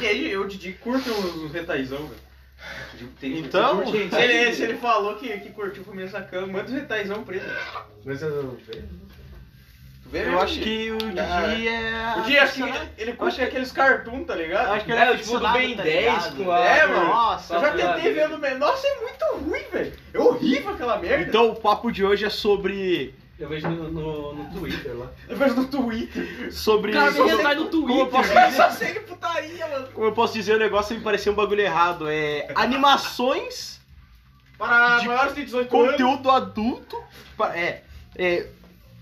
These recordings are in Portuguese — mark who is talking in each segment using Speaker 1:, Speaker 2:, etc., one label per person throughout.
Speaker 1: E aí, eu, Didi, curte os retaizão, velho.
Speaker 2: Então-
Speaker 1: Se ele, se ele é falou que, que curtiu o Fluminense na cama, manda os retaizão pra ele.
Speaker 3: Mas eu não vejo.
Speaker 1: Tu vê,
Speaker 2: Eu
Speaker 1: né,
Speaker 2: acho
Speaker 1: Didi?
Speaker 2: que o
Speaker 1: Ah,
Speaker 2: Didi é.
Speaker 1: O Didi, acho que
Speaker 2: aficionado.
Speaker 1: ele, ele curte aqueles cartoon, tá ligado?
Speaker 2: Acho que ele
Speaker 4: É,
Speaker 2: é
Speaker 4: o tipo do
Speaker 2: aficionado,
Speaker 4: Ben
Speaker 2: tá
Speaker 4: 10
Speaker 2: ligado?
Speaker 4: com a-
Speaker 1: É, mano.
Speaker 2: Nossa,
Speaker 1: Eu já
Speaker 2: tá
Speaker 4: ligado?
Speaker 1: tentei vendo mesmo. Nossa, é muito ruim, velho. É horrível aquela merda.
Speaker 2: Então o papo de hoje é sobre.
Speaker 4: Eu vejo no, no, no Twitter lá.
Speaker 1: Eu vejo no Twitter.
Speaker 2: Sobre.
Speaker 4: Cara,
Speaker 2: sobre-
Speaker 4: você vai no
Speaker 2: Como eu
Speaker 4: Twitter.
Speaker 2: posso
Speaker 1: Eu
Speaker 2: dizer?
Speaker 1: só sei que putaria, mano.
Speaker 2: Como eu posso dizer, o negócio me pareceu um bagulho errado. É. Animações,
Speaker 1: Para
Speaker 2: De
Speaker 1: maiores de 18 anos.
Speaker 2: conteúdo adulto. pa- É. é,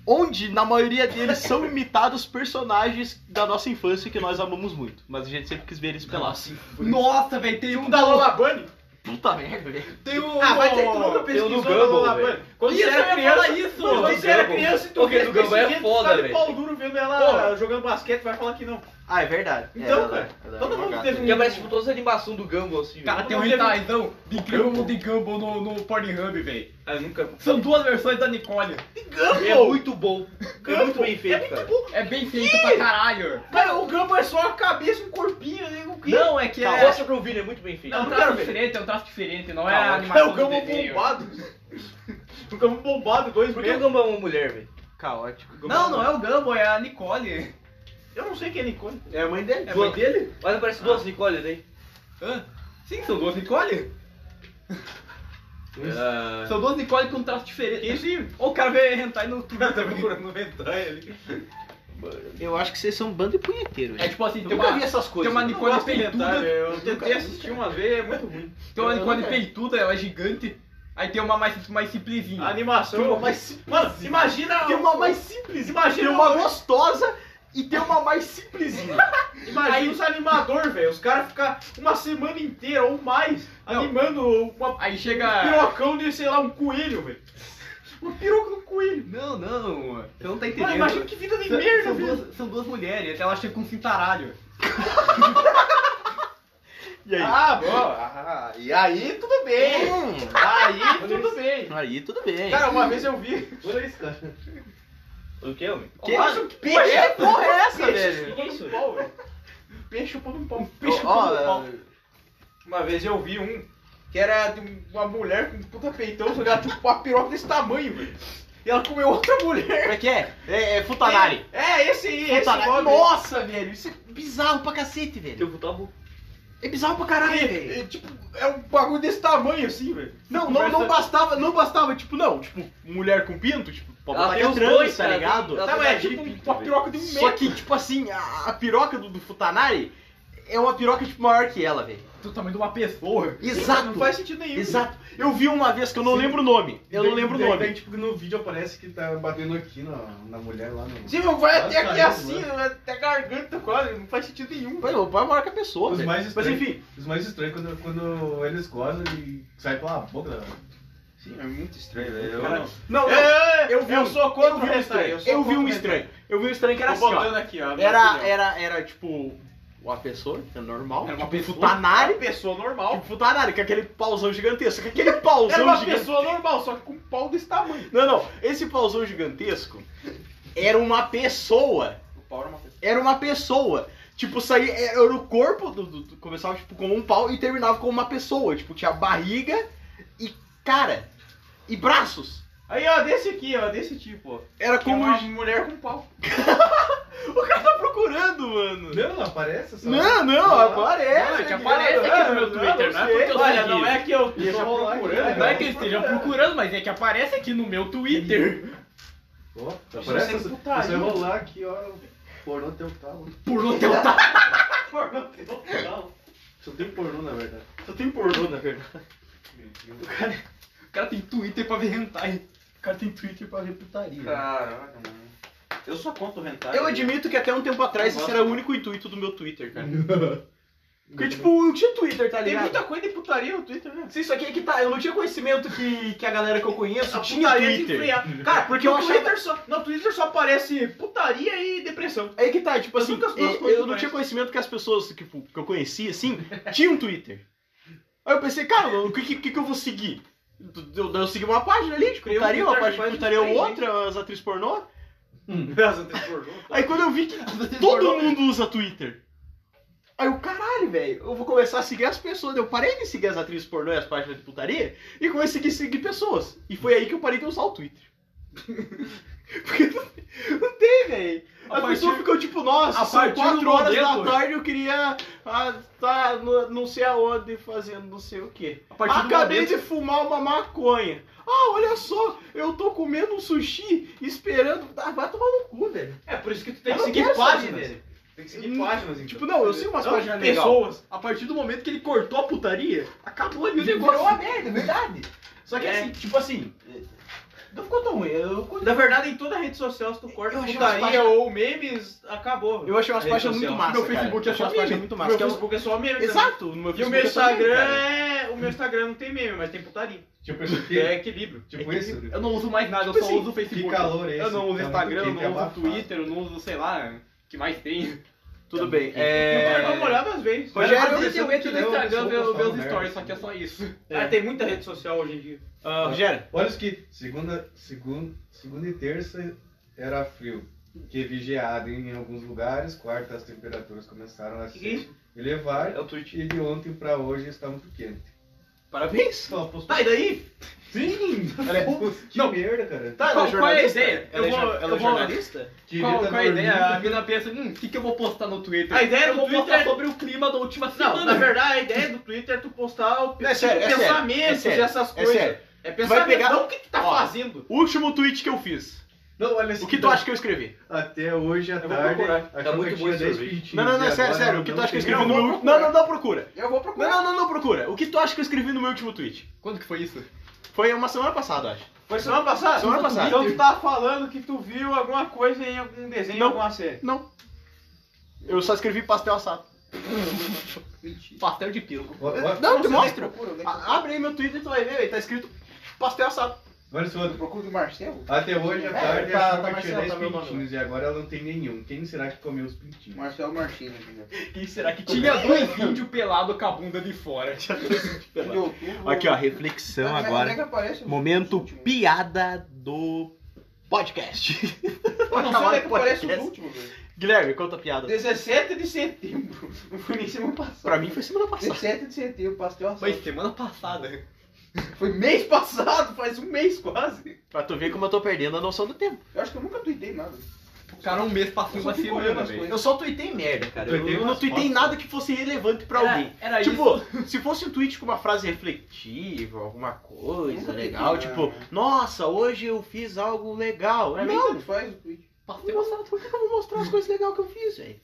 Speaker 2: Onde, na maioria deles, são imitados personagens da nossa infância que nós amamos muito. Mas a gente sempre quis ver eles pelados.
Speaker 4: Nossa, velho, tem
Speaker 1: Um da Lola Bunny.
Speaker 2: Puta merda, velho.
Speaker 4: Tem um.
Speaker 1: Ah, mas aí tu nunca
Speaker 4: Tem um
Speaker 1: pesquisou
Speaker 4: do
Speaker 1: na Lola
Speaker 4: Gumball, velho.
Speaker 1: Bunny. Quando
Speaker 3: é
Speaker 4: Isso,
Speaker 1: você
Speaker 4: eu
Speaker 1: era
Speaker 4: ia
Speaker 1: criança,
Speaker 4: falar isso.
Speaker 1: Quando
Speaker 4: Do
Speaker 1: você era
Speaker 4: Gumball.
Speaker 1: criança e tu
Speaker 4: Porque
Speaker 1: vê
Speaker 4: do Gumball é
Speaker 1: esse
Speaker 4: foda,
Speaker 1: cara de
Speaker 4: velho.
Speaker 1: pau duro vendo ela
Speaker 4: Porra.
Speaker 1: jogando basquete, vai falar que não.
Speaker 2: Ah, é verdade. É
Speaker 1: Então,
Speaker 2: verdade. É
Speaker 1: todo mundo
Speaker 2: verdade.
Speaker 1: teve um-
Speaker 4: E aparece tipo todas as animações do Gumball assim.
Speaker 1: Cara,
Speaker 4: velho.
Speaker 1: tem um
Speaker 4: retaizão
Speaker 1: De Gumball, de Gumball no, no Pornhub, velho.
Speaker 4: Ah, nunca.
Speaker 1: São duas versões da Nicole. De Gumball.
Speaker 4: É muito bom. É
Speaker 1: Gumball.
Speaker 4: muito bem feito, cara.
Speaker 5: É bem feito pra caralho.
Speaker 1: Cara, o Gumball é só a cabeça, um corpinho, né? O quê?
Speaker 4: Não, é que
Speaker 2: é-
Speaker 4: Mostra pra ouvir, é muito bem feito.
Speaker 5: É um
Speaker 1: não quero
Speaker 5: traço
Speaker 1: ver.
Speaker 5: diferente, é um traço diferente, não é
Speaker 2: Tá
Speaker 1: É o
Speaker 2: ótimo.
Speaker 5: a animação do
Speaker 1: Gumball
Speaker 5: desenho.
Speaker 1: bombado. o Gumball bombado, dois
Speaker 4: Por que o
Speaker 1: meses.
Speaker 4: Gumball é uma mulher, velho?
Speaker 2: Caótico.
Speaker 5: Não, não é o Gumball, é a Nicole.
Speaker 1: Eu não sei quem é Nicole.
Speaker 2: É a mãe dele.
Speaker 5: É a mãe dele?
Speaker 4: Mas aparece duas Nicoles aí.
Speaker 5: Hã? Sim, são duas Nicole.
Speaker 4: Ah,
Speaker 5: São duas Nicole com um traço diferente. Esse... Ou o cara vê hentai no Twitter também.
Speaker 1: Tá procurando ventanha ali.
Speaker 2: Eu acho que vocês são banda de punheteiro.
Speaker 5: É tipo assim,
Speaker 2: Eu
Speaker 5: tem
Speaker 2: nunca
Speaker 5: uma,
Speaker 2: vi essas coisas.
Speaker 5: tem uma
Speaker 2: Eu
Speaker 1: Nicole
Speaker 5: Nicole
Speaker 1: gosto de ventanha,
Speaker 5: peituda,
Speaker 1: eu tentei assistir uma vez, é muito ruim.
Speaker 5: tem uma
Speaker 2: Eu
Speaker 5: Nicole
Speaker 2: nunca-
Speaker 5: peituda, ela é gigante. Aí tem uma mais, mais simplesinha.
Speaker 1: A animação é uma mais simples. Mano, imagina.
Speaker 2: Tem uma mais simples. Imagina uma gostosa e tem uma mais simplesinha.
Speaker 1: Imagina
Speaker 5: Aí-
Speaker 1: os animadores, velho. Os caras ficam uma semana inteira ou mais
Speaker 5: Não.
Speaker 1: animando uma
Speaker 5: Aí chega...
Speaker 1: pirocão de, sei lá, um coelho, velho. É. Uma piroca no coelho.
Speaker 5: Não, não, você não tá entendendo.
Speaker 1: Mano, imagina que vida de
Speaker 5: São-
Speaker 1: merda,
Speaker 5: são,
Speaker 1: velho.
Speaker 5: duas, são duas mulheres, até ela chega com um cintaralho.
Speaker 2: E aí?
Speaker 1: Ah, bom. Ah, e aí tudo bem.
Speaker 2: Hum,
Speaker 1: Aí É. tudo bem.
Speaker 2: aí tudo bem.
Speaker 1: Cara, uma vez eu vi.
Speaker 4: O que, homem?
Speaker 2: que
Speaker 1: Nossa,
Speaker 2: que porra é, que porra é
Speaker 1: Peixe
Speaker 2: essa, velho?
Speaker 1: chupando um pau, velho. Peixe chupando um pau. Peixe
Speaker 2: Ó,
Speaker 1: chupando um
Speaker 2: ó,
Speaker 1: pau. Uma vez eu vi um que era de uma mulher com um puta peitão, só que ela tinha uma piroca desse tamanho, velho. E ela comeu outra mulher.
Speaker 2: como é que é? É, é Futanari.
Speaker 1: É, esse aí, esse
Speaker 2: Futanari.
Speaker 1: nome.
Speaker 2: Nossa, velho. Isso é bizarro pra cacete,
Speaker 4: Tem
Speaker 2: velho.
Speaker 4: o tabu.
Speaker 2: É bizarro pra caralho,
Speaker 1: E,
Speaker 2: velho.
Speaker 1: e, tipo, é um bagulho desse tamanho assim, velho.
Speaker 2: Não, não, não bastava, não bastava, tipo, não. Tipo, mulher com pinto, tipo, pra
Speaker 4: Ela
Speaker 2: botar
Speaker 4: tem
Speaker 2: que é
Speaker 4: os
Speaker 2: trans,
Speaker 4: dois,
Speaker 2: tá
Speaker 4: cara,
Speaker 2: ligado?
Speaker 4: tem- ela
Speaker 1: Não,
Speaker 4: tem
Speaker 1: é
Speaker 4: barriga
Speaker 1: tipo
Speaker 4: e pinto,
Speaker 1: uma
Speaker 4: velho.
Speaker 1: piroca de um
Speaker 2: Só
Speaker 1: metro.
Speaker 2: que, tipo assim, a, a piroca do, do Futanari é uma piroca, tipo, maior que ela, velho.
Speaker 5: Do tamanho de uma pessoa.
Speaker 2: Exato.
Speaker 1: Não faz sentido nenhum.
Speaker 2: é Exato. Eu vi uma vez que eu não lembro o nome. Eu não
Speaker 3: Daí-
Speaker 2: lembro o
Speaker 3: daí-
Speaker 2: nome.
Speaker 3: daí, tipo, no vídeo aparece que tá batendo aqui na, na mulher lá no. né?
Speaker 1: Sim, meu, vai até
Speaker 3: Nossa,
Speaker 1: aqui
Speaker 3: caramba,
Speaker 1: assim, até a garganta quase, não faz sentido nenhum.
Speaker 2: Mas o pai é maior que a pessoa.
Speaker 3: Os
Speaker 2: velho.
Speaker 3: mais
Speaker 2: Mas
Speaker 3: estranhos.
Speaker 2: enfim,
Speaker 3: Os mais estranhos é quando, quando eles gozam e sai pela boca. né?
Speaker 1: Sim, é muito estranho, velho.
Speaker 3: Eu não-
Speaker 2: não, não.
Speaker 1: É,
Speaker 2: Eu vi
Speaker 1: eu
Speaker 2: um-
Speaker 1: sou contra
Speaker 2: eu
Speaker 1: o
Speaker 2: vi um
Speaker 1: hentai,
Speaker 2: estranho.
Speaker 1: sou
Speaker 2: Eu vi
Speaker 1: contra
Speaker 2: um
Speaker 1: o
Speaker 2: estranho. Eu vi um estranho que era
Speaker 1: Tô
Speaker 2: assim, ó.
Speaker 1: botando aqui, ó. minha
Speaker 2: Era,
Speaker 1: opinião.
Speaker 2: era, era tipo uma pessoa, que é normal.
Speaker 5: Era uma
Speaker 2: tipo,
Speaker 5: pessoa.
Speaker 1: Era
Speaker 2: Futanari.
Speaker 1: uma pessoa normal.
Speaker 2: Tipo, Futanari, com aquele pauzão gigantesco. Com aquele pauzão
Speaker 1: Era uma
Speaker 2: gigante-
Speaker 1: pessoa normal, só que com um pau desse tamanho.
Speaker 2: Não, não. Esse pauzão gigantesco era uma pessoa.
Speaker 1: O pau era uma pessoa.
Speaker 2: Era uma pessoa. Tipo, saía, era o corpo do, do- do- Começava tipo, com um pau e terminava com uma pessoa. Tipo, tinha barriga e cara. E braços.
Speaker 1: Aí, ó, desse aqui, ó, desse tipo, ó.
Speaker 2: Era
Speaker 1: Que é
Speaker 2: como. um
Speaker 1: uma mulher com pau.
Speaker 2: O cara tá procurando, mano.
Speaker 3: Não, não aparece só.
Speaker 2: Não, né? não, É, aparece.
Speaker 5: Não, te
Speaker 2: que
Speaker 5: aparece
Speaker 2: nada.
Speaker 5: aqui no meu
Speaker 2: Não,
Speaker 5: Twitter,
Speaker 2: não
Speaker 5: né?
Speaker 2: sei.
Speaker 5: Porque eu sou
Speaker 1: Ah, Olha,
Speaker 5: aqui.
Speaker 1: não é que eu esteja
Speaker 3: Deixa rolar aqui,
Speaker 1: procurando.
Speaker 3: né?
Speaker 5: Não Tipo é que eu esteja procurando, mas é que aparece aqui no meu Twitter.
Speaker 3: Ó,
Speaker 1: sem
Speaker 3: aparece só.
Speaker 1: putaria.
Speaker 3: Você vai rolar aqui, ó. Pornô teu tal.
Speaker 5: Pornô teu tá.
Speaker 3: Só tem pornô, na verdade.
Speaker 1: Só tem pornô, na verdade.
Speaker 5: O cara tem Twitter pra ver hentai. O cara tem Twitter pra ver putaria.
Speaker 1: Caraca, mano. Eu só conto o hentai.
Speaker 2: Eu admito que até um tempo atrás
Speaker 1: Eu gosto.
Speaker 2: esse era o único intuito do meu Twitter, cara. Porque, tipo, eu não tinha Twitter, tá
Speaker 1: Tem
Speaker 2: ligado?
Speaker 1: muita coisa de putaria no Twitter, né?
Speaker 2: Se Isso aqui é que tá. Eu não tinha conhecimento que, que a galera que eu conheço tinha
Speaker 1: putaria de
Speaker 2: Twitter.
Speaker 1: enfriar. Cara, porque
Speaker 2: Porque eu
Speaker 1: no
Speaker 2: achava-
Speaker 1: Twitter só, no Twitter só aparece putaria e depressão.
Speaker 2: É que tá, tipo
Speaker 1: Eu
Speaker 2: assim,
Speaker 1: nunca- nunca
Speaker 2: eu,
Speaker 1: conheci
Speaker 2: eu não
Speaker 1: mais.
Speaker 2: tinha conhecimento que as pessoas que, tipo, que eu conhecia, assim, tinham Twitter. Aí eu pensei, cara, o que, que, que eu vou seguir? Eu, eu segui uma página ali, de
Speaker 1: Criou um
Speaker 2: putaria, uma
Speaker 1: Twitter
Speaker 2: página de
Speaker 1: que faz
Speaker 2: putaria
Speaker 1: isso aí,
Speaker 2: outra, as atrizes pornô.
Speaker 1: Nossa, tem pornô.
Speaker 2: Aí quando eu vi que todo mundo usa Twitter. Aí eu, caralho, velho, eu vou começar a seguir as pessoas. Eu parei de seguir as atrizes pornô e as páginas de putaria e comecei a seguir, seguir pessoas. E foi aí que eu parei de usar o Twitter. Porque não, não tem, velho.
Speaker 5: A
Speaker 2: A, pessoa
Speaker 5: partir-
Speaker 2: ficou tipo, nossa,
Speaker 5: a
Speaker 2: são
Speaker 5: partir do
Speaker 2: 4 horas da
Speaker 5: momento-
Speaker 2: tarde eu queria ah, tá, no- não sei aonde fazendo não sei o quê.
Speaker 5: A partir do
Speaker 2: Acabei
Speaker 5: momento-
Speaker 2: de fumar uma maconha. Ah, olha só, eu tô comendo um sushi esperando. Ah, vai tomar no cu, velho.
Speaker 1: É por isso que tu tem
Speaker 2: Eu
Speaker 1: que
Speaker 2: não
Speaker 1: seguir
Speaker 2: quero saber
Speaker 1: páginas.
Speaker 2: dele.
Speaker 4: Tem que seguir páginas, então.
Speaker 2: Tipo, não, eu sei umas
Speaker 5: Não,
Speaker 2: páginas legais.
Speaker 5: pessoas, a partir do momento que ele cortou a putaria, acabou ali o
Speaker 2: Virou uma
Speaker 5: negócio.
Speaker 2: merda, é verdade.
Speaker 5: Só que
Speaker 1: É.
Speaker 5: assim, tipo assim,
Speaker 2: Não ficou tão ruim. Eu, eu-
Speaker 1: Na verdade, em toda rede social, se tu corta
Speaker 2: Eu achei
Speaker 1: putaria
Speaker 2: umas páginas-
Speaker 1: ou memes, acabou.
Speaker 2: eu achei umas
Speaker 1: Rede
Speaker 2: páginas
Speaker 1: social.
Speaker 2: muito massa.
Speaker 5: Meu Facebook
Speaker 2: cara. é
Speaker 5: achou umas
Speaker 2: Só meme.
Speaker 5: páginas muito
Speaker 2: Meu
Speaker 5: massas,
Speaker 1: Meu
Speaker 2: Facebook-
Speaker 1: Facebook é só meme. também.
Speaker 2: Exato, no meu
Speaker 1: E o
Speaker 2: Facebook.
Speaker 1: meu
Speaker 2: é só meme,
Speaker 1: Instagram
Speaker 2: cara.
Speaker 1: é. O meu Instagram não tem meme, mas tem putaria.
Speaker 3: Tipo isso aqui.
Speaker 1: É equilíbrio.
Speaker 3: Tipo isso.
Speaker 5: eu não uso mais nada, eu só
Speaker 2: assim,
Speaker 5: uso o Facebook.
Speaker 3: que calor é
Speaker 5: Eu
Speaker 3: esse?
Speaker 5: não uso
Speaker 3: Tá
Speaker 5: Instagram, eu
Speaker 3: muito quente,
Speaker 5: não uso
Speaker 3: abafado.
Speaker 5: Twitter, eu não uso, sei lá, o que mais tem.
Speaker 2: Tudo bem.
Speaker 1: Mas Vamos
Speaker 2: É...
Speaker 1: olhar umas vezes.
Speaker 2: Rogério,
Speaker 5: Mas
Speaker 2: você
Speaker 5: eu
Speaker 3: sabe
Speaker 5: entro
Speaker 3: que
Speaker 5: no
Speaker 3: eu
Speaker 5: Instagram
Speaker 3: sou
Speaker 5: ver
Speaker 3: postado
Speaker 5: os
Speaker 3: merda.
Speaker 5: stories, só que é só isso.
Speaker 1: Ah, tem muita rede social hoje em dia.
Speaker 2: Ah, Rogério,
Speaker 3: Olha os que segunda, segunda, segunda e terça era frio, que vigiado em alguns lugares. Quarta as temperaturas começaram a
Speaker 1: Que
Speaker 3: se
Speaker 1: que é isso?
Speaker 3: elevar
Speaker 1: É o tweet.
Speaker 3: e de ontem pra hoje está muito quente.
Speaker 2: parabéns.
Speaker 3: Só postou.
Speaker 1: Tá, e daí?
Speaker 5: Sim!
Speaker 3: Que merda, cara.
Speaker 5: Tá,
Speaker 2: Ela
Speaker 5: qual,
Speaker 2: é
Speaker 5: qual é a
Speaker 2: jornalista?
Speaker 5: ideia?
Speaker 2: Ela é jo- ela é jornalista?
Speaker 3: Que
Speaker 5: Qual,
Speaker 3: vida
Speaker 5: qual é a ideia?
Speaker 3: dormida.
Speaker 5: A mina pensa, hum, o que, que eu vou postar no Twitter?
Speaker 1: A ideia
Speaker 5: eu
Speaker 1: do
Speaker 5: vou
Speaker 1: Twitter
Speaker 5: postar
Speaker 1: é-
Speaker 5: sobre o clima da última
Speaker 1: Não, na
Speaker 5: semana.
Speaker 1: verdade, a ideia do Twitter é tu postar o
Speaker 2: Não, é sério, é sério, é
Speaker 1: pensamentos e
Speaker 2: sério,
Speaker 1: essas
Speaker 2: é
Speaker 1: coisas.
Speaker 2: sério.
Speaker 1: É pensamento,
Speaker 2: pegar-
Speaker 1: não o que tu tá
Speaker 2: Ó.
Speaker 1: fazendo.
Speaker 2: Último tweet que eu fiz.
Speaker 3: Não, olha
Speaker 2: O
Speaker 3: assim,
Speaker 2: que tu
Speaker 5: tá.
Speaker 3: não.
Speaker 2: acha que eu escrevi?
Speaker 3: Até hoje à
Speaker 1: vou
Speaker 3: tarde.
Speaker 1: procurar.
Speaker 3: a
Speaker 2: Tá
Speaker 3: chuva
Speaker 2: muito
Speaker 3: tinha
Speaker 2: bom esse
Speaker 3: 10
Speaker 2: sorvete.
Speaker 3: pintinhos
Speaker 2: Não, não, não,
Speaker 3: e
Speaker 2: é sério,
Speaker 3: agora
Speaker 2: sério. O que tu
Speaker 3: não
Speaker 2: acha que eu
Speaker 3: tem.
Speaker 2: escrevi no meu último. Não,
Speaker 4: procurar.
Speaker 2: não, não procura.
Speaker 4: Eu vou procurar.
Speaker 2: Não, não, não, não procura. O que tu acha que eu escrevi no meu último tweet?
Speaker 5: Quando que foi isso?
Speaker 2: Foi uma semana passada, eu acho.
Speaker 1: Foi semana passada?
Speaker 2: Semana passada.
Speaker 1: Então tu tava falando que tu viu alguma coisa em algum desenho,
Speaker 2: Não.
Speaker 1: alguma série.
Speaker 2: Não. Eu só escrevi pastel assado.
Speaker 5: Pastel de peru.
Speaker 3: Ó, ó,
Speaker 2: Não,
Speaker 4: Você
Speaker 2: te mostra.
Speaker 4: nem procura, né?
Speaker 2: A- Abre aí meu Twitter e tu vai ver, velho. Tá escrito pastel assado.
Speaker 3: Olha esse
Speaker 4: Eu
Speaker 3: outro.
Speaker 4: procuro do Marcelo?
Speaker 3: Até hoje à
Speaker 2: É,
Speaker 3: tarde
Speaker 2: tá-
Speaker 3: a
Speaker 2: tá
Speaker 3: chuva
Speaker 2: mais
Speaker 3: tinha
Speaker 2: certo,
Speaker 3: 10
Speaker 2: tá meu nome.
Speaker 3: pintinhos e agora ela não tem nenhum. Quem será que comeu os pintinhos?
Speaker 4: Marcelo Martins, entendeu?
Speaker 5: Quem será que tinha dois índios pelados com a bunda de fora?
Speaker 4: De
Speaker 2: um
Speaker 4: outubro.
Speaker 2: reflexão
Speaker 4: Mas nem que aparece os últimos.
Speaker 2: piada do podcast.
Speaker 4: Eu não sei onde é que aparece os últimos, velho.
Speaker 2: Guilherme, conta a piada.
Speaker 4: 17 de setembro. Não foi nem semana passada.
Speaker 2: Pra mim foi semana passada.
Speaker 4: 17 de setembro, pastel assado.
Speaker 5: Foi semana passada.
Speaker 4: Foi mês passado, faz um mês quase.
Speaker 2: Pra tu ver como eu tô perdendo a noção do tempo.
Speaker 4: Eu acho que eu nunca tuitei nada.
Speaker 5: O cara um mês passou
Speaker 4: Eu
Speaker 5: uma
Speaker 4: só fico olhando
Speaker 5: semana,
Speaker 4: as
Speaker 5: velho.
Speaker 4: coisas.
Speaker 2: Eu só tuitei merda, cara. Eu,
Speaker 3: Tuitei
Speaker 2: eu não
Speaker 3: umas
Speaker 2: tuitei
Speaker 3: fotos.
Speaker 2: nada que fosse relevante pra
Speaker 5: Era-
Speaker 2: alguém.
Speaker 5: era
Speaker 2: tipo, se fosse um tweet com uma frase refletiva, alguma coisa
Speaker 4: Nunca
Speaker 2: legal,
Speaker 4: tuitei,
Speaker 2: tipo,
Speaker 4: né?
Speaker 2: nossa, hoje eu fiz algo legal.
Speaker 4: Pra mim,
Speaker 2: não,
Speaker 4: tanto faz o tweet.
Speaker 5: Pastel
Speaker 2: eu vou- por que que eu vou mostrar as coisas legais que eu fiz, velho?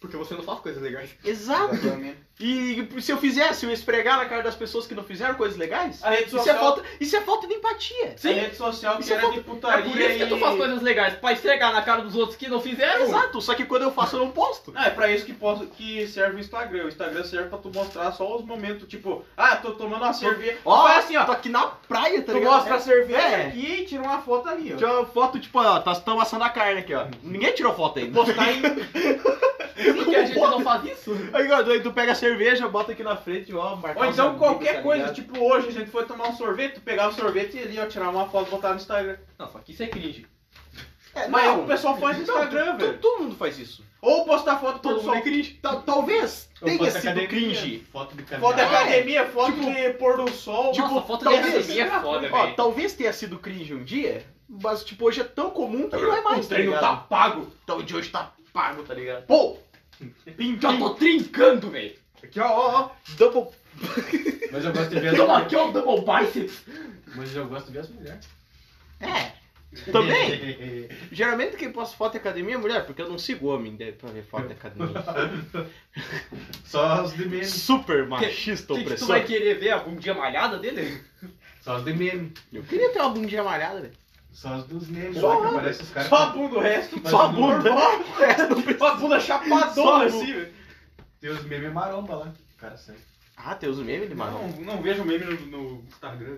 Speaker 5: Porque você não faz coisas legais.
Speaker 2: Exato.
Speaker 4: Exatamente.
Speaker 2: E se eu fizesse, eu ia esfregar na cara das pessoas que não fizeram coisas legais?
Speaker 1: A rede
Speaker 2: Isso é
Speaker 1: social,
Speaker 2: falta, isso é falta de empatia.
Speaker 1: a rede social que
Speaker 2: Isso é
Speaker 1: era
Speaker 2: falta-
Speaker 1: de putaria
Speaker 5: é por isso que tu
Speaker 1: e-
Speaker 5: faz coisas legais, pra esfregar na cara dos outros que não fizeram.
Speaker 2: É, Exato, só que quando eu faço eu não posto.
Speaker 1: Ah, é pra isso que, posso, que serve o Instagram. O Instagram serve pra tu mostrar só os momentos, tipo, ah, tô tomando uma cerveja.
Speaker 2: Ó,
Speaker 1: Faz assim, ó.
Speaker 2: tô aqui na praia, tá
Speaker 1: tu
Speaker 2: ligado?
Speaker 1: mostra a cerveja
Speaker 2: É.
Speaker 1: aqui e tira uma foto ali, ó.
Speaker 2: Tinha uma foto, tipo, ó, tá tão assando a carne aqui, ó. Ninguém tirou foto ainda.
Speaker 1: Postar em.
Speaker 5: Por que a gente não faz isso?
Speaker 2: Aí, ó, daí tu pega a cerveja, bota aqui na frente, ó, marcar
Speaker 1: Ou
Speaker 2: os
Speaker 1: então
Speaker 2: amigos,
Speaker 1: qualquer
Speaker 2: tá
Speaker 1: coisa,
Speaker 2: ligado?
Speaker 1: tipo, hoje a gente foi tomar um sorvete, tu pegar o sorvete e ali, ó, tirar uma foto e botar no Instagram.
Speaker 5: Não, só que isso é cringe.
Speaker 2: É,
Speaker 1: Mas é o
Speaker 2: não,
Speaker 1: que o pessoal faz no Instagram,
Speaker 2: Então, tu-
Speaker 1: velho.
Speaker 2: todo mundo faz isso.
Speaker 1: Ou postar foto
Speaker 2: Todo
Speaker 1: todo sol.
Speaker 2: mundo é cringe. Ta- talvez
Speaker 3: Ou foto
Speaker 2: tenha
Speaker 3: da
Speaker 2: sido
Speaker 3: academia,
Speaker 2: cringe.
Speaker 3: Foto de
Speaker 1: Foto de
Speaker 2: É.
Speaker 3: caminhão.
Speaker 1: academia, foto de pôr do sol.
Speaker 5: Tipo,
Speaker 1: Nossa,
Speaker 5: foto
Speaker 2: talvez.
Speaker 5: de academia é foda,
Speaker 2: Ó,
Speaker 5: velho.
Speaker 2: talvez tenha sido cringe um dia, mas, tipo, hoje é tão comum que não é mais,
Speaker 1: o
Speaker 2: tá
Speaker 1: treino tá
Speaker 2: ligado?
Speaker 1: pago.
Speaker 2: Então o de hoje tá pago, tá ligado?
Speaker 5: Pô! Já tô trincando, velho.
Speaker 2: Aqui, ó, ó, ó, double...
Speaker 3: Mas eu gosto de ver as
Speaker 5: Toma
Speaker 3: mulheres.
Speaker 5: aqui, ó, o Double Biceps.
Speaker 3: Mas eu gosto de ver as mulheres.
Speaker 2: É, também. Geralmente quem posta foto em academia é mulher, porque eu não sigo homem né, pra ver foto em academia. É
Speaker 3: Só os de meme.
Speaker 2: Super
Speaker 5: Que
Speaker 2: machista
Speaker 5: que tu
Speaker 2: opressor.
Speaker 5: vai querer ver a bundinha malhada dele?
Speaker 3: Só os de meme.
Speaker 2: Eu queria ter uma bundinha malhada, velho.
Speaker 3: Só os dos memes.
Speaker 2: Só,
Speaker 3: Só que aparece os caras.
Speaker 1: Só a bunda, o resto.
Speaker 3: Mas
Speaker 2: Só a
Speaker 3: não-
Speaker 2: bunda. É,
Speaker 1: Só a bunda
Speaker 2: Só a
Speaker 1: chapadona assim, velho.
Speaker 3: Tem os memes maromba lá. O cara sai.
Speaker 2: Ah, tem os memes de
Speaker 1: Não,
Speaker 2: marrom.
Speaker 1: não vejo meme no, no Instagram.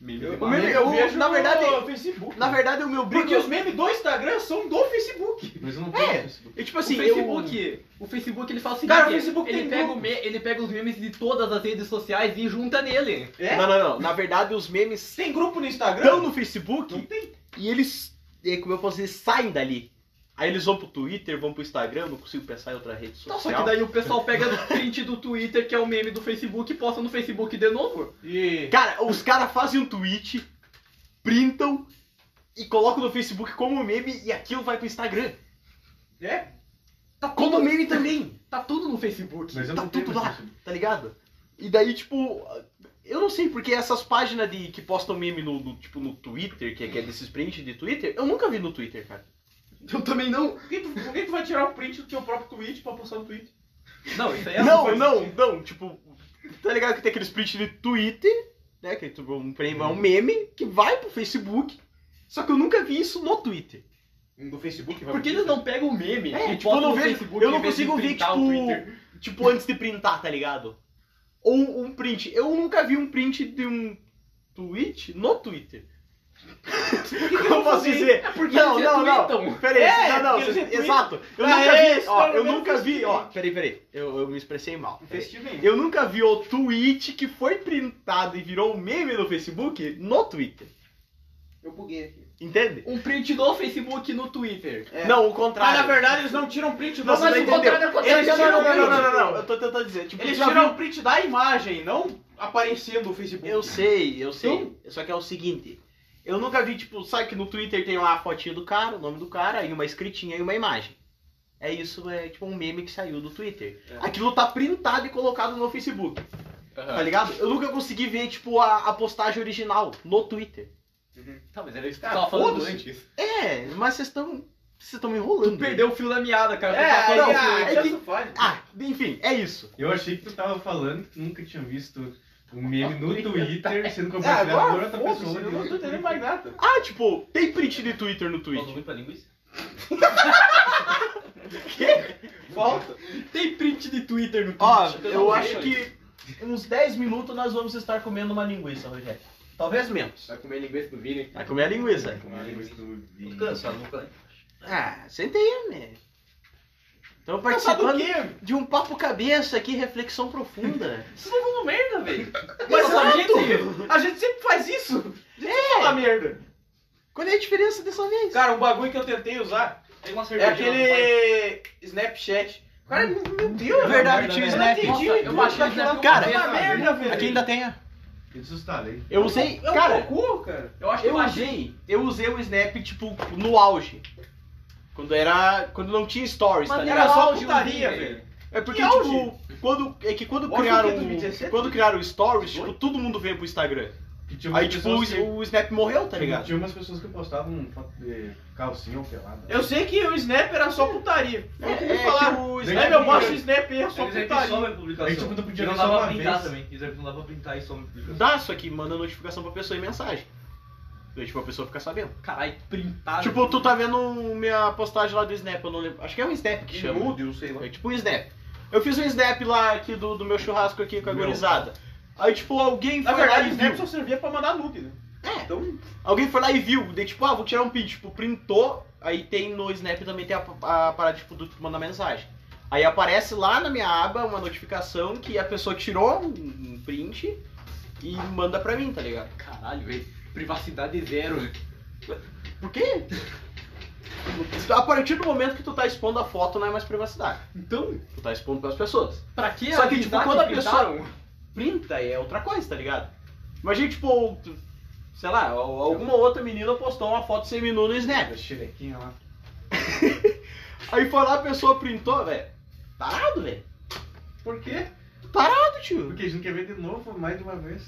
Speaker 5: Meme
Speaker 1: Eu,
Speaker 5: de
Speaker 2: o
Speaker 5: malha.
Speaker 2: meme-
Speaker 1: eu
Speaker 2: eu-
Speaker 1: vejo
Speaker 2: na verdade-
Speaker 1: no Facebook.
Speaker 2: Na verdade, o meu
Speaker 1: Porque
Speaker 2: brinco...
Speaker 1: os memes do Instagram são do Facebook.
Speaker 3: Mas eu não
Speaker 2: É.
Speaker 3: tenho isso.
Speaker 2: Eu, tipo assim,
Speaker 5: o Facebook, o Facebook ele faz o seguinte,
Speaker 1: Cara, o Facebook
Speaker 5: ele,
Speaker 1: tem
Speaker 5: pega
Speaker 1: grupo.
Speaker 5: o me- ele pega os memes de todas as redes sociais e junta nele.
Speaker 2: eu...
Speaker 1: É?
Speaker 2: Não, não, não. Na verdade, os memes
Speaker 1: Tem grupo no Instagram?
Speaker 2: estão no Facebook
Speaker 1: Não tem.
Speaker 2: e eles... e, como eu posso dizer, saem dali. Aí eles vão pro Twitter, vão pro Instagram, não consigo pensar em outra rede social.
Speaker 5: Então, só que daí o pessoal pega o print do Twitter, que é o meme do Facebook, e posta no Facebook de novo.
Speaker 4: E.
Speaker 2: Cara, os caras fazem um tweet, printam e colocam no Facebook como meme e aquilo vai pro Instagram.
Speaker 4: É?
Speaker 5: Tá
Speaker 2: Como
Speaker 5: tudo,
Speaker 2: meme também,
Speaker 5: tá tudo no Facebook.
Speaker 3: Mas eu
Speaker 2: tá
Speaker 3: não tenho
Speaker 2: tudo lá,
Speaker 3: Facebook.
Speaker 2: tá ligado? E daí, tipo, eu não sei, porque essas páginas de, que postam meme no, no- tipo, no Twitter, que é, que é desses prints de Twitter, eu nunca vi no Twitter, cara.
Speaker 5: Eu também não.
Speaker 4: Por que, tu, por que tu vai tirar o print do teu próprio tweet pra postar no tweet?
Speaker 5: Não, isso aí
Speaker 2: não, não, não, tipo, tá ligado que tem aqueles prints de Twitter, né, que é tipo, um, prêmio, é um meme que vai pro Facebook, só que eu nunca vi isso no Twitter.
Speaker 1: Do Facebook vai
Speaker 5: Por que eles não pegam o meme?
Speaker 2: É,
Speaker 5: e
Speaker 2: tipo, eu
Speaker 5: postam
Speaker 2: não
Speaker 5: no
Speaker 2: vejo,
Speaker 5: Facebook
Speaker 2: eu não
Speaker 5: em vez de
Speaker 2: consigo ver,
Speaker 5: printar o Twitter?
Speaker 2: tipo, tipo, antes de printar, tá ligado? Ou um print. Eu nunca vi um print de um tweet no Twitter. Como eu posso dizer? é
Speaker 5: porque
Speaker 2: não,
Speaker 5: eles
Speaker 2: não, não.
Speaker 5: retweetam.
Speaker 2: Peraí,
Speaker 4: É,
Speaker 2: não, não.
Speaker 4: porque eles
Speaker 2: cê-
Speaker 4: retweetam.
Speaker 2: exato. Eu
Speaker 4: Ah,
Speaker 2: nunca
Speaker 4: é,
Speaker 2: vi,
Speaker 4: esse
Speaker 2: ó,
Speaker 4: tá no
Speaker 2: eu
Speaker 4: mesmo
Speaker 2: nunca vi, ó,
Speaker 4: Facebook.
Speaker 2: peraí, peraí. Eu, eu me expressei mal.
Speaker 4: Não
Speaker 2: peraí.
Speaker 4: fez nenhum.
Speaker 2: Eu nunca vi o tweet que foi printado e virou um meme no Facebook no Twitter.
Speaker 1: Eu buguei aqui.
Speaker 2: Entende?
Speaker 5: Um print do Facebook no Twitter.
Speaker 1: É.
Speaker 2: Não, o
Speaker 4: Mas
Speaker 2: contrário.
Speaker 4: na verdade eles não tiram print do
Speaker 2: Não, mas
Speaker 4: da-
Speaker 2: o contrário
Speaker 4: Eles
Speaker 2: acontece.
Speaker 4: tiram,
Speaker 2: Não, é não,
Speaker 4: print.
Speaker 2: não, não, não, não. Eu tô tentando dizer. Tipo,
Speaker 4: Eles
Speaker 2: já
Speaker 4: tiram
Speaker 2: viu-
Speaker 4: o print da imagem, não aparecendo o Facebook.
Speaker 2: Eu sei, eu sei. Só que é o seguinte. Eu nunca vi, tipo, sabe que no Twitter tem lá a fotinha do cara, o nome do cara, aí uma escritinha e uma imagem. É isso, é tipo um meme que saiu do Twitter. Aquilo tá printado e colocado no Facebook, tá ligado? Eu nunca consegui ver, tipo, a, a postagem original no Twitter.
Speaker 5: Tá, mas era isso que
Speaker 4: Ah,
Speaker 5: eu tava falando
Speaker 4: foda-se.
Speaker 5: antes.
Speaker 2: É, mas vocês estão. Vocês estão me enrolando.
Speaker 5: Perdeu o fio da meada, cara.
Speaker 4: É,
Speaker 5: Eu
Speaker 4: aí,
Speaker 5: tava
Speaker 2: não,
Speaker 4: não,
Speaker 5: falando
Speaker 2: é
Speaker 5: antes.
Speaker 4: aí,
Speaker 2: que-
Speaker 4: tanto faz.
Speaker 2: Ah, enfim, é isso.
Speaker 3: Eu achei que tu tava falando que tu nunca tinha visto um meme no
Speaker 2: Ah,
Speaker 3: Twitter sendo
Speaker 4: É,
Speaker 3: compartilhado por
Speaker 4: agora,
Speaker 3: outra
Speaker 4: foda-se,
Speaker 3: pessoa.
Speaker 4: eu não tô entendendo mais nada.
Speaker 2: Ah, tipo, tem print de Twitter no
Speaker 5: Faltou
Speaker 2: Twitter.
Speaker 5: muito pra linguiça?
Speaker 4: Falta.
Speaker 5: Tem print de Twitter no Twitter.
Speaker 2: Ó,
Speaker 5: Pelo
Speaker 2: eu
Speaker 5: amor
Speaker 2: acho
Speaker 5: de Deus.
Speaker 2: que em uns 10 minutos nós vamos estar comendo uma linguiça, Rogério. Talvez menos.
Speaker 1: Vai comer linguiça do Vini.
Speaker 2: Vai comer a
Speaker 3: É,
Speaker 2: linguiça.
Speaker 5: Tô cansado, não falei.
Speaker 2: Ah, sentei, né? Estamos
Speaker 4: Sabe do
Speaker 2: participando
Speaker 4: quê?
Speaker 2: de um papo cabeça aqui, reflexão profunda.
Speaker 4: Vocês estão falando merda, velho.
Speaker 2: Mas
Speaker 4: Mas a
Speaker 2: exato.
Speaker 4: gente, a gente sempre faz isso. A gente sempre fala merda.
Speaker 2: Qual é a diferença dessa vez?
Speaker 4: Cara, um bagulho que eu tentei usar
Speaker 5: Tem uma
Speaker 4: é
Speaker 5: cerveja
Speaker 4: aquele Snapchat. Cara, meu Deus.
Speaker 2: Verdade, né?
Speaker 4: mano.
Speaker 2: tinha o
Speaker 4: Eu
Speaker 2: Snap.
Speaker 4: não entendi,
Speaker 5: Nossa, eu
Speaker 4: tudo
Speaker 5: baixei o
Speaker 4: daquela
Speaker 5: Snap,
Speaker 2: Cara,
Speaker 3: é
Speaker 5: eu
Speaker 4: porra, é uma
Speaker 5: comprei,
Speaker 4: merda, velho.
Speaker 2: Aqui ainda tem a...
Speaker 3: Eu desustalei.
Speaker 2: Eu usei...
Speaker 4: É um
Speaker 2: Cara,
Speaker 4: cocô, cara.
Speaker 5: Eu acho que
Speaker 2: eu usei... Eu usei o Snap, tipo, no auge. Quando era... Quando não tinha stories, tá
Speaker 5: Mas
Speaker 2: ligado?
Speaker 4: Era
Speaker 5: Era né?
Speaker 4: só
Speaker 5: auge,
Speaker 4: putaria,
Speaker 5: eu vi,
Speaker 4: velho.
Speaker 2: É porque,
Speaker 4: Que
Speaker 2: tipo, quando, é que quando
Speaker 4: Hoje
Speaker 2: criaram,
Speaker 4: o quê? 2017?
Speaker 2: quando criaram o Stories, tipo, todo mundo veio pro Instagram.
Speaker 3: Que tinha
Speaker 2: Aí,
Speaker 3: umas
Speaker 2: tipo, o,
Speaker 3: pessoas que-
Speaker 2: o Snap morreu, tá ligado?
Speaker 3: Tinha umas pessoas que postavam foto de calcinha ou pelada.
Speaker 4: Eu sei que o Snap era só putaria.
Speaker 2: É,
Speaker 4: Foi como
Speaker 2: é
Speaker 4: falaram.
Speaker 2: que o
Speaker 4: um Snap,
Speaker 2: Snap...
Speaker 4: eu baixo o Snap e é só
Speaker 5: Eles aí
Speaker 4: putaria.
Speaker 5: somem a publicação.
Speaker 3: Aí, tipo, tu podia
Speaker 5: E não
Speaker 3: ver só
Speaker 5: dá pra
Speaker 3: uma
Speaker 5: printar
Speaker 3: vez.
Speaker 5: também. Eles não dá pra printar e some a publicação.
Speaker 2: Dá, só que manda notificação pra pessoa e mensagem. Daí, tipo, a pessoa fica sabendo.
Speaker 5: Caralho,
Speaker 4: Ah,
Speaker 5: printar.
Speaker 2: Tipo, tu tá vendo minha postagem lá do Snap, eu não lembro. Acho que é um Snap que chama.
Speaker 4: sei
Speaker 2: É tipo um Snap. Eu fiz um Snap lá aqui do, do meu churrasco aqui com a gurizada. Aí, tipo, alguém
Speaker 4: Na
Speaker 2: foi lá
Speaker 4: verdade,
Speaker 2: e
Speaker 4: o Snap
Speaker 2: viu.
Speaker 4: só servia pra mandar nude, né?
Speaker 2: É.
Speaker 4: Então,
Speaker 2: Alguém foi lá e viu, daí tipo, ah, vou tirar um print, tipo, printou, aí tem no Snap também tem a, a parada tipo, do tipo, mandar mensagem. Aí aparece lá na minha aba uma notificação que a pessoa tirou um- um print e manda pra mim, tá ligado?
Speaker 5: Caralho, velho. Privacidade zero.
Speaker 2: Por quê? A partir do momento que tu tá expondo a foto, não é mais privacidade.
Speaker 5: Então,
Speaker 2: Tu tá expondo pras pessoas.
Speaker 5: pra que
Speaker 2: Só que, tipo,
Speaker 5: avisar
Speaker 2: quando a
Speaker 5: printaram?
Speaker 2: pessoa printa, é outra coisa, tá ligado? Imagina, tipo, tu- sei lá, alguma outra menina postou uma foto seminu no Snap.
Speaker 3: Da xerequinha lá.
Speaker 2: Aí foi lá, a pessoa printou, velho. Parado, velho.
Speaker 3: Por quê?
Speaker 2: Parado, tio.
Speaker 3: Porque a gente quer ver de novo, mais de uma vez.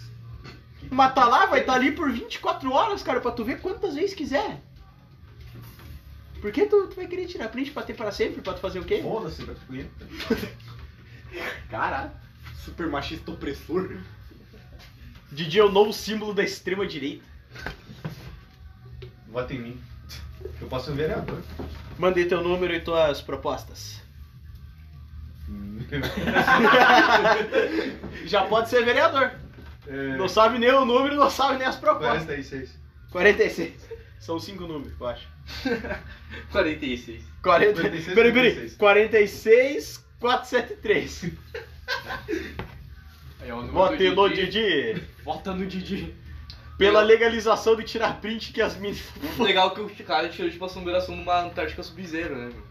Speaker 2: Mas tá lá, vai estar tá ali por 24 horas, cara, pra tu ver quantas vezes quiser. Por que tu, tu vai querer tirar print pra ter pra sempre? Pra tu fazer o quê?
Speaker 3: Foda-se, tá vai pro punheta.
Speaker 2: Cara,
Speaker 5: Super machista opressor.
Speaker 2: Didi é o novo símbolo da extrema direita.
Speaker 3: Vota em mim. Eu posso ser um vereador.
Speaker 2: Mandei teu número e tuas propostas. Já pode ser vereador.
Speaker 3: É,
Speaker 2: Não sabe nem o número, não sabe nem as propostas.
Speaker 3: 46.
Speaker 2: 46. São cinco números, eu acho.
Speaker 5: 46.
Speaker 2: 40...
Speaker 3: 46,
Speaker 2: Peraí, peraí.
Speaker 3: 46.
Speaker 2: 46, 473.
Speaker 5: Aí, ó, número
Speaker 2: Vote
Speaker 5: do
Speaker 2: no
Speaker 5: Didi.
Speaker 2: Didi.
Speaker 5: Vota no Didi.
Speaker 2: Pela legalização de tirar print que as minas.
Speaker 6: Muito legal é que o cara tirou, tipo, a assombração numa Antártica Sub-Zero, né, meu?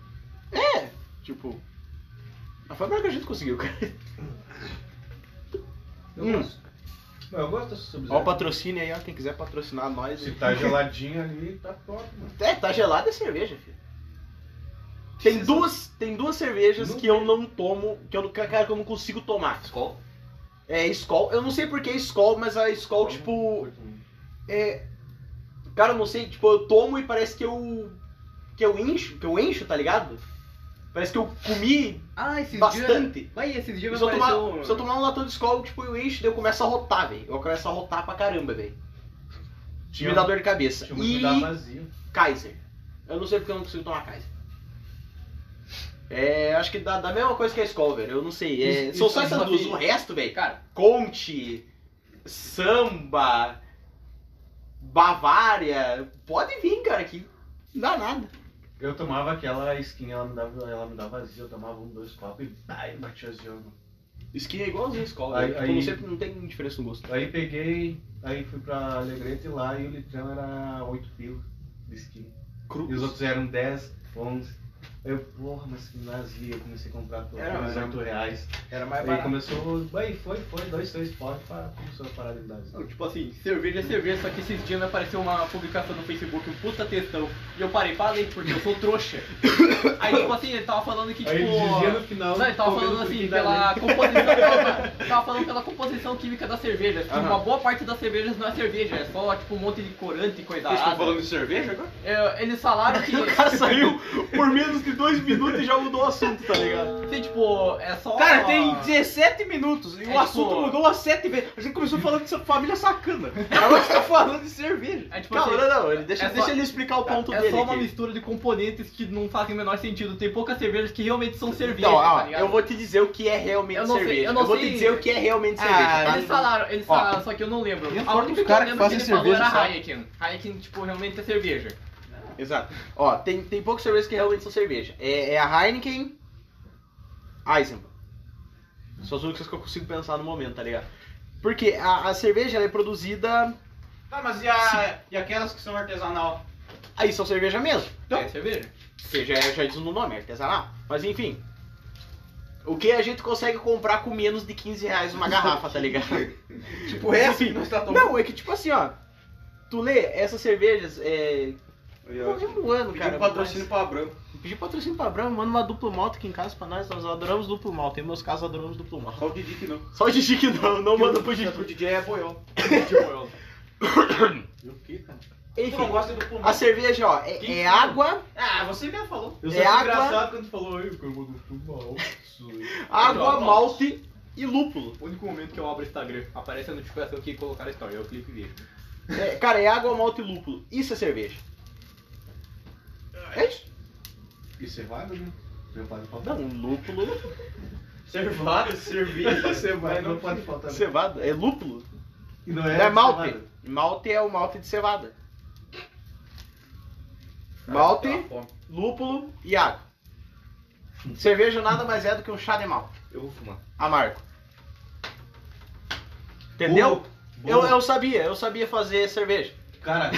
Speaker 2: É! Tipo. Mas Ah, foi a melhor que a gente conseguiu, cara.
Speaker 5: Eu
Speaker 2: Hum.
Speaker 5: gosto. Mas eu gosto dessa
Speaker 2: Ó o
Speaker 5: subzero.
Speaker 2: patrocínio aí, ó. Quem quiser patrocinar nós.
Speaker 3: Se tá geladinho ali, tá top, mano.
Speaker 2: É, tá gelada é cerveja, filho. Tem duas, tem duas cervejas que eu não tomo, que eu, não- cara, que eu não consigo tomar.
Speaker 6: Skol?
Speaker 2: É Skol, eu não sei porque é Skol, mas a Skol, tipo, é... Cara, eu não sei, tipo, eu tomo e parece que eu... Que eu encho, que eu encho, tá ligado? Parece que eu comi
Speaker 5: Ah, esses dias.
Speaker 2: bastante.
Speaker 5: Mas esses dias
Speaker 2: Se
Speaker 5: me
Speaker 2: eu, tomar,
Speaker 5: apareceu.
Speaker 2: se eu tomar um latão de Skol, tipo, eu encho, daí eu começo a rotar, velho. Eu começo a rotar pra caramba, velho. Me dá dor de cabeça.
Speaker 3: Tinha muito
Speaker 2: E
Speaker 3: que dar vazio.
Speaker 2: Kaiser. Eu não sei porque eu não consigo tomar Kaiser. É, acho que dá, dá a mesma coisa que a Skol, velho. Eu não sei. É,
Speaker 5: Isso-
Speaker 2: são
Speaker 5: isso
Speaker 2: só
Speaker 5: é
Speaker 2: essas
Speaker 5: uma
Speaker 2: duas.
Speaker 5: vez.
Speaker 2: O resto, velho.
Speaker 5: Cara.
Speaker 2: Conte, samba, Bavária. Pode vir, cara, que não dá nada.
Speaker 3: Eu tomava aquela skin, ela me dava, ela me dava vazio, eu tomava um, dois copos e bai, batia as jogo.
Speaker 2: Skin é igualzinho a Skol,
Speaker 3: Aí-
Speaker 2: velho.
Speaker 5: né?
Speaker 2: Tipo,
Speaker 3: aí-
Speaker 2: não, sei, não tem diferença no gosto.
Speaker 3: Aí peguei, aí fui pra Alegrete lá e o litrão era 8 pila de skin.
Speaker 2: Cru.
Speaker 3: E os outros eram 10, 11. Aí eu, porra, mas que vazio, eu comecei a comprar por
Speaker 1: Era, mas
Speaker 3: 18 reais.
Speaker 1: Era mais
Speaker 3: Aí
Speaker 1: barato.
Speaker 3: começou, aí foi, foi, dois, três potes, para- começou a parar de me dar vazio.
Speaker 5: Não, Tipo assim, cerveja é cerveja, só que esses dias me apareceu uma publicação no Facebook, um puta textão, e eu parei, falei, porque eu sou trouxa. Aí, tipo assim, ele tava falando que, tipo.
Speaker 3: Aí ele dizia no final.
Speaker 5: Não, ele tava
Speaker 3: comendo
Speaker 5: falando
Speaker 3: tudo
Speaker 5: assim,
Speaker 3: que dá
Speaker 5: pela
Speaker 3: dentro.
Speaker 5: composição. tava falando pela composição química da cerveja. que Uma boa parte das cervejas não é cerveja, é só tipo um monte de corante e coisa
Speaker 4: Vocês estão
Speaker 5: arada.
Speaker 4: falando de cerveja agora?
Speaker 5: É, Eles falaram que.
Speaker 2: O cara saiu por menos de dois minutos e já mudou o assunto, tá ligado?
Speaker 5: Sim, tipo, é só.
Speaker 1: Cara, tem 17 minutos e
Speaker 5: É,
Speaker 1: o
Speaker 5: tipo-
Speaker 1: assunto mudou as 7 vezes. A gente começou falando de família sacana. Agora você tá falando de cerveja.
Speaker 5: É tipo
Speaker 2: Não,
Speaker 5: assim,
Speaker 2: não, não. Ele deixa,
Speaker 5: é só-
Speaker 2: deixa ele explicar o ponto
Speaker 5: é
Speaker 2: dele.
Speaker 5: só uma
Speaker 2: aqui.
Speaker 5: mistura de componentes que não fazem o menor sentido. Tem poucas cervejas que realmente são cerveja,
Speaker 2: Então, ó,
Speaker 5: tá ligado?
Speaker 2: eu vou te dizer o que é realmente
Speaker 5: Eu não sei,
Speaker 2: cerveja.
Speaker 5: eu não
Speaker 2: vou
Speaker 5: sei-
Speaker 2: te dizer o que é realmente
Speaker 1: Ah,
Speaker 2: cerveja. tá?
Speaker 5: Eles falaram, eles
Speaker 1: Ó.
Speaker 5: falaram, só que eu não lembro.
Speaker 1: Eu
Speaker 5: A
Speaker 1: falo dos
Speaker 5: única que eu
Speaker 1: caras que
Speaker 5: lembro que
Speaker 1: fazem
Speaker 5: ele falou
Speaker 1: cerveja,
Speaker 5: era
Speaker 1: sabe?
Speaker 5: Heineken. Heineken, tipo, realmente é cerveja.
Speaker 2: Exato. Ó, tem, tem poucas cervejas que realmente são cerveja. É, é a Heineken, Eisenbahn. São as únicas que eu consigo pensar no momento, tá ligado? Porque a, a cerveja ela é produzida.
Speaker 4: Tá, mas e, a, e aquelas que são artesanal?
Speaker 2: Aí são cerveja mesmo.
Speaker 5: É cerveja.
Speaker 2: Porque já, já diz no nome, é artesanal. Mas enfim. O que a gente consegue comprar com menos de 15 reais uma garrafa, tá ligado?
Speaker 1: Tipo, o resto que nós tá tomando.
Speaker 2: Não, é que tipo assim, ó. Tu lê essas cervejas, é. Morreu um ano,
Speaker 4: Pediu
Speaker 2: cara.
Speaker 4: um patrocínio pra Abramo.
Speaker 2: mas- Pedi patrocínio pra Abramo, manda uma duplo malta aqui em casa pra nós. Nós adoramos duplo malta. Em meus casos, adoramos duplo malta.
Speaker 4: Só o Didi que não.
Speaker 2: Só o Gigi que não, não manda pro
Speaker 4: Porque
Speaker 2: Gigi.
Speaker 4: O Didi é boiol.
Speaker 1: O quê, cara?
Speaker 4: Tu não
Speaker 2: Enfim,
Speaker 4: gosta do pulmão.
Speaker 2: a cerveja, ó,
Speaker 4: Quem
Speaker 2: é, é
Speaker 4: que
Speaker 2: água.
Speaker 4: Ah, você mesmo falou.
Speaker 3: Eu
Speaker 2: É
Speaker 3: só achei
Speaker 2: água-
Speaker 3: engraçado quando falou, ai, eu quero do futebol.
Speaker 2: Água,
Speaker 5: Não, não.
Speaker 2: malte e lúpulo.
Speaker 5: O único momento que eu abro o Instagram, aparece a notificação que colocaram a história, eu clico e vejo.
Speaker 2: É, cara, é água, malte e lúpulo. Isso é cerveja. É isso?
Speaker 3: Isso é vago, né? Não pode faltar.
Speaker 2: Não, um lúpulo.
Speaker 4: Cervado, cerveja.
Speaker 3: Isso é vago,
Speaker 4: Mas
Speaker 3: não pode faltar.
Speaker 2: Cevada. É lúpulo?
Speaker 3: E não
Speaker 2: É malte.
Speaker 3: cevada.
Speaker 2: Malte é o malte de cevada. Malte,
Speaker 4: Tá, fome.
Speaker 2: lúpulo e água. Cerveja nada mais é do que um chá de malte
Speaker 6: Eu vou fumar.
Speaker 2: amargo. Entendeu? Eu,
Speaker 3: Boa.
Speaker 2: eu sabia, eu sabia fazer cerveja.
Speaker 3: Cara,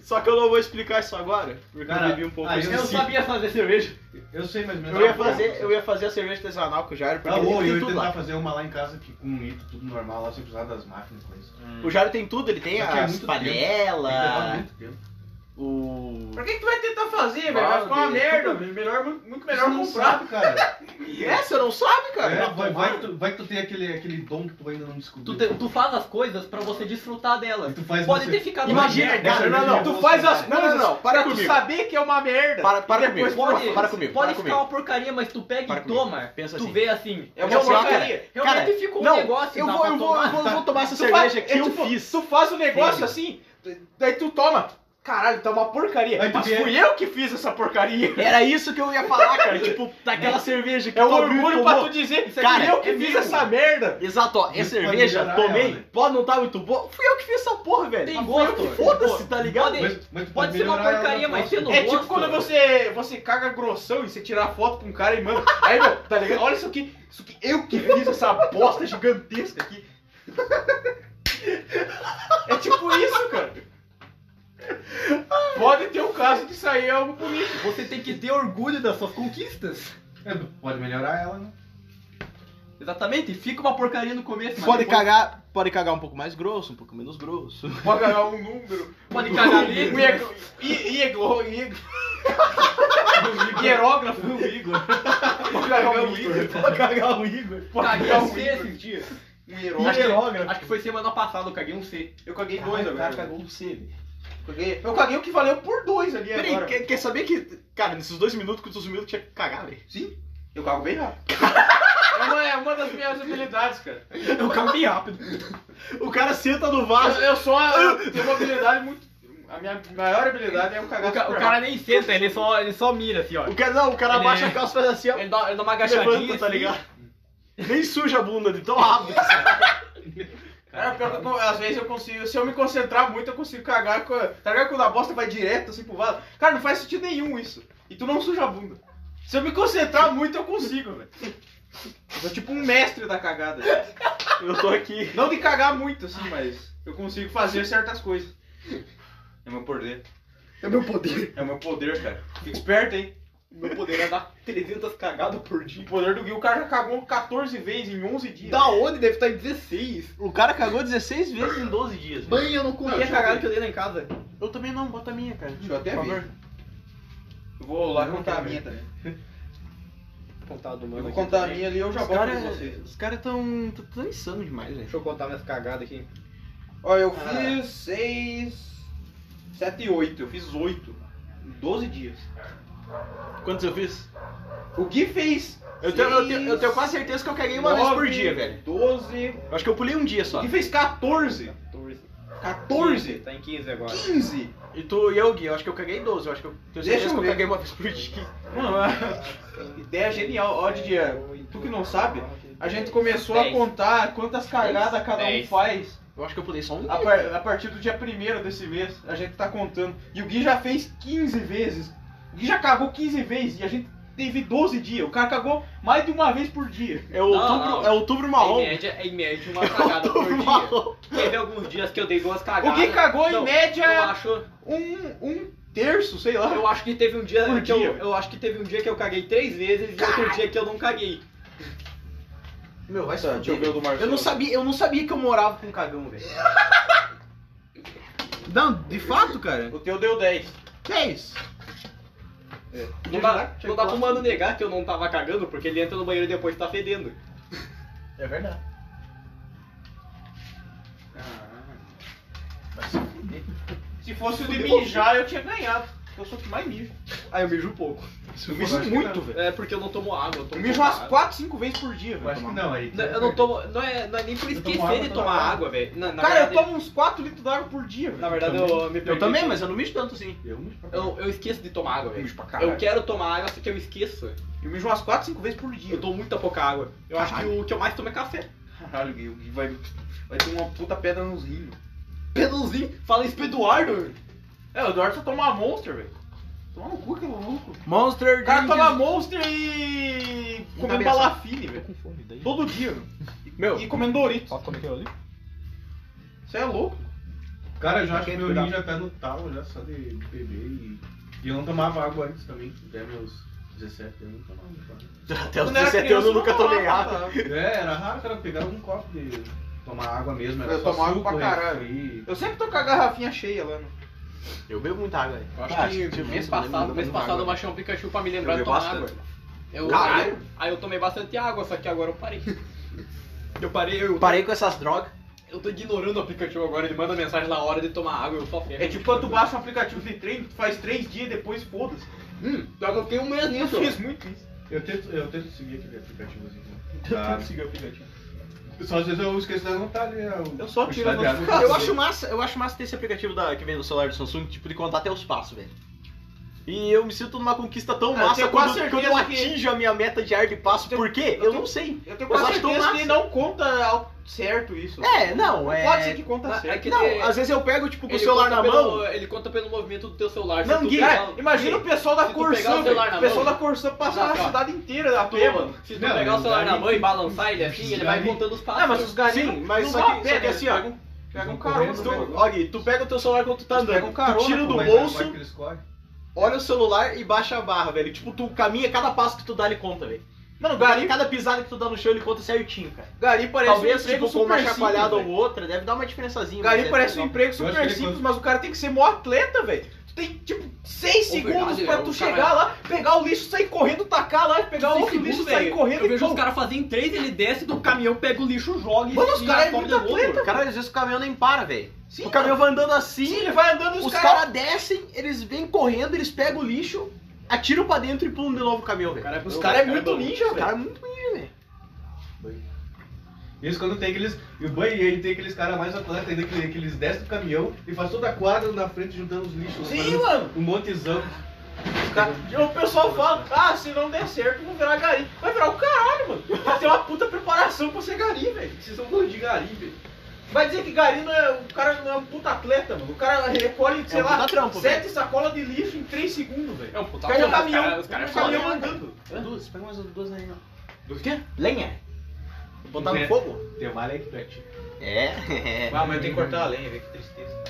Speaker 2: Só que eu não vou explicar isso agora, porque
Speaker 3: Cara,
Speaker 2: eu bebi um pouco.
Speaker 3: aí
Speaker 2: antes.
Speaker 3: Eu
Speaker 5: Eu
Speaker 3: sei.
Speaker 5: sabia fazer cerveja.
Speaker 3: eu sei mais ou menos. é
Speaker 2: Eu ia fazer, eu ia fazer a cerveja artesanal com o Jairo, porque
Speaker 3: Ah, ô,
Speaker 2: ele
Speaker 3: eu
Speaker 2: tem
Speaker 3: ia
Speaker 2: tudo
Speaker 3: tentar
Speaker 2: lá.
Speaker 3: fazer uma lá em casa que, com um litro, tudo normal, lá sem precisar das máquinas e coisa.
Speaker 5: Hum.
Speaker 2: O Jairo tem tudo, ele tem
Speaker 3: Só que é
Speaker 2: as
Speaker 3: muito
Speaker 2: panelas,
Speaker 3: Tem que levar muito tempo.
Speaker 2: o...
Speaker 1: Pra que que tu vai tentar fazer, velho? Vai ficar uma
Speaker 2: Balde.
Speaker 1: merda. velho. Melhor, muito melhor
Speaker 3: Você não
Speaker 1: comprar.
Speaker 3: sabe, cara.
Speaker 2: É, você não sabe, cara?
Speaker 3: É, vai, vai, que tu, vai que tu tem aquele, aquele dom que tu ainda não
Speaker 5: Tu,
Speaker 3: descobriu.
Speaker 5: te- tu faz as coisas pra você desfrutar delas.
Speaker 3: E tu faz
Speaker 5: Pode
Speaker 3: você-
Speaker 5: ter ficado
Speaker 2: Imagina,
Speaker 5: uma merda.
Speaker 2: cara, não, não.
Speaker 1: Tu faz as
Speaker 2: Não, não,
Speaker 1: coisas
Speaker 2: não, para
Speaker 1: pra tu
Speaker 2: comigo.
Speaker 1: saber que é uma merda.
Speaker 2: Para, para
Speaker 1: E depois
Speaker 2: comigo,
Speaker 1: tu-
Speaker 5: Pode,
Speaker 2: para comigo,
Speaker 5: pode
Speaker 2: para
Speaker 5: ficar um
Speaker 2: comigo.
Speaker 5: uma porcaria, mas tu pega
Speaker 2: Para
Speaker 5: e
Speaker 2: comigo.
Speaker 5: toma.
Speaker 2: Pensa
Speaker 5: tu
Speaker 2: assim.
Speaker 5: vê assim.
Speaker 1: É uma
Speaker 5: realmente-
Speaker 1: porcaria.
Speaker 5: Realmente ficou um negócio
Speaker 2: eu
Speaker 5: dá
Speaker 2: vou,
Speaker 5: pra
Speaker 2: eu vou,
Speaker 5: tomar.
Speaker 2: eu vou, eu vou tomar essa
Speaker 1: Tu
Speaker 2: cerveja
Speaker 1: faz-
Speaker 2: que
Speaker 1: é
Speaker 2: eu
Speaker 1: tipo,
Speaker 2: fiz.
Speaker 1: Tu faz um negócio assim, daí tu toma. Caralho, tá uma porcaria.
Speaker 3: Aí tu
Speaker 1: Mas
Speaker 3: vê-
Speaker 1: fui eu que fiz essa porcaria.
Speaker 2: Era isso que eu ia falar, cara. tipo, daquela cerveja que
Speaker 1: É um
Speaker 2: tu abriu e
Speaker 1: orgulho
Speaker 2: tomou.
Speaker 1: pra tu dizer,
Speaker 2: Isso
Speaker 1: cara,
Speaker 2: aqui
Speaker 1: eu que
Speaker 2: é
Speaker 1: fiz
Speaker 2: meu.
Speaker 1: essa merda.
Speaker 2: Exato, ó, essa
Speaker 3: Isso pode
Speaker 2: cerveja,
Speaker 3: melhorar
Speaker 2: tomei,
Speaker 3: ela, né?
Speaker 2: pode não tá muito boa. Fui eu que fiz essa porra, velho.
Speaker 1: Tá
Speaker 5: Tem
Speaker 2: Mas
Speaker 5: gosto.
Speaker 2: fui eu que Foda-se, tá ligado?
Speaker 5: Pode-
Speaker 3: Mas, mas tu
Speaker 5: Pode ser uma
Speaker 3: melhorar ela na
Speaker 5: porcaria, mas
Speaker 3: próxima.
Speaker 5: sendo
Speaker 1: É
Speaker 5: gosto.
Speaker 1: tipo quando você, você caga grossão e você tira a foto pra um cara e manda. Aí, meu, tá ligado? Olha isso aqui. Isso aqui, eu que fiz essa bosta gigantesca aqui. É tipo isso, cara. Pode ter um caso de sair algo político.
Speaker 5: Você tem que ter orgulho das suas conquistas.
Speaker 3: É, Pode melhorar ela, né?
Speaker 5: Exatamente, fica uma porcaria no começo. mas
Speaker 2: Pode
Speaker 5: depois-
Speaker 2: cagar, pode cagar um pouco mais grosso, um pouco menos grosso.
Speaker 1: Pode ganhar um número.
Speaker 5: Pode cagar
Speaker 1: Um
Speaker 5: nele.
Speaker 1: iego- i- iego- iego- Hierógrafo do Igor. Pode cagar um Igor.
Speaker 2: Pode cagar o Igor.
Speaker 1: Pode
Speaker 5: Caguei
Speaker 1: cagar
Speaker 5: um
Speaker 1: um
Speaker 5: C
Speaker 1: Igor.
Speaker 5: esses dias.
Speaker 1: Um
Speaker 5: Acho
Speaker 1: hierógrafo.
Speaker 5: que, acho que foi semana passada, eu caguei um C.
Speaker 1: Eu caguei dois
Speaker 2: Dois
Speaker 1: agora.
Speaker 2: cagou um C, velho.
Speaker 1: Caguei- Eu caguei o que valeu por dois ali
Speaker 2: Peraí,
Speaker 1: agora.
Speaker 2: quer, quer saber que. Cara, nesses dois minutos que tu sumiu, tinha que cagar, velho.
Speaker 1: Sim, eu cago bem rápido. é, uma, é uma das minhas habilidades, cara.
Speaker 2: Eu cago bem rápido. O cara senta no
Speaker 1: Eu,
Speaker 2: vaso.
Speaker 1: eu só eu tenho uma habilidade muito. A minha maior habilidade é o cagar
Speaker 5: O, ca- o
Speaker 1: super
Speaker 5: cara nem senta, ele só, ele só mira assim, ó.
Speaker 2: O cara, não, o cara
Speaker 5: Ele-
Speaker 2: abaixa a calça e faz assim, ó.
Speaker 5: Ele dá, ele dá uma agachadinha.
Speaker 2: Levanta, tá
Speaker 5: assim.
Speaker 2: ligado? Nem suja a bunda de tão rápido. que você-
Speaker 1: Cara, pior que eu con- às vezes eu consigo, se eu me concentrar muito, eu consigo cagar. Com, a- tá ligado quando a bosta vai direto assim pro vaso? Cara, não faz sentido nenhum isso. E tu não suja a bunda. Se eu me concentrar muito, eu consigo, velho. Eu sou tipo um mestre da cagada.
Speaker 2: Eu tô aqui.
Speaker 1: Não de cagar muito, assim, mas eu consigo fazer certas coisas. É meu poder.
Speaker 2: É meu poder.
Speaker 1: É meu poder, cara. Fica esperto, hein?
Speaker 5: Meu poder é dar 300 cagadas por
Speaker 1: O
Speaker 5: dia.
Speaker 1: poder do Gui, o cara já cagou 14 vezes em 11 dias.
Speaker 5: Da onde deve estar em 16.
Speaker 2: O cara cagou 16 vezes em 12 dias. né? velho.
Speaker 5: Banho, eu não contei a cagada que eu dei lá em casa.
Speaker 2: Eu também não, bota a minha, cara.
Speaker 1: Deixa eu até
Speaker 2: Por
Speaker 1: ver.
Speaker 2: favor.
Speaker 1: Eu vou lá
Speaker 2: Não
Speaker 1: contar a
Speaker 2: quero
Speaker 1: minha também.
Speaker 5: Contar do
Speaker 1: Eu
Speaker 5: mano.
Speaker 1: vou
Speaker 5: aqui
Speaker 1: contar a
Speaker 5: também.
Speaker 1: minha ali e eu já
Speaker 2: Os
Speaker 1: volto
Speaker 2: caras
Speaker 1: com vocês.
Speaker 2: cara tão, tão, tão insano demais, velho.
Speaker 5: Deixa eu contar minhas cagadas aqui.
Speaker 1: Ó, eu fiz 6, 7 e 8. Eu fiz 8. 12 dias.
Speaker 2: Quantos eu fiz?
Speaker 1: O Gui fez.
Speaker 2: Eu tenho, eu, tenho, eu tenho quase certeza que eu caguei uma vez por dia, velho.
Speaker 1: 12. O
Speaker 2: Eu acho que eu pulei um dia só.
Speaker 1: Gui fez 14.
Speaker 5: 14.
Speaker 1: 14?
Speaker 5: Tá em 15 agora.
Speaker 1: 15?
Speaker 2: E tu e eu, Gui, eu acho que eu caguei 12. Eu acho que eu tenho
Speaker 1: Deixa eu
Speaker 2: certeza que eu
Speaker 1: ver.
Speaker 2: caguei uma vez por dia.
Speaker 1: Mano, a- ideia genial. Ó, Didi, tu que não sabe, a gente começou a
Speaker 5: Dez.
Speaker 1: contar quantas cagadas cada um
Speaker 5: Dez.
Speaker 1: faz
Speaker 2: Eu acho que eu pulei só um
Speaker 1: a,
Speaker 2: dia.
Speaker 1: par- a partir do dia 1 desse mês. A gente tá contando. E o Gui já fez 15 vezes. O Gui já cagou 15 vezes. E a gente teve 12 dias. O cara cagou mais de uma vez por dia.
Speaker 2: É outubro,
Speaker 5: não.
Speaker 2: É outubro marrom.
Speaker 5: Em média, em média, uma cagada por
Speaker 2: Outubro
Speaker 5: dia.
Speaker 2: marrom.
Speaker 5: Teve alguns dias que eu dei duas cagadas.
Speaker 1: O é? Gui cagou
Speaker 5: Não,
Speaker 1: em
Speaker 5: Eu
Speaker 1: média
Speaker 5: acho,
Speaker 1: um, um terço, sei lá.
Speaker 5: eu acho que teve um dia,
Speaker 1: Por
Speaker 5: que eu,
Speaker 1: dia.
Speaker 5: eu acho que teve um dia que eu caguei três vezes e outro dia que eu não caguei.
Speaker 2: Meu, vai se
Speaker 1: Tá, deixa eu
Speaker 2: fuder.
Speaker 1: ver o do Marcelo.
Speaker 2: Eu não sabia, eu não sabia que eu morava com um cagão, velho. Não, de fato, cara.
Speaker 1: O teu deu 10. é
Speaker 2: 10.
Speaker 5: Não dá, não dá pro mano negar que eu não tava cagando, porque ele entra no banheiro depois e tá fedendo.
Speaker 2: É verdade.
Speaker 1: Se fosse o de mijar, eu tinha ganhado. Eu sou o que mais mijo.
Speaker 5: Ah, eu mijo pouco.
Speaker 2: Eu mijo muito, velho.
Speaker 5: É porque eu não tomo água. Eu,
Speaker 1: Eu
Speaker 5: tomo
Speaker 1: mijo
Speaker 5: pouca
Speaker 1: umas
Speaker 5: água.
Speaker 1: 4, 5 vezes por dia,
Speaker 3: Eu
Speaker 1: velho.
Speaker 3: acho que não, aí.
Speaker 5: Não, eu não tomo. Não é, não é nem por esquecer
Speaker 3: tomo água,
Speaker 5: de
Speaker 3: eu tomo
Speaker 5: tomar
Speaker 3: água.
Speaker 5: água, velho. Na, na
Speaker 1: Cara, eu
Speaker 5: verdade,
Speaker 1: tomo uns 4 litros d'água por dia,
Speaker 5: Na
Speaker 1: velho.
Speaker 5: verdade, eu me
Speaker 2: Eu
Speaker 5: perdi.
Speaker 2: também, mas eu não mijo tanto assim.
Speaker 3: Eu mijo pra caralho.
Speaker 5: Eu, eu esqueço de tomar água, velho.
Speaker 1: Mijo pra caralho.
Speaker 5: Eu quero tomar água, só que eu esqueço.
Speaker 1: Eu mijo umas 4, 5 vezes por dia.
Speaker 5: Eu tomo muita pouca água. Eu acho que o que eu mais tomo é café.
Speaker 1: Caralho, Gui, o Gui vai, vai ter uma puta pedra nos rins.
Speaker 5: Pedrozinho, fala isso pro Eduardo.
Speaker 1: É, o Eduardo só toma Monster, velho. Toma no cu, que maluco.
Speaker 2: Monster
Speaker 1: O cara toma Monster e. comendo
Speaker 2: benção.
Speaker 1: balafine, velho. Todo dia, velho.
Speaker 2: Meu,
Speaker 1: E comendo Doritos.
Speaker 2: ó como é que eu ali?
Speaker 1: Você é louco.
Speaker 3: Cara, eu já acho
Speaker 2: Aquele
Speaker 3: que meu
Speaker 2: cuidado.
Speaker 3: rim já tá no talo, já só de beber e. E eu não tomava água antes também, até meus 17 anos eu não tomava água.
Speaker 2: Até os
Speaker 1: Quando era
Speaker 2: 17
Speaker 1: criança,
Speaker 2: anos eu nunca
Speaker 1: tomava,
Speaker 2: tomei água.
Speaker 1: tá?
Speaker 3: É, era raro, cara, pegar um copo de tomar água mesmo, era
Speaker 1: Eu
Speaker 3: só
Speaker 1: tomava
Speaker 3: suco,
Speaker 1: pra caralho.
Speaker 3: refri.
Speaker 1: Eu sempre tô com a garrafinha cheia lá, né?
Speaker 2: Eu bebo muita água, velho.
Speaker 5: Eu acho que Ah, mês passado, mês passado eu baixei um Pikachu pra me lembrar de
Speaker 1: Eu
Speaker 5: tomar
Speaker 1: bebi
Speaker 5: água.
Speaker 1: bastante.
Speaker 5: Eu,
Speaker 2: Caralho.
Speaker 5: Aí eu tomei bastante água, só que agora eu parei. Eu parei, eu,
Speaker 2: Eu parei com essas drogas.
Speaker 5: eu tô ignorando o aplicativo agora, ele manda mensagem na hora de tomar água, eu só ferro.
Speaker 1: É tipo quando tu baixa um aplicativo de treino, tu faz 3 dias e depois foda-se.
Speaker 5: Hum, pior que eu fiquei um mês
Speaker 1: Eu
Speaker 5: nisso.
Speaker 1: fiz muito isso.
Speaker 3: Eu tento, eu tento seguir aquele aplicativozinho.
Speaker 5: Eu
Speaker 3: Tá.
Speaker 5: consegui o aplicativo.
Speaker 3: Só às vezes eu esqueço da vontade. é Eu,
Speaker 1: Eu só tiro a notificação.
Speaker 2: Eu acho massa, eu acho massa ter esse aplicativo da, que vem do celular do Samsung, tipo, de contar até os passos, velho. E eu me sinto numa conquista tão
Speaker 1: Eu
Speaker 2: massa
Speaker 1: tenho
Speaker 2: quando,
Speaker 1: quase certeza
Speaker 2: quando eu
Speaker 1: que-
Speaker 2: atinjo a minha meta de ar de passo.
Speaker 1: Eu-
Speaker 2: Por quê?
Speaker 1: eu
Speaker 2: Eu
Speaker 1: tenho-
Speaker 2: não sei.
Speaker 1: Eu tenho
Speaker 2: Eu
Speaker 1: quase
Speaker 2: acho tão
Speaker 1: certeza que
Speaker 2: massa.
Speaker 1: não conta ao certo isso.
Speaker 2: É, não,
Speaker 1: Não
Speaker 2: é.
Speaker 1: pode ser que conta certo.
Speaker 5: é que-
Speaker 2: Não, às vezes eu pego, tipo, com o
Speaker 5: Ele
Speaker 2: celular
Speaker 5: conta
Speaker 2: na
Speaker 5: pelo-
Speaker 2: mão.
Speaker 5: Ele conta pelo movimento do teu celular.
Speaker 1: Não, Gui, cara, imagina o pessoal da
Speaker 5: se tu pegar
Speaker 1: Corsã,
Speaker 5: o celular
Speaker 1: velho.
Speaker 5: na
Speaker 1: O pessoal
Speaker 5: mão-
Speaker 1: da Corsã passar
Speaker 5: Não,
Speaker 1: na
Speaker 5: ó.
Speaker 1: cidade inteira da pé, mano.
Speaker 5: pessoal. Se tu
Speaker 3: Não,
Speaker 5: pegar o celular
Speaker 3: não dá
Speaker 5: na
Speaker 3: nem-
Speaker 5: mão e balançar ele assim, ele vai
Speaker 3: dá nem-
Speaker 5: contando os passos.
Speaker 1: Ah, mas os galinhos.
Speaker 2: Sim, mas
Speaker 1: não
Speaker 2: só
Speaker 1: dá
Speaker 2: que-
Speaker 1: pé,
Speaker 2: só que
Speaker 1: né?
Speaker 2: assim, ó.
Speaker 1: Pega um
Speaker 3: Eles vão correndo,
Speaker 1: caroço.
Speaker 3: né?
Speaker 1: pega-
Speaker 2: Tu, olha, tu pega o teu celular quando tu tá andando.
Speaker 3: um
Speaker 1: pegam
Speaker 2: tu
Speaker 1: carona,
Speaker 2: tira
Speaker 1: pô,
Speaker 2: do
Speaker 3: Mas
Speaker 2: bolso,
Speaker 3: agora que eles correm.
Speaker 2: olha o celular e baixa a barra, velho. Tipo, tu caminha cada passo que tu dá, ele conta, velho.
Speaker 1: Mano,
Speaker 2: Gari,
Speaker 1: Gari,
Speaker 2: cada pisada que tu dá no chão, ele conta certinho, cara.
Speaker 1: Gari parece um
Speaker 2: Talvez,
Speaker 1: emprego
Speaker 2: tipo, com uma
Speaker 1: super
Speaker 2: chacoalhada
Speaker 1: simples.
Speaker 2: ou
Speaker 1: velho.
Speaker 2: outra, deve dar uma diferençazinha. mas
Speaker 1: Gari
Speaker 2: é
Speaker 1: parece um
Speaker 2: legal.
Speaker 1: emprego
Speaker 3: Eu acho que
Speaker 1: super
Speaker 3: ele
Speaker 1: simples,
Speaker 3: cons-
Speaker 1: mas o cara tem que ser mó atleta, velho. Tu tem, tipo, 6
Speaker 6: Ô,
Speaker 1: segundos
Speaker 6: verdade,
Speaker 1: pra
Speaker 6: é,
Speaker 1: tu
Speaker 6: o
Speaker 1: chegar
Speaker 6: cara-
Speaker 1: lá, pegar o lixo, sair correndo, tacar lá, pegar
Speaker 5: Seis
Speaker 1: outro
Speaker 5: segundos,
Speaker 1: lixo, sair
Speaker 5: velho.
Speaker 1: correndo
Speaker 5: Eu
Speaker 1: e
Speaker 5: vejo os
Speaker 1: pum.
Speaker 5: caras fazendo três, ele desce do caminhão, pega o lixo, joga e
Speaker 1: Mano, os
Speaker 5: e
Speaker 1: caras é
Speaker 5: come
Speaker 1: muito
Speaker 5: de novo.
Speaker 1: atleta,
Speaker 2: Cara, às vezes o caminhão nem para, velho.
Speaker 1: Sim,
Speaker 2: O caminhão vai andando assim,
Speaker 1: Sim, ele vai andando e
Speaker 2: os
Speaker 1: os
Speaker 2: caras
Speaker 1: caras.
Speaker 2: descem, eles vêm correndo, eles pegam o lixo, atiram pra dentro e pulam de novo o caminhão, velho.
Speaker 1: Os caras é muito ninja,
Speaker 2: Os
Speaker 1: velho.
Speaker 2: caras é muito ninja, velho.
Speaker 3: Isso quando tem aqueles. E o banheiro tem aqueles caras mais atletas ainda que, que eles descem do caminhão e faz toda a quadra na frente juntando os lixos.
Speaker 1: Sim,
Speaker 3: fazendo
Speaker 1: mano.
Speaker 3: Um montezão.
Speaker 1: Os cara- E o pessoal fala, ah, se não der certo, eu vou virar gari. Vai virar o caralho, mano. Vai ter uma puta preparação pra ser gari, velho.
Speaker 4: Vocês são doidos de gari, velho.
Speaker 1: Vai dizer que gari não é. O cara não é um puta atleta, mano. O cara recolhe, sei
Speaker 2: um
Speaker 1: lá,
Speaker 2: puta trampo,
Speaker 1: sete sacolas de lixo em três segundos, velho.
Speaker 5: É um puta
Speaker 1: Pega o
Speaker 5: atleta,
Speaker 1: caminhão,
Speaker 5: cara, os caras
Speaker 1: pega o
Speaker 5: é foda.
Speaker 1: caminhão andando.
Speaker 2: Duas, pega mais duas aí, ó.
Speaker 1: Do quê?
Speaker 2: Lenha? Botar no
Speaker 3: É.
Speaker 2: fogo?
Speaker 3: Tem uma área que pratica.
Speaker 2: É.
Speaker 1: Ah, mas eu tenho que cortar a lenha, velho, que tristeza.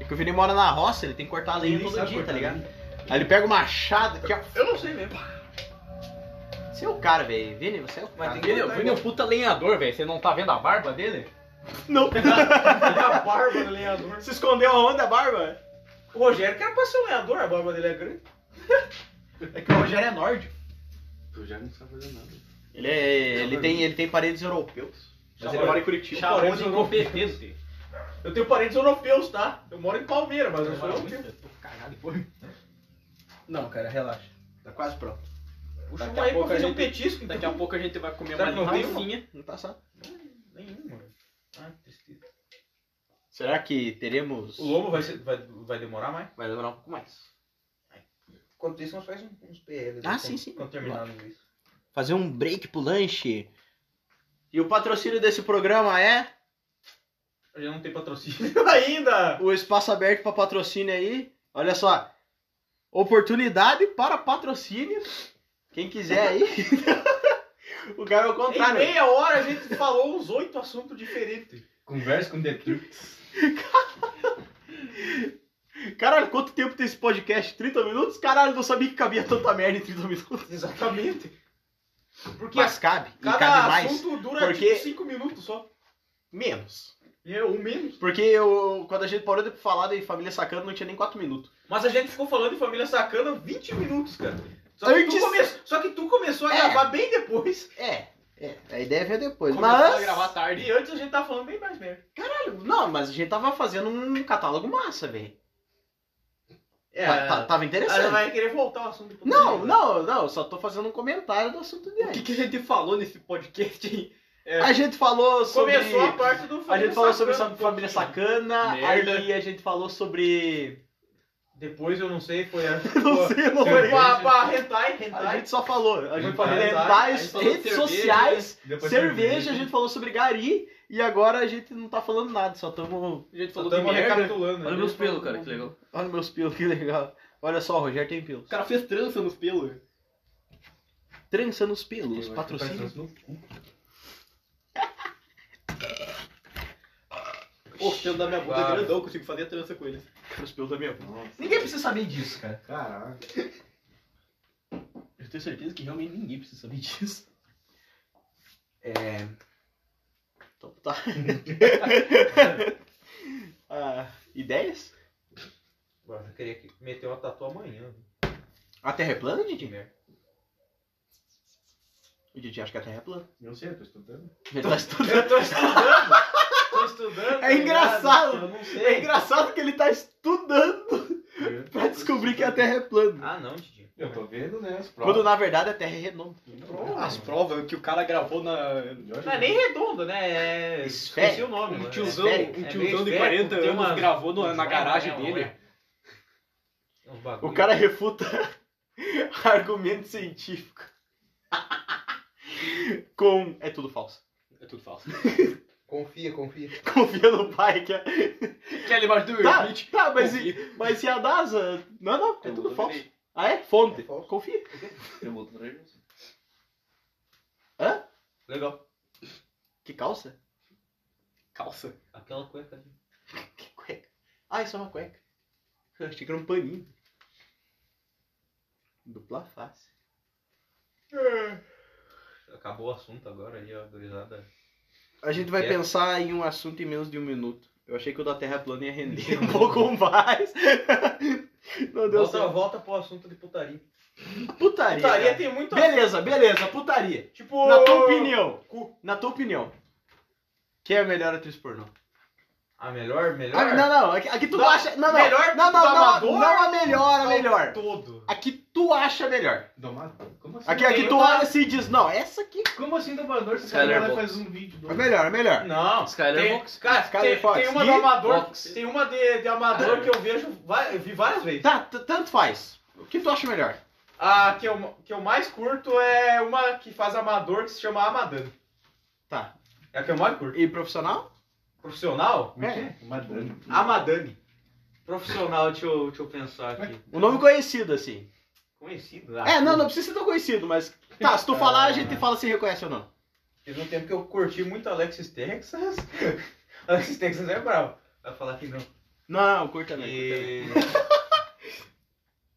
Speaker 2: É que o Vini mora na roça, ele tem que cortar a lenha
Speaker 3: Ele nem
Speaker 2: todo
Speaker 3: sabe
Speaker 2: dia, tá
Speaker 3: cortar
Speaker 2: ligado? Aí ele pega o machado aqui, ó.
Speaker 1: Eu não sei mesmo.
Speaker 2: Você é o cara, velho. Vini, você é o
Speaker 1: Mas
Speaker 2: cara.
Speaker 1: tem que
Speaker 5: Vini, o
Speaker 1: cortar
Speaker 5: Vini é um puta lenhador, velho. Você não tá vendo a barba dele?
Speaker 2: Não.
Speaker 1: igual. a barba do lenhador.
Speaker 2: Se escondeu aonde a barba?
Speaker 1: O Rogério que era pra ser um lenhador, a barba dele é grande.
Speaker 2: É que o Rogério é nórdico.
Speaker 3: Eu já não sabe fazer nada.
Speaker 2: Ele, é, ele, tem, ele tem parentes europeus. Mas ele
Speaker 1: Chamou-
Speaker 2: mora em Curitiba.
Speaker 1: Chamou-
Speaker 5: Chamou de incompetente.
Speaker 1: Eu tenho parentes europeus, tá? Eu moro em Palmeiras, mas eu sou europeu.
Speaker 5: Tô cagado depois.
Speaker 2: Não, cara, relaxa.
Speaker 1: Tá quase pronto. Puxa
Speaker 5: Daqui
Speaker 1: uma
Speaker 5: a
Speaker 1: aí pra
Speaker 5: pouco a
Speaker 1: fazer um
Speaker 5: gente-
Speaker 1: petisco,
Speaker 5: Daqui
Speaker 1: então.
Speaker 5: a pouco a gente vai comer
Speaker 1: Será
Speaker 5: uma
Speaker 1: que não tem um?
Speaker 5: linguicinha.
Speaker 2: Não tá só.
Speaker 1: Nenhum, mano. Ah, que tristeza.
Speaker 2: Será que teremos.
Speaker 1: O lobo vai, ser- vai, vai demorar mais?
Speaker 2: Vai demorar um pouco mais.
Speaker 1: Enquanto isso, nós fazemos
Speaker 4: um-
Speaker 1: uns PL.
Speaker 2: Ah, sim, sim.
Speaker 1: Quando terminarmos isso.
Speaker 2: Fazer um break pro lanche. E o patrocínio desse programa é
Speaker 1: Eu já não tem patrocínio ainda.
Speaker 2: o espaço aberto para patrocínio aí. Olha só. Oportunidade para patrocínio. Quem quiser aí. o cara é o
Speaker 1: Em
Speaker 2: contrário.
Speaker 1: meia hora a gente falou uns oito assuntos diferentes.
Speaker 3: Conversa com o Detrux.
Speaker 2: Caralho, quanto tempo tem esse podcast? 30 minutos? Caralho, não sabia que cabia tanta merda em 30 minutos.
Speaker 1: Exatamente. Porque
Speaker 2: Mas cabe. E
Speaker 1: cada
Speaker 2: cabe mais.
Speaker 1: assunto dura
Speaker 2: porque-
Speaker 1: tipo 5 minutos só.
Speaker 2: Menos.
Speaker 1: E é o menos.
Speaker 2: Porque eu, quando a gente parou de falar de família sacana, não tinha nem 4 minutos.
Speaker 1: Mas a gente ficou falando de família sacana 20 minutos, cara. Só que,
Speaker 2: Antes-
Speaker 1: tu, come- só que tu começou a
Speaker 2: É.
Speaker 1: gravar bem depois.
Speaker 2: É. É, a ideia é ver depois.
Speaker 5: Começou a
Speaker 2: Mas.
Speaker 5: gravar tarde.
Speaker 1: E antes a gente tava falando bem mais merda.
Speaker 2: Caralho, não, mas a gente tava fazendo um catálogo massa, velho.
Speaker 1: É,
Speaker 2: Tá- tá-
Speaker 1: ela
Speaker 2: tava interessante.
Speaker 1: vai querer voltar ao assunto. depois.
Speaker 2: Não, não, não, só tô fazendo um comentário do assunto de
Speaker 5: O
Speaker 2: antes.
Speaker 5: que, que a gente falou nesse podcast, hein?
Speaker 2: A gente falou sobre.
Speaker 1: Começou a parte do
Speaker 2: A
Speaker 1: família
Speaker 2: gente falou sobre
Speaker 1: sacana.
Speaker 2: essa família sacana,
Speaker 5: Merda.
Speaker 2: aí a gente falou sobre.
Speaker 1: Depois eu não sei, foi a...
Speaker 2: Não sei, não
Speaker 1: Foi
Speaker 2: lembro.
Speaker 1: pra, pra hentai,
Speaker 2: A
Speaker 1: hentai.
Speaker 2: gente só falou. A gente
Speaker 3: Hentai,
Speaker 2: falou
Speaker 3: hentai,
Speaker 2: rentais,
Speaker 5: a gente falou
Speaker 2: redes
Speaker 5: cerveja,
Speaker 2: sociais,
Speaker 3: Depois
Speaker 2: cerveja, a gente falou sobre gari e agora a gente não tá falando nada, só tamo.
Speaker 5: A gente falou
Speaker 3: Tá
Speaker 5: de
Speaker 1: Estamos
Speaker 5: merda.
Speaker 1: recapitulando.
Speaker 6: Olha
Speaker 1: né?
Speaker 6: meus pelos, cara, que legal.
Speaker 2: Olha meus pelos, que legal. Olha só, o Rogério tem
Speaker 5: O
Speaker 2: pelos.
Speaker 5: cara fez trança nos pelos.
Speaker 2: Trança nos pelos,
Speaker 3: Eu acho que
Speaker 2: patrocínio.
Speaker 3: faz isso no cu.
Speaker 5: Pô, o pelo da
Speaker 4: Tá
Speaker 5: minha bunda é
Speaker 6: Claro.
Speaker 5: grandão, eu consigo fazer trança com eles.
Speaker 2: Os pelos da minha avó.
Speaker 5: Ninguém precisa saber disso, cara.
Speaker 3: Caralho.
Speaker 5: Eu tenho certeza que realmente ninguém precisa saber disso.
Speaker 2: Então tá. ah, ideias?
Speaker 1: Agora, eu queria que- meter uma tatu amanhã.
Speaker 2: A Terra é plana,
Speaker 1: Que
Speaker 2: Didi?
Speaker 1: merda.
Speaker 2: O Didi acha que a Terra é plana.
Speaker 3: Não sei, eu tô estudando.
Speaker 2: Ele tá estudando.
Speaker 1: Eu tô estudando. tô estudando. tá
Speaker 2: É engraçado.
Speaker 1: ligado? Eu não
Speaker 2: É
Speaker 1: sei.
Speaker 2: engraçado que ele tá estudando pra descobrir que a Terra é plana.
Speaker 1: Ah, não, Didi.
Speaker 3: Eu tô vendo, né? As
Speaker 2: Quando
Speaker 3: provas.
Speaker 2: na verdade a Terra é redonda.
Speaker 5: As provas que o cara gravou na.
Speaker 1: Não é nem redondo, né? É...
Speaker 2: Esfera.
Speaker 1: Esqueci o nome,
Speaker 5: Um
Speaker 1: mano.
Speaker 5: tiozão,
Speaker 2: é
Speaker 5: um
Speaker 1: é
Speaker 5: tiozão
Speaker 1: meio
Speaker 5: de
Speaker 1: esférico,
Speaker 5: 40
Speaker 1: tem
Speaker 5: anos
Speaker 1: umas-
Speaker 5: gravou no- na
Speaker 1: Ué,
Speaker 5: garagem
Speaker 1: ué,
Speaker 5: dele.
Speaker 1: ué. É uns bagulho.
Speaker 2: O cara refuta argumento científico. Com. É tudo falso.
Speaker 5: É tudo falso.
Speaker 6: Confia, confia.
Speaker 2: Confia no pai que é.
Speaker 5: Kelly Bardur,
Speaker 2: Tá,
Speaker 5: gente.
Speaker 2: tá mas, e, mas e a NASA? Não, não, é tudo falso. Ah, é? Fonte.
Speaker 6: É falso.
Speaker 2: Confia.
Speaker 6: Eu vou atrás de você.
Speaker 1: Legal.
Speaker 2: Que calça? Calça.
Speaker 4: Aquela cueca ali.
Speaker 2: Que cueca? Ah, isso é uma cueca. Eu achei que era um paninho. Dupla face.
Speaker 4: Acabou o assunto agora aí, ó, gurizada.
Speaker 2: A gente vai
Speaker 4: É.
Speaker 2: pensar em um assunto em menos de um minuto. Eu achei que o da Terra plana ia render um pouco mais. Não deu
Speaker 4: Volta,
Speaker 2: certo.
Speaker 4: volta pro assunto de putaria.
Speaker 2: Putaria.
Speaker 1: Putaria
Speaker 2: cara.
Speaker 1: tem muito.
Speaker 2: Beleza, beleza, putaria.
Speaker 1: Tipo.
Speaker 2: Na tua opinião.
Speaker 1: Cu.
Speaker 2: Na tua opinião. Quem é a melhor atriz pornô?
Speaker 4: A melhor, melhor.
Speaker 2: Ah, não, não. Aqui, aqui tu
Speaker 1: Não,
Speaker 2: acha. Não, não.
Speaker 1: melhor
Speaker 2: não,
Speaker 1: do
Speaker 2: não, não,
Speaker 1: amador
Speaker 2: não a melhor, a
Speaker 1: ao
Speaker 2: melhor.
Speaker 1: Todo.
Speaker 2: Aqui tu acha melhor.
Speaker 3: Domador? Como assim?
Speaker 2: Aqui, aqui
Speaker 1: tem
Speaker 2: tu
Speaker 1: uma-
Speaker 2: olha assim e diz, não, essa aqui
Speaker 3: Como assim domador? Você
Speaker 4: Skyler
Speaker 3: cara
Speaker 4: Box.
Speaker 3: faz um vídeo do...
Speaker 2: é melhor, é melhor.
Speaker 1: Não.
Speaker 4: Skyler
Speaker 1: Tem,
Speaker 4: Box.
Speaker 1: cara,
Speaker 2: Skyler
Speaker 1: tem,
Speaker 2: Fox.
Speaker 1: tem uma
Speaker 2: E
Speaker 1: do amador.
Speaker 4: Fox.
Speaker 1: Tem uma de, de amador que eu vejo. va- Eu vi várias vezes.
Speaker 2: Tá, t- tanto faz. O que tu acha melhor?
Speaker 1: A que eu, que eu mais curto é uma que faz amador que se chama Amadan.
Speaker 2: Tá.
Speaker 1: É a que eu mais curto.
Speaker 2: E profissional?
Speaker 1: Profissional?
Speaker 2: É.
Speaker 3: Madame.
Speaker 1: Amadani. Hum. Profissional, deixa eu, deixa eu pensar aqui.
Speaker 2: Um nome conhecido, assim.
Speaker 1: é Conhecido? ah,
Speaker 2: É, não, não precisa ser tão conhecido, mas. Tá, se tu falar, a gente fala se reconhece ou não.
Speaker 1: Teve um tempo que eu curti muito Alexis Texas. Alexis Texas é bravo. Vai falar que não.
Speaker 2: Não, não, curta não.
Speaker 1: E...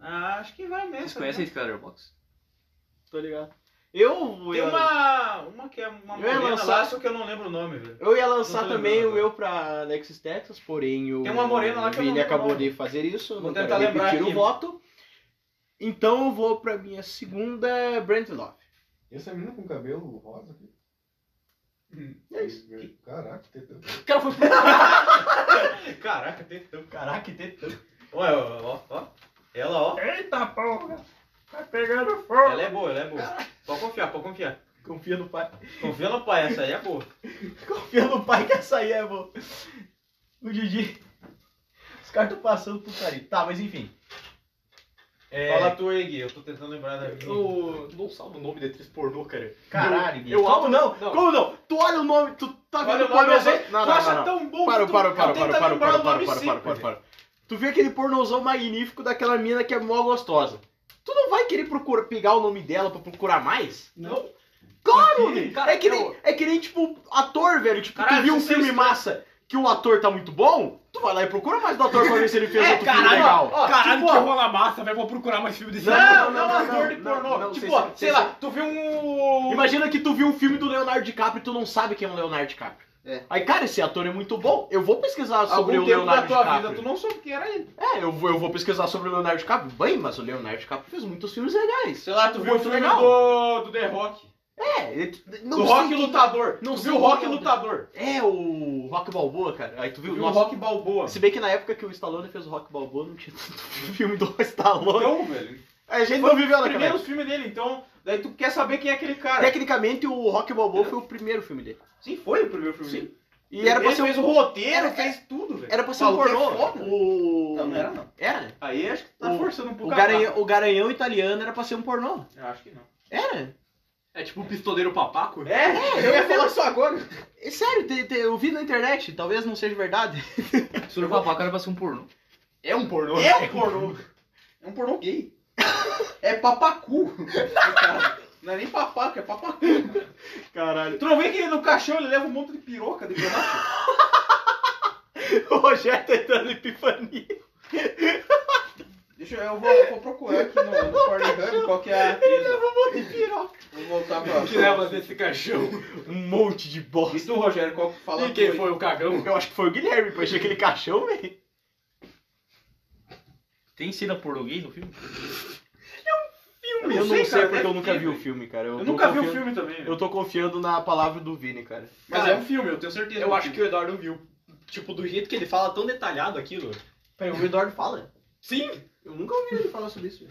Speaker 1: ah, acho que vai nessa.
Speaker 4: Vocês conhecem Skyler Box?
Speaker 2: Tô ligado. Eu
Speaker 1: né?
Speaker 2: ia,
Speaker 1: Tem uma, uma que é uma
Speaker 2: Eu ia
Speaker 1: morena
Speaker 2: lançar-
Speaker 1: lá, só que eu não lembro o nome, velho.
Speaker 2: eu ia
Speaker 1: Não
Speaker 2: lançar
Speaker 1: tô
Speaker 2: também o
Speaker 1: lembrando.
Speaker 2: meu pra Alexis Texas, porém o.
Speaker 1: Tem uma morena lá que eu não
Speaker 2: Vini
Speaker 1: lembro o
Speaker 2: acabou
Speaker 1: nome.
Speaker 2: de fazer isso.
Speaker 1: Vou
Speaker 2: não quero
Speaker 1: tentar lembrar
Speaker 2: repetir
Speaker 1: aqui.
Speaker 2: o voto. Então eu vou pra minha segunda, Brent Love.
Speaker 3: E essa menina com cabelo rosa aqui?
Speaker 1: Hum.
Speaker 2: É isso.
Speaker 3: Caraca, tem tanto.
Speaker 2: O cara foi
Speaker 1: Caraca, tetão.
Speaker 2: Caraca, que tem tanto.
Speaker 1: Olha, ó, ó, ó. Ela, ó.
Speaker 2: Eita porra! Tá pegando fogo!
Speaker 1: Ela é boa, ela é boa. Pode confiar, pode confiar.
Speaker 2: Confia no pai.
Speaker 1: Confia no pai, essa aí é boa.
Speaker 2: Confia no pai que essa aí é boa. O Didi. Os caras estão passando por carinho. Tá, mas enfim. É...
Speaker 1: Fala tu aí, Gui. Eu tô tentando lembrar da minha.
Speaker 2: O... Não salva o nome da atriz pornô, cara.
Speaker 3: Caralho,
Speaker 2: Eu, eu
Speaker 5: Gui.
Speaker 2: amo, não.
Speaker 5: Não.
Speaker 2: Como não? Tu olha o nome, tu tá
Speaker 1: Olha
Speaker 2: vendo
Speaker 1: o nome,
Speaker 2: pornozão-
Speaker 1: eu sei.
Speaker 2: Não,
Speaker 1: tu
Speaker 2: não,
Speaker 1: acha
Speaker 2: não, não.
Speaker 1: tão bom
Speaker 2: Para,
Speaker 1: que tu,
Speaker 2: para,
Speaker 1: tu
Speaker 2: para,
Speaker 1: tenta
Speaker 2: para, para,
Speaker 1: lembrar
Speaker 2: para,
Speaker 1: o nome
Speaker 2: para, para, para,
Speaker 1: sempre.
Speaker 2: para, para. Tu vê aquele pornozão magnífico daquela mina que é mó gostosa. Tu não vai querer procurar, pegar o nome dela pra procurar mais?
Speaker 3: Não.
Speaker 2: Claro! velho.
Speaker 5: Cara,
Speaker 2: é, que nem,
Speaker 5: eu-
Speaker 2: é que nem, tipo, ator, velho. Tipo,
Speaker 1: Caralho,
Speaker 2: tu viu um
Speaker 1: isso é
Speaker 2: filme
Speaker 1: estranho.
Speaker 2: massa que o ator tá muito bom, tu vai lá e procura mais do ator pra ver se ele fez
Speaker 1: É,
Speaker 2: outro
Speaker 1: caralho,
Speaker 2: filme legal.
Speaker 1: ó,
Speaker 5: Caralho,
Speaker 1: tipo,
Speaker 5: que rola massa, velho. Vou procurar mais filme desse
Speaker 1: Não,
Speaker 2: Não,
Speaker 1: não,
Speaker 2: não, não,
Speaker 1: ator de
Speaker 2: não,
Speaker 1: pornô.
Speaker 2: não, não,
Speaker 1: tipo,
Speaker 2: sei
Speaker 1: ó,
Speaker 2: se- é,
Speaker 1: sei,
Speaker 2: sei
Speaker 1: lá, tu viu um.
Speaker 2: Imagina que tu viu um filme do Leonardo DiCaprio e tu não sabe quem é o Leonardo DiCaprio.
Speaker 4: É.
Speaker 2: Aí, cara, esse ator é muito bom. Eu vou pesquisar sobre
Speaker 1: Algum
Speaker 2: o
Speaker 1: tempo da
Speaker 2: Leonardo
Speaker 1: tua
Speaker 2: DiCaprio.
Speaker 1: vida, tu não soube quem era ele.
Speaker 2: É, eu vou, eu vou pesquisar sobre o Leonardo DiCaprio. Bem, mas o Leonardo DiCaprio fez muitos filmes legais.
Speaker 1: Sei lá, tu viu o
Speaker 2: Muito
Speaker 1: filme
Speaker 2: legal.
Speaker 1: do, do The Rock.
Speaker 2: É, ele-
Speaker 1: do
Speaker 2: não tá- sei
Speaker 1: Rock
Speaker 2: quem-
Speaker 1: Lutador.
Speaker 2: não
Speaker 1: tu
Speaker 2: sei
Speaker 1: viu o
Speaker 2: quem
Speaker 1: Rock
Speaker 2: é o-
Speaker 1: Lutador.
Speaker 2: É, o Rock Balboa, cara. Aí tu
Speaker 1: Tu
Speaker 2: viu,
Speaker 1: viu o
Speaker 2: nossa,
Speaker 1: Rock Balboa.
Speaker 2: Se bem que na época que o Stallone fez o Rock Balboa, não tinha tanto filme do Stallone.
Speaker 1: Então, velho.
Speaker 2: a gente não viveu
Speaker 1: O
Speaker 2: na
Speaker 1: primeiro
Speaker 2: primeira.
Speaker 1: filme dele, então. Daí tu quer saber quem é aquele cara.
Speaker 2: Tecnicamente, o Rock Balboa foi o primeiro filme dele.
Speaker 1: Sim, foi o primeiro filme
Speaker 2: Sim.
Speaker 1: dele.
Speaker 2: E era pra
Speaker 1: ele
Speaker 2: ser
Speaker 1: fez
Speaker 2: um,
Speaker 1: o roteiro,
Speaker 2: Era-
Speaker 1: fez tudo, velho.
Speaker 2: era pra ser um
Speaker 1: Maluco é
Speaker 2: pornô.
Speaker 1: foda.
Speaker 2: O...
Speaker 1: Não, não era não.
Speaker 2: Era, né?
Speaker 1: Aí acho que tá
Speaker 2: O-
Speaker 1: forçando um
Speaker 2: O
Speaker 1: pouco a barra.
Speaker 2: garanhão, o garanhão italiano era pra ser um pornô.
Speaker 1: Eu acho que não.
Speaker 2: Era.
Speaker 5: É tipo o pistoleiro papaco?
Speaker 1: É, eu ia falar isso agora.
Speaker 2: É sério, te- te- eu vi na internet, talvez não seja verdade.
Speaker 4: Sobre o papaca era pra ser um pornô.
Speaker 5: É um pornô.
Speaker 1: É um pornô. É um pornô gay. É papacu. Não é nem papaco, é papacu.
Speaker 2: Caralho.
Speaker 1: Tu não vê que ele no caixão ele leva um monte de piroca de pedaço?
Speaker 2: O Rogério tá entrando em epifania.
Speaker 1: Deixa eu, eu vou, eu vou procurar aqui no, no Pornhub qual que é a atriz.
Speaker 2: Um monte de piroca.
Speaker 1: Vou voltar pra...
Speaker 5: Que leva desse caixão.
Speaker 2: Um monte de bosta.
Speaker 1: E tu, Rogério, qual que fala
Speaker 5: E quem
Speaker 1: tu
Speaker 5: foi o cagão?
Speaker 2: Eu acho que foi o Guilherme, pô. Achei aquele caixão, velho.
Speaker 4: Tem cena português no filme?
Speaker 1: aí?
Speaker 2: É um Eu não sei,
Speaker 1: cara,
Speaker 2: porque
Speaker 1: deve
Speaker 2: eu nunca
Speaker 1: ter,
Speaker 2: vi o
Speaker 1: velho.
Speaker 2: filme, cara. Eu,
Speaker 1: Eu
Speaker 2: tô
Speaker 1: nunca vi o
Speaker 2: confiando-
Speaker 1: filme também. velho.
Speaker 2: Eu tô confiando na palavra do Vini, cara.
Speaker 1: Mas
Speaker 5: Cara,
Speaker 1: é um filme, eu tenho certeza.
Speaker 5: Eu acho
Speaker 1: que
Speaker 5: que o Eduardo viu. Tipo, do jeito que ele fala, tão detalhado aquilo.
Speaker 2: Peraí, o Eduardo fala?
Speaker 5: Sim!
Speaker 2: Eu nunca ouvi ele falar sobre isso.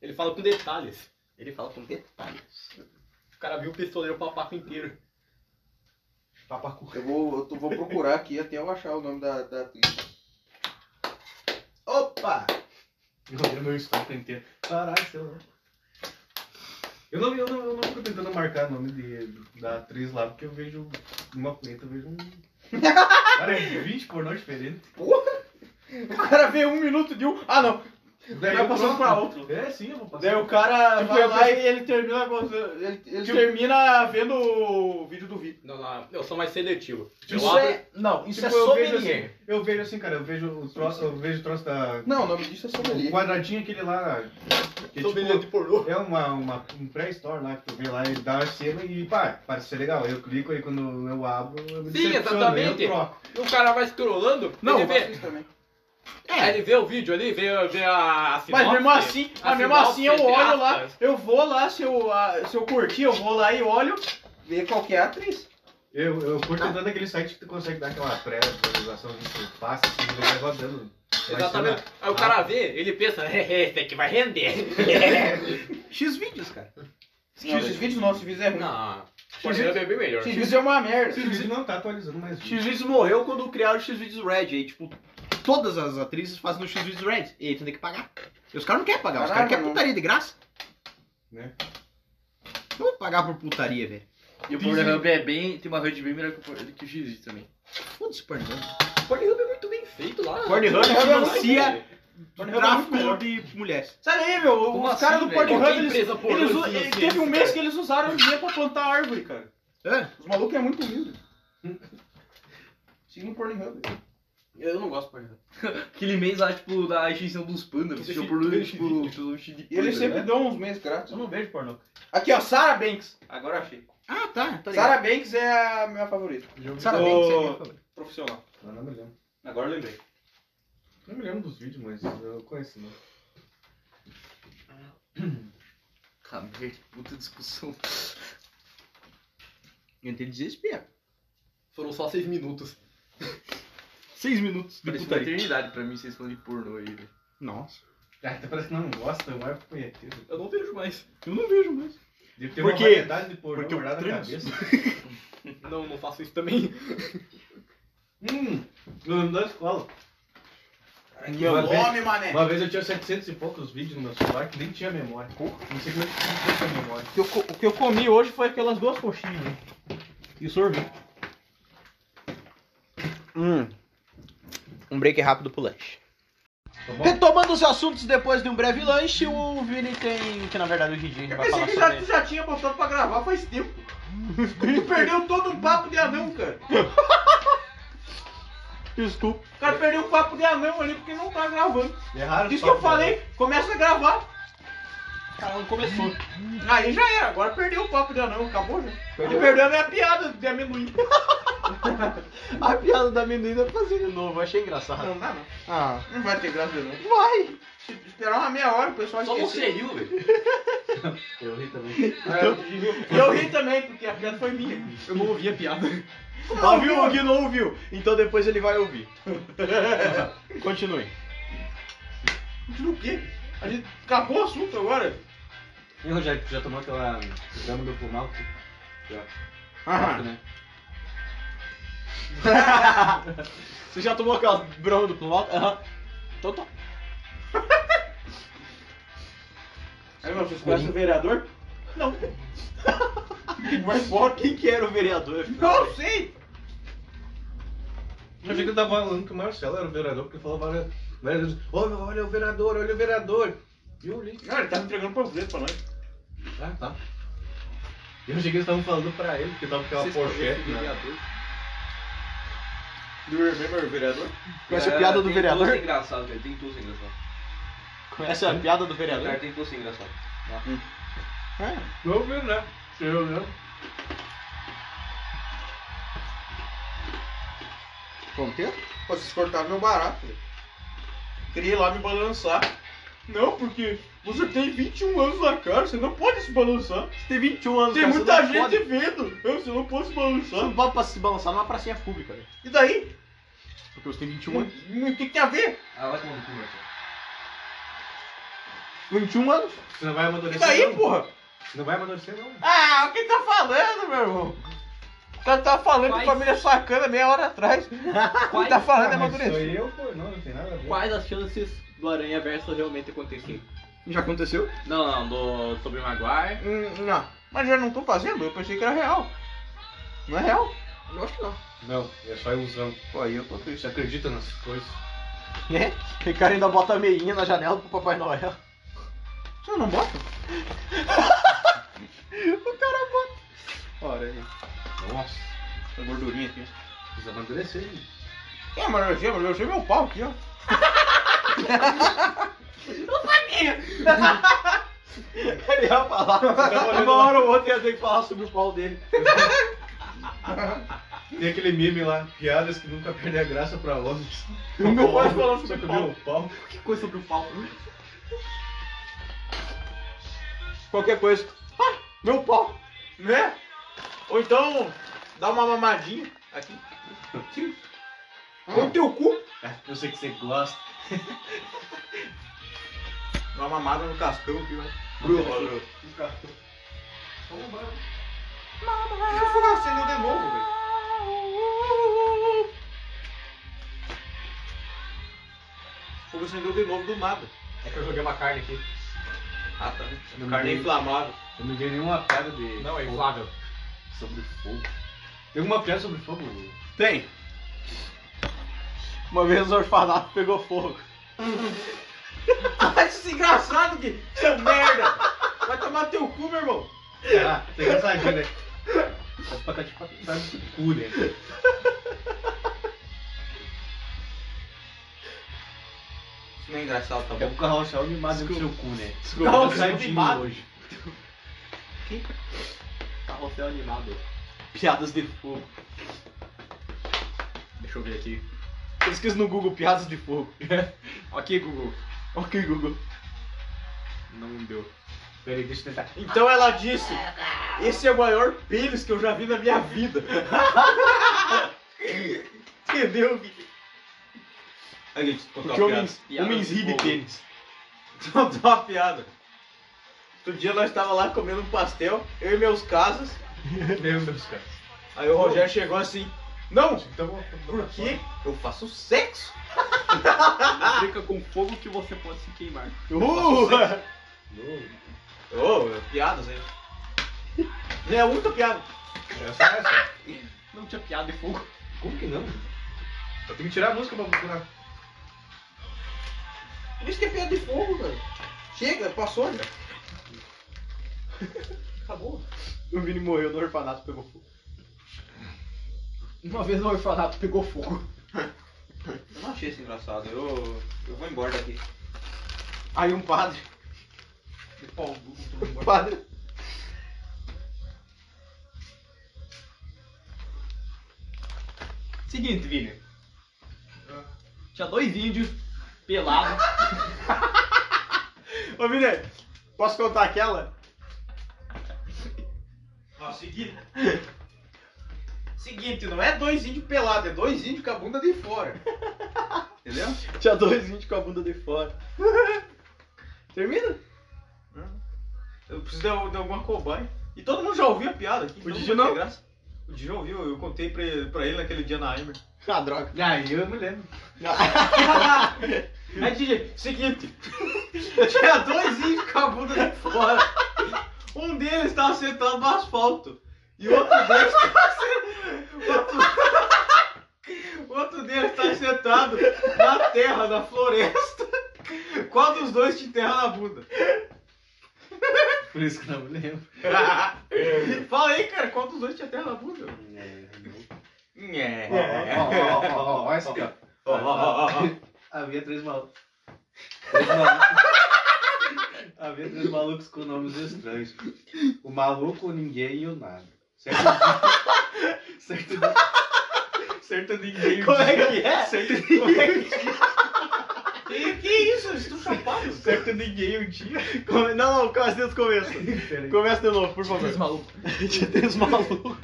Speaker 5: Ele fala com detalhes.
Speaker 2: Ele fala com detalhes.
Speaker 5: O cara viu o pistoleiro papaco inteiro. Papaco.
Speaker 1: Eu vou, eu tô- vou procurar aqui até eu achar o nome da, da atriz. Opa!
Speaker 3: Eu não escuto inteiro. Caralho, sei lá. Eu não, eu, não, eu não fico tentando marcar o nome de, da atriz lá, porque eu vejo uma punheta, eu vejo um. Cara, é 20 pornô diferente.
Speaker 1: O cara vê um minuto de um. Ah não!
Speaker 3: Daí
Speaker 7: Vai
Speaker 3: eu
Speaker 7: passando
Speaker 3: pronto.
Speaker 7: pra outro.
Speaker 3: É, sim, eu vou passar.
Speaker 7: Daí o cara
Speaker 3: Tipo,
Speaker 7: vai
Speaker 3: eu
Speaker 7: lá
Speaker 3: penso-
Speaker 7: e ele termina gozando. Ele, ele
Speaker 3: Tipo-
Speaker 7: termina vendo o vídeo do vídeo.
Speaker 5: Não, não, eu sou mais seletivo.
Speaker 2: Isso
Speaker 5: abro-
Speaker 2: é. Não, isso
Speaker 3: Tipo,
Speaker 2: é
Speaker 3: eu vejo
Speaker 2: sommelier.
Speaker 3: assim, eu vejo assim, cara, eu vejo o troço, eu vejo o troço da...
Speaker 7: Não, o nome disso é
Speaker 3: O
Speaker 7: sommelier.
Speaker 3: quadradinho aquele lá, que é
Speaker 5: Sommelier
Speaker 3: tipo,
Speaker 5: de pornô.
Speaker 3: é uma, uma, um pré-store lá que tu vê lá e dá a cena e pá, parece ser legal. Eu clico aí quando eu abro, eu me
Speaker 5: Sim,
Speaker 3: decepciono,
Speaker 5: exatamente.
Speaker 3: Eu troco.
Speaker 5: E o cara vai scrollando,
Speaker 7: Não,
Speaker 5: ele
Speaker 7: eu faço
Speaker 5: vê,
Speaker 7: isso também.
Speaker 5: aí ele vê o vídeo ali, vê, vê a, a
Speaker 7: Mas
Speaker 5: sinopse,
Speaker 7: mesmo assim,
Speaker 5: a
Speaker 7: mas mesmo
Speaker 5: sinopse,
Speaker 7: assim eu
Speaker 5: entre
Speaker 7: olho lá,
Speaker 5: aspas.
Speaker 7: eu vou lá, se eu, ah, se eu curtir, eu vou lá e olho, ver qual que é a atriz.
Speaker 3: Eu, eu curto tanto aquele site que tu consegue dar aquela pré-visualização de tu passa assim, ele vai rodando. Vai
Speaker 5: Exatamente.
Speaker 3: ser lá.
Speaker 5: Aí o cara vê, ele pensa, "É, esse aqui vai render.
Speaker 7: X vídeos, cara.
Speaker 1: Não,
Speaker 7: X vídeos não, X vídeos é ruim.
Speaker 5: Não, pode ser bem melhor.
Speaker 7: X vídeos é uma merda.
Speaker 3: Esse vídeo não tá atualizando mais. vídeo.
Speaker 2: X-Videos morreu quando criaram o X-Videos Red. Aí, tipo, todas as atrizes fazem o X-Videos Red. E aí tu tem que pagar. E os caras não querem pagar, os
Speaker 1: Caralho,
Speaker 2: caras querem
Speaker 1: mano.
Speaker 2: putaria de graça.
Speaker 3: Né?
Speaker 2: Não vou pagar por putaria, velho.
Speaker 4: E o Pornhub é bem. Tem uma rede bem melhor que o Porn- que o X também.
Speaker 2: Foda-se, Pornhub.
Speaker 5: O Pornhub é muito bem feito lá.
Speaker 2: Pornhub financia
Speaker 7: Pornhub é
Speaker 2: tráfico
Speaker 7: muito
Speaker 2: de mulheres.
Speaker 7: Sai daí, meu,
Speaker 4: Como
Speaker 7: os
Speaker 4: assim,
Speaker 7: caras do
Speaker 4: velho?
Speaker 7: Pornhub,
Speaker 5: Qualquer
Speaker 7: eles,
Speaker 5: empresa pornô
Speaker 7: eles
Speaker 5: se
Speaker 7: u- eh,
Speaker 5: financia
Speaker 7: teve um
Speaker 5: isso,
Speaker 7: mês
Speaker 5: cara.
Speaker 7: que eles usaram o dinheiro pra plantar árvore, cara.
Speaker 2: É.
Speaker 7: Os malucos é muito humilde.
Speaker 1: Siga o Pornhub. Eu não gosto do Pornhub.
Speaker 4: Aquele mês lá, tipo, da extinção dos pandas.
Speaker 5: Esse
Speaker 4: Tinha o
Speaker 5: fi-
Speaker 4: Pornhub,
Speaker 5: esse
Speaker 4: tipo, tudo cheio de
Speaker 1: E eles
Speaker 4: panda,
Speaker 1: sempre
Speaker 5: é.
Speaker 4: né?
Speaker 1: dão uns meses grátis.
Speaker 7: Eu não vejo pornô.
Speaker 1: Aqui, ó, Sarah Banks. Agora eu achei.
Speaker 2: Ah, tá. tá ligado.
Speaker 1: Sarah Banks é a minha favorita.
Speaker 3: Jogo
Speaker 2: Sara
Speaker 3: de-
Speaker 2: Banks,
Speaker 7: Ô.
Speaker 5: né,
Speaker 2: é minha favorita.
Speaker 1: Profissional.
Speaker 3: Eu não me lembro.
Speaker 1: Agora eu lembrei.
Speaker 3: Não me lembro dos vídeos, mas eu conheço, né? não.
Speaker 4: Ah, merda, puta discussão.
Speaker 2: Eu entrei em desespero.
Speaker 5: Foram só seis minutos.
Speaker 2: Seis minutos de
Speaker 4: Parece uma
Speaker 2: putaria.
Speaker 4: eternidade pra mim, vocês falando de pornô aí, velho.
Speaker 2: Nossa.
Speaker 3: Ah, até parece que não gosta, é vai pro punheteiro.
Speaker 5: Eu não vejo mais.
Speaker 2: Eu não vejo mais.
Speaker 3: Deve ter
Speaker 2: Por
Speaker 3: uma
Speaker 2: quê?
Speaker 3: variedade de pornô
Speaker 2: Porque eu
Speaker 3: guardada na
Speaker 2: transo.
Speaker 3: cabeça.
Speaker 5: Não, não faço isso também.
Speaker 3: Hum, eu lembro da escola.
Speaker 2: É
Speaker 1: Que
Speaker 3: Uma vez-
Speaker 1: nome, mané.
Speaker 3: Uma vez eu tinha 700 e poucos vídeos no meu celular que nem tinha memória. Não sei como é que tinha tanta memória.
Speaker 7: O que, eu, co- o que eu comi hoje foi aquelas duas coxinhas.
Speaker 5: né?
Speaker 7: E sorvete.
Speaker 2: Hum. Um break rápido pro lanche.
Speaker 3: Tá bom?
Speaker 2: Retomando os assuntos depois de um breve lanche, o Vini tem. Que na verdade o Gigi
Speaker 1: Eu
Speaker 2: vai
Speaker 1: pensei
Speaker 2: falar
Speaker 1: que já,
Speaker 2: sobre.
Speaker 1: já tinha botado pra gravar faz tempo. tu perdeu todo um papo de anão, cara.
Speaker 2: Desculpa.
Speaker 1: O cara perdeu o papo de anão ali porque não tá gravando.
Speaker 3: Erraram
Speaker 1: Isso
Speaker 3: os
Speaker 1: que eu
Speaker 3: papos,
Speaker 1: falei, começa a gravar.
Speaker 2: Cara, não começou.
Speaker 1: Aí já era, agora perdeu o papo de anão, acabou já.
Speaker 3: Perdeu.
Speaker 1: Perdeu, perdeu a minha piada de amendoim.
Speaker 2: A piada da amendoim dá pra fazer de novo, eu achei engraçado.
Speaker 1: Não dá não.
Speaker 2: Ah.
Speaker 1: Não vai ter graça de novo.
Speaker 2: Vai!
Speaker 1: Se esperar uma meia hora, o pessoal
Speaker 5: Só
Speaker 1: esquece.
Speaker 5: você riu, velho.
Speaker 3: Eu ri também.
Speaker 1: Eu ri também, porque a piada foi minha.
Speaker 5: Eu não ouvi a piada.
Speaker 2: Não ouviu ou que não ouviu? Então depois ele vai ouvir. Continue.
Speaker 1: Do quê? A gente acabou o assunto agora.
Speaker 3: E o Rogério, tu já tomou aquela grama do Pumalto?
Speaker 2: Aham.
Speaker 3: Né?
Speaker 2: Você já tomou aquela broma do Plumalto? Aham. Então tá.
Speaker 1: Aí, meu, vocês conhecem o vereador? Não.
Speaker 2: Mas bora, quem que era o vereador?
Speaker 1: Não sei.
Speaker 3: Eu achei que eu tava falando que o Marcelo era o vereador, porque falou várias várias vezes: Olha, olha o vereador, olha o vereador. E eu li.
Speaker 1: Cara, ele tá me entregando panfleto pra nós.
Speaker 3: Ah, tá. Eu achei que eles estavam falando pra ele, porque tava com
Speaker 4: Tá
Speaker 3: aquela pochete. Né?
Speaker 1: Do Remember, vereador?
Speaker 2: Conhece a
Speaker 4: Cara,
Speaker 2: piada do
Speaker 4: É,
Speaker 1: É,
Speaker 4: tem
Speaker 2: vereador?
Speaker 4: tosse engraçado, velho. Tem tosse engraçado.
Speaker 2: Conhece a piada do
Speaker 4: O cara
Speaker 2: vereador?
Speaker 1: então
Speaker 4: tem tosse engraçado.
Speaker 2: É.
Speaker 3: Não ouviu, né? Você viu, né?
Speaker 2: Como que é?
Speaker 1: Pô, vocês cortaram meu barato. velho. Queria ir lá me balançar. Não, porque você tem 21 anos na cara, você não pode se balançar.
Speaker 2: Você tem 21 anos,
Speaker 1: Tem
Speaker 2: cara,
Speaker 1: muita
Speaker 2: você não
Speaker 1: gente
Speaker 2: pode-
Speaker 1: vendo. Eu, você não pode se
Speaker 2: Você
Speaker 1: balançar.
Speaker 2: não pode pra se balançar numa pracinha pública, velho. Hum,
Speaker 1: E daí?
Speaker 2: Porque você tem 21 anos.
Speaker 1: O que que tem a ver?
Speaker 4: Ah, vai tomar no cu, Marcelo.
Speaker 2: 21 anos?
Speaker 3: Você não vai
Speaker 1: E
Speaker 3: amadurecer.
Speaker 1: daí,
Speaker 3: não.
Speaker 1: porra?
Speaker 3: Você não vai amadurecer, não.
Speaker 1: Ah, o que tá falando, meu irmão? O cara tá falando
Speaker 5: Quais-
Speaker 1: de família sacana meia hora atrás. Quem tá falando é
Speaker 3: Ah, mas sou
Speaker 1: amadurecer.
Speaker 3: eu, pô, não, não tem nada a ver.
Speaker 5: Quais as chances do Aranha Verso realmente acontecer?
Speaker 2: Já aconteceu?
Speaker 5: Não, não, do sobre o Maguire.
Speaker 1: Hum, não. Mas já não estão fazendo? Eu pensei que era real. Não é real?
Speaker 2: Eu acho que não.
Speaker 3: Não, é só ilusão.
Speaker 1: Pô, aí eu tô triste.
Speaker 3: Você acredita nas coisas.
Speaker 2: Né? O cara ainda bota a meinha na janela pro Papai Noel.
Speaker 1: Você não bota?
Speaker 2: O cara bota.
Speaker 1: Olha aí. Nossa, essa gordurinha aqui.
Speaker 3: Precisa amadurecer, hein?
Speaker 1: É, mas eu achei, mas eu achei meu pau aqui, ó.
Speaker 2: Ele ia falar. Uma hora ou outra ia ter que falar sobre o pau dele.
Speaker 3: Tem aquele meme lá, piadas que nunca perdem a graça pra homens.
Speaker 2: Nunca pode falar
Speaker 3: Só que
Speaker 2: sobre o
Speaker 3: eu
Speaker 2: pau.
Speaker 3: dei um pau.
Speaker 5: Que coisa sobre o pau.
Speaker 2: Qualquer coisa. Ah, meu pau.
Speaker 1: Né? Ou então, dá uma mamadinha aqui. Com o teu cu.
Speaker 3: É, Eu sei que você gosta.
Speaker 1: Dá uma mamada no cascão aqui, né? vai.
Speaker 4: O fogo acendeu de novo, velho.
Speaker 1: O fogo acendeu de novo do nada.
Speaker 5: É que eu joguei uma carne aqui.
Speaker 1: Ah, tá. né?
Speaker 3: Não
Speaker 1: Carne é
Speaker 3: tem-
Speaker 1: inflamável.
Speaker 3: Eu não vi nenhuma piada de.
Speaker 5: Não, é
Speaker 3: fogo.
Speaker 5: inflável.
Speaker 3: Sobre fogo. Tem alguma piada sobre fogo?
Speaker 1: Tem.
Speaker 2: Uma vez o orfanato pegou fogo.
Speaker 1: Ai, desgraçado que. Seu merda. Vai tomar teu cu, meu irmão.
Speaker 3: Ah, tem que exagero, né? As patatas patatas de cu, né?
Speaker 1: Isso não é engraçado, tá
Speaker 3: É
Speaker 1: bom?
Speaker 3: o carrossel mimado dentro do seu cu, né?
Speaker 2: Desculpa.
Speaker 3: Eu saio de mim hoje.
Speaker 5: Carrossel animado.
Speaker 2: Piadas de fogo.
Speaker 5: Deixa eu ver aqui.
Speaker 2: Eu esqueço no Google piadas de fogo.
Speaker 5: Ok, Google.
Speaker 2: Ok, Google.
Speaker 5: Não deu.
Speaker 3: Peraí, deixa eu tentar.
Speaker 1: Então ela disse: Esse é o maior pênis que eu já vi na minha vida. Entendeu, Vicky? Aí, deixa eu te contar
Speaker 2: Porque
Speaker 1: uma piada.
Speaker 2: homens, homens ri de pênis.
Speaker 1: Então, dá uma piada. Outro dia nós estava lá comendo um pastel, eu e meus casas.
Speaker 3: Meu Deus, cara.
Speaker 1: Aí o Rogério chegou assim: Não,
Speaker 3: Então,
Speaker 1: por que eu faço sexo?
Speaker 5: Fica com fogo que você pode se queimar.
Speaker 2: Uh!
Speaker 1: Ô, piadas aí. É muita piada.
Speaker 3: É só essa?
Speaker 5: Não tinha piada e fogo.
Speaker 3: Como que não? Eu tenho que tirar a música pra procurar.
Speaker 1: Por isso que é piada de fogo, velho. Chega, passou já. Acabou.
Speaker 2: O Vini morreu no orfanato pegou fogo.
Speaker 5: Uma vez no orfanato pegou fogo.
Speaker 1: Eu não achei isso engraçado. Eu, eu vou embora daqui.
Speaker 2: Aí um padre. Um padre.
Speaker 5: Seguinte, Vini. Tinha dois índios pelados.
Speaker 2: Ô Vini, posso contar aquela?
Speaker 1: Ó, seguinte. Seguinte, não é dois índios pelados, é dois índios com a bunda de fora. Entendeu?
Speaker 2: Tinha dois índios com a bunda de fora. Termina?
Speaker 1: Eu preciso de, de alguma cobaia. E todo mundo já ouviu a piada aqui. então todo
Speaker 2: Didi
Speaker 1: mundo tem
Speaker 2: não?
Speaker 1: graça. O Didi já ouviu, eu contei pra ele, pra ele naquele dia na Aimer.
Speaker 2: Ah, droga.
Speaker 3: Ah, eu me lembro.
Speaker 1: Aí, Didi, seguinte. Tinha dois índios com a bunda de fora. Um deles estava sentado no asfalto. E o outro deles estava sentado. O outro deles estava sentado na terra, na floresta. Qual dos dois te enterra na bunda?
Speaker 3: Por isso que não me lembro.
Speaker 1: Fala aí, cara, qual dos dois te enterra na bunda? É.
Speaker 3: Ó, ó, ó, ó, ó, ó, ó, essa aqui, ó.
Speaker 1: Ó, ó, ó, ó.
Speaker 3: Havia três malucos. Três malucos. Havia três malucos com nomes estranhos. O maluco, o ninguém e o nada. Certo dia. certo dia. Certo ninguém.
Speaker 2: Como é que é?
Speaker 3: Certo ninguém.
Speaker 1: Que, que isso? Eles estão chapados.
Speaker 3: Certo ninguém um dia.
Speaker 2: Come- Não, não, começa desde o começo.
Speaker 3: Peraí.
Speaker 2: Começa de novo, por favor.
Speaker 5: Dois malucos.
Speaker 2: Tinha três malucos.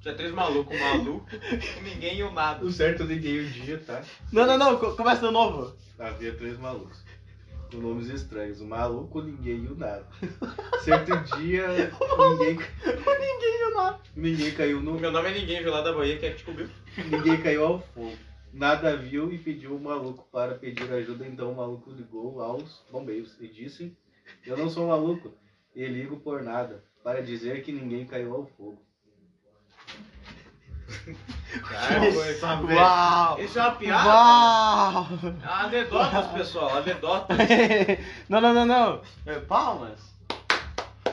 Speaker 1: Já é três malucos, um maluco, ninguém e o nada.
Speaker 3: O certo ninguém um dia, tá?
Speaker 2: Não, não, não, co- começa de novo.
Speaker 3: Havia três malucos. Com nomes estranhos. O maluco, o ninguém e o nada. Certo dia, ninguém,
Speaker 2: Ninguém viu nada.
Speaker 3: ninguém caiu no
Speaker 1: Meu nome é tipo ninguém, viu lá da Bahia, quer que te cobriu?
Speaker 3: Ninguém caiu ao fogo. Nada viu e pediu o maluco para pedir ajuda. Então o maluco ligou aos bombeiros e disse: Eu não sou maluco e ligo por nada. Para dizer que ninguém caiu ao fogo.
Speaker 2: Ah,
Speaker 1: Ah,
Speaker 3: Nossa, velho.
Speaker 2: Uau!
Speaker 1: Isso é uma piada?
Speaker 2: Uau!
Speaker 1: Anedotas, pessoal, anedotas.
Speaker 2: não, não, não, não. É, palmas.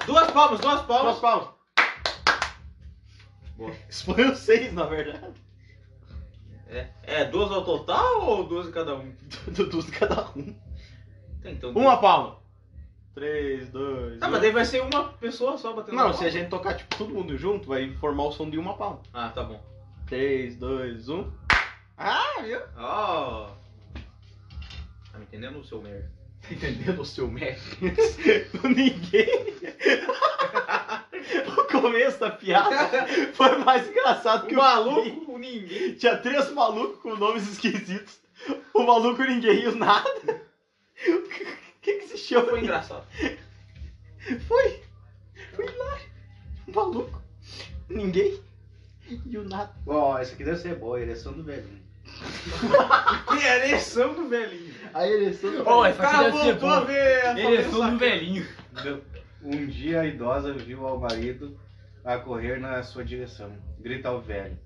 Speaker 1: Duas palmas, duas palmas.
Speaker 2: Duas palmas. Isso foi um seis, na verdade.
Speaker 1: É, duas ao total ou duas em cada um?
Speaker 2: Du- Duas de cada um.
Speaker 1: Então,
Speaker 2: Uma palma. Três, dois.
Speaker 1: Tá,
Speaker 2: um.
Speaker 1: mas daí vai ser uma pessoa só batendo
Speaker 2: Não,
Speaker 1: uma
Speaker 2: se a gente tocar tipo, todo mundo junto, vai formar o som de uma palma.
Speaker 1: palma. Ah, tá bom.
Speaker 2: 3, 2, 1. Ah, viu?
Speaker 1: Ó. Tá me entendendo, seu merda?
Speaker 2: Tá entendendo o seu mestre? Ninguém. o começo da piada foi mais engraçado que o maluco.
Speaker 1: Maluco, ninguém.
Speaker 2: Tinha três malucos com nomes esquisitos. O maluco ninguém e o nada. O que que se chama?
Speaker 1: Foi engraçado.
Speaker 2: Foi. Foi lá. O maluco. Ninguém. E o nada.
Speaker 3: Ó, esse aqui deve ser boa, ereção do velhinho.
Speaker 1: Que é ereção do velhinho.
Speaker 2: A ereção.
Speaker 5: Ô,
Speaker 1: O
Speaker 5: essa aqui
Speaker 1: cara
Speaker 5: deve ser
Speaker 1: voltou a
Speaker 5: boa.
Speaker 1: ver. a
Speaker 5: Ele é
Speaker 1: família
Speaker 5: tudo velhinho.
Speaker 3: Um dia a idosa viu ao marido a correr na sua direção. Grita ao velho: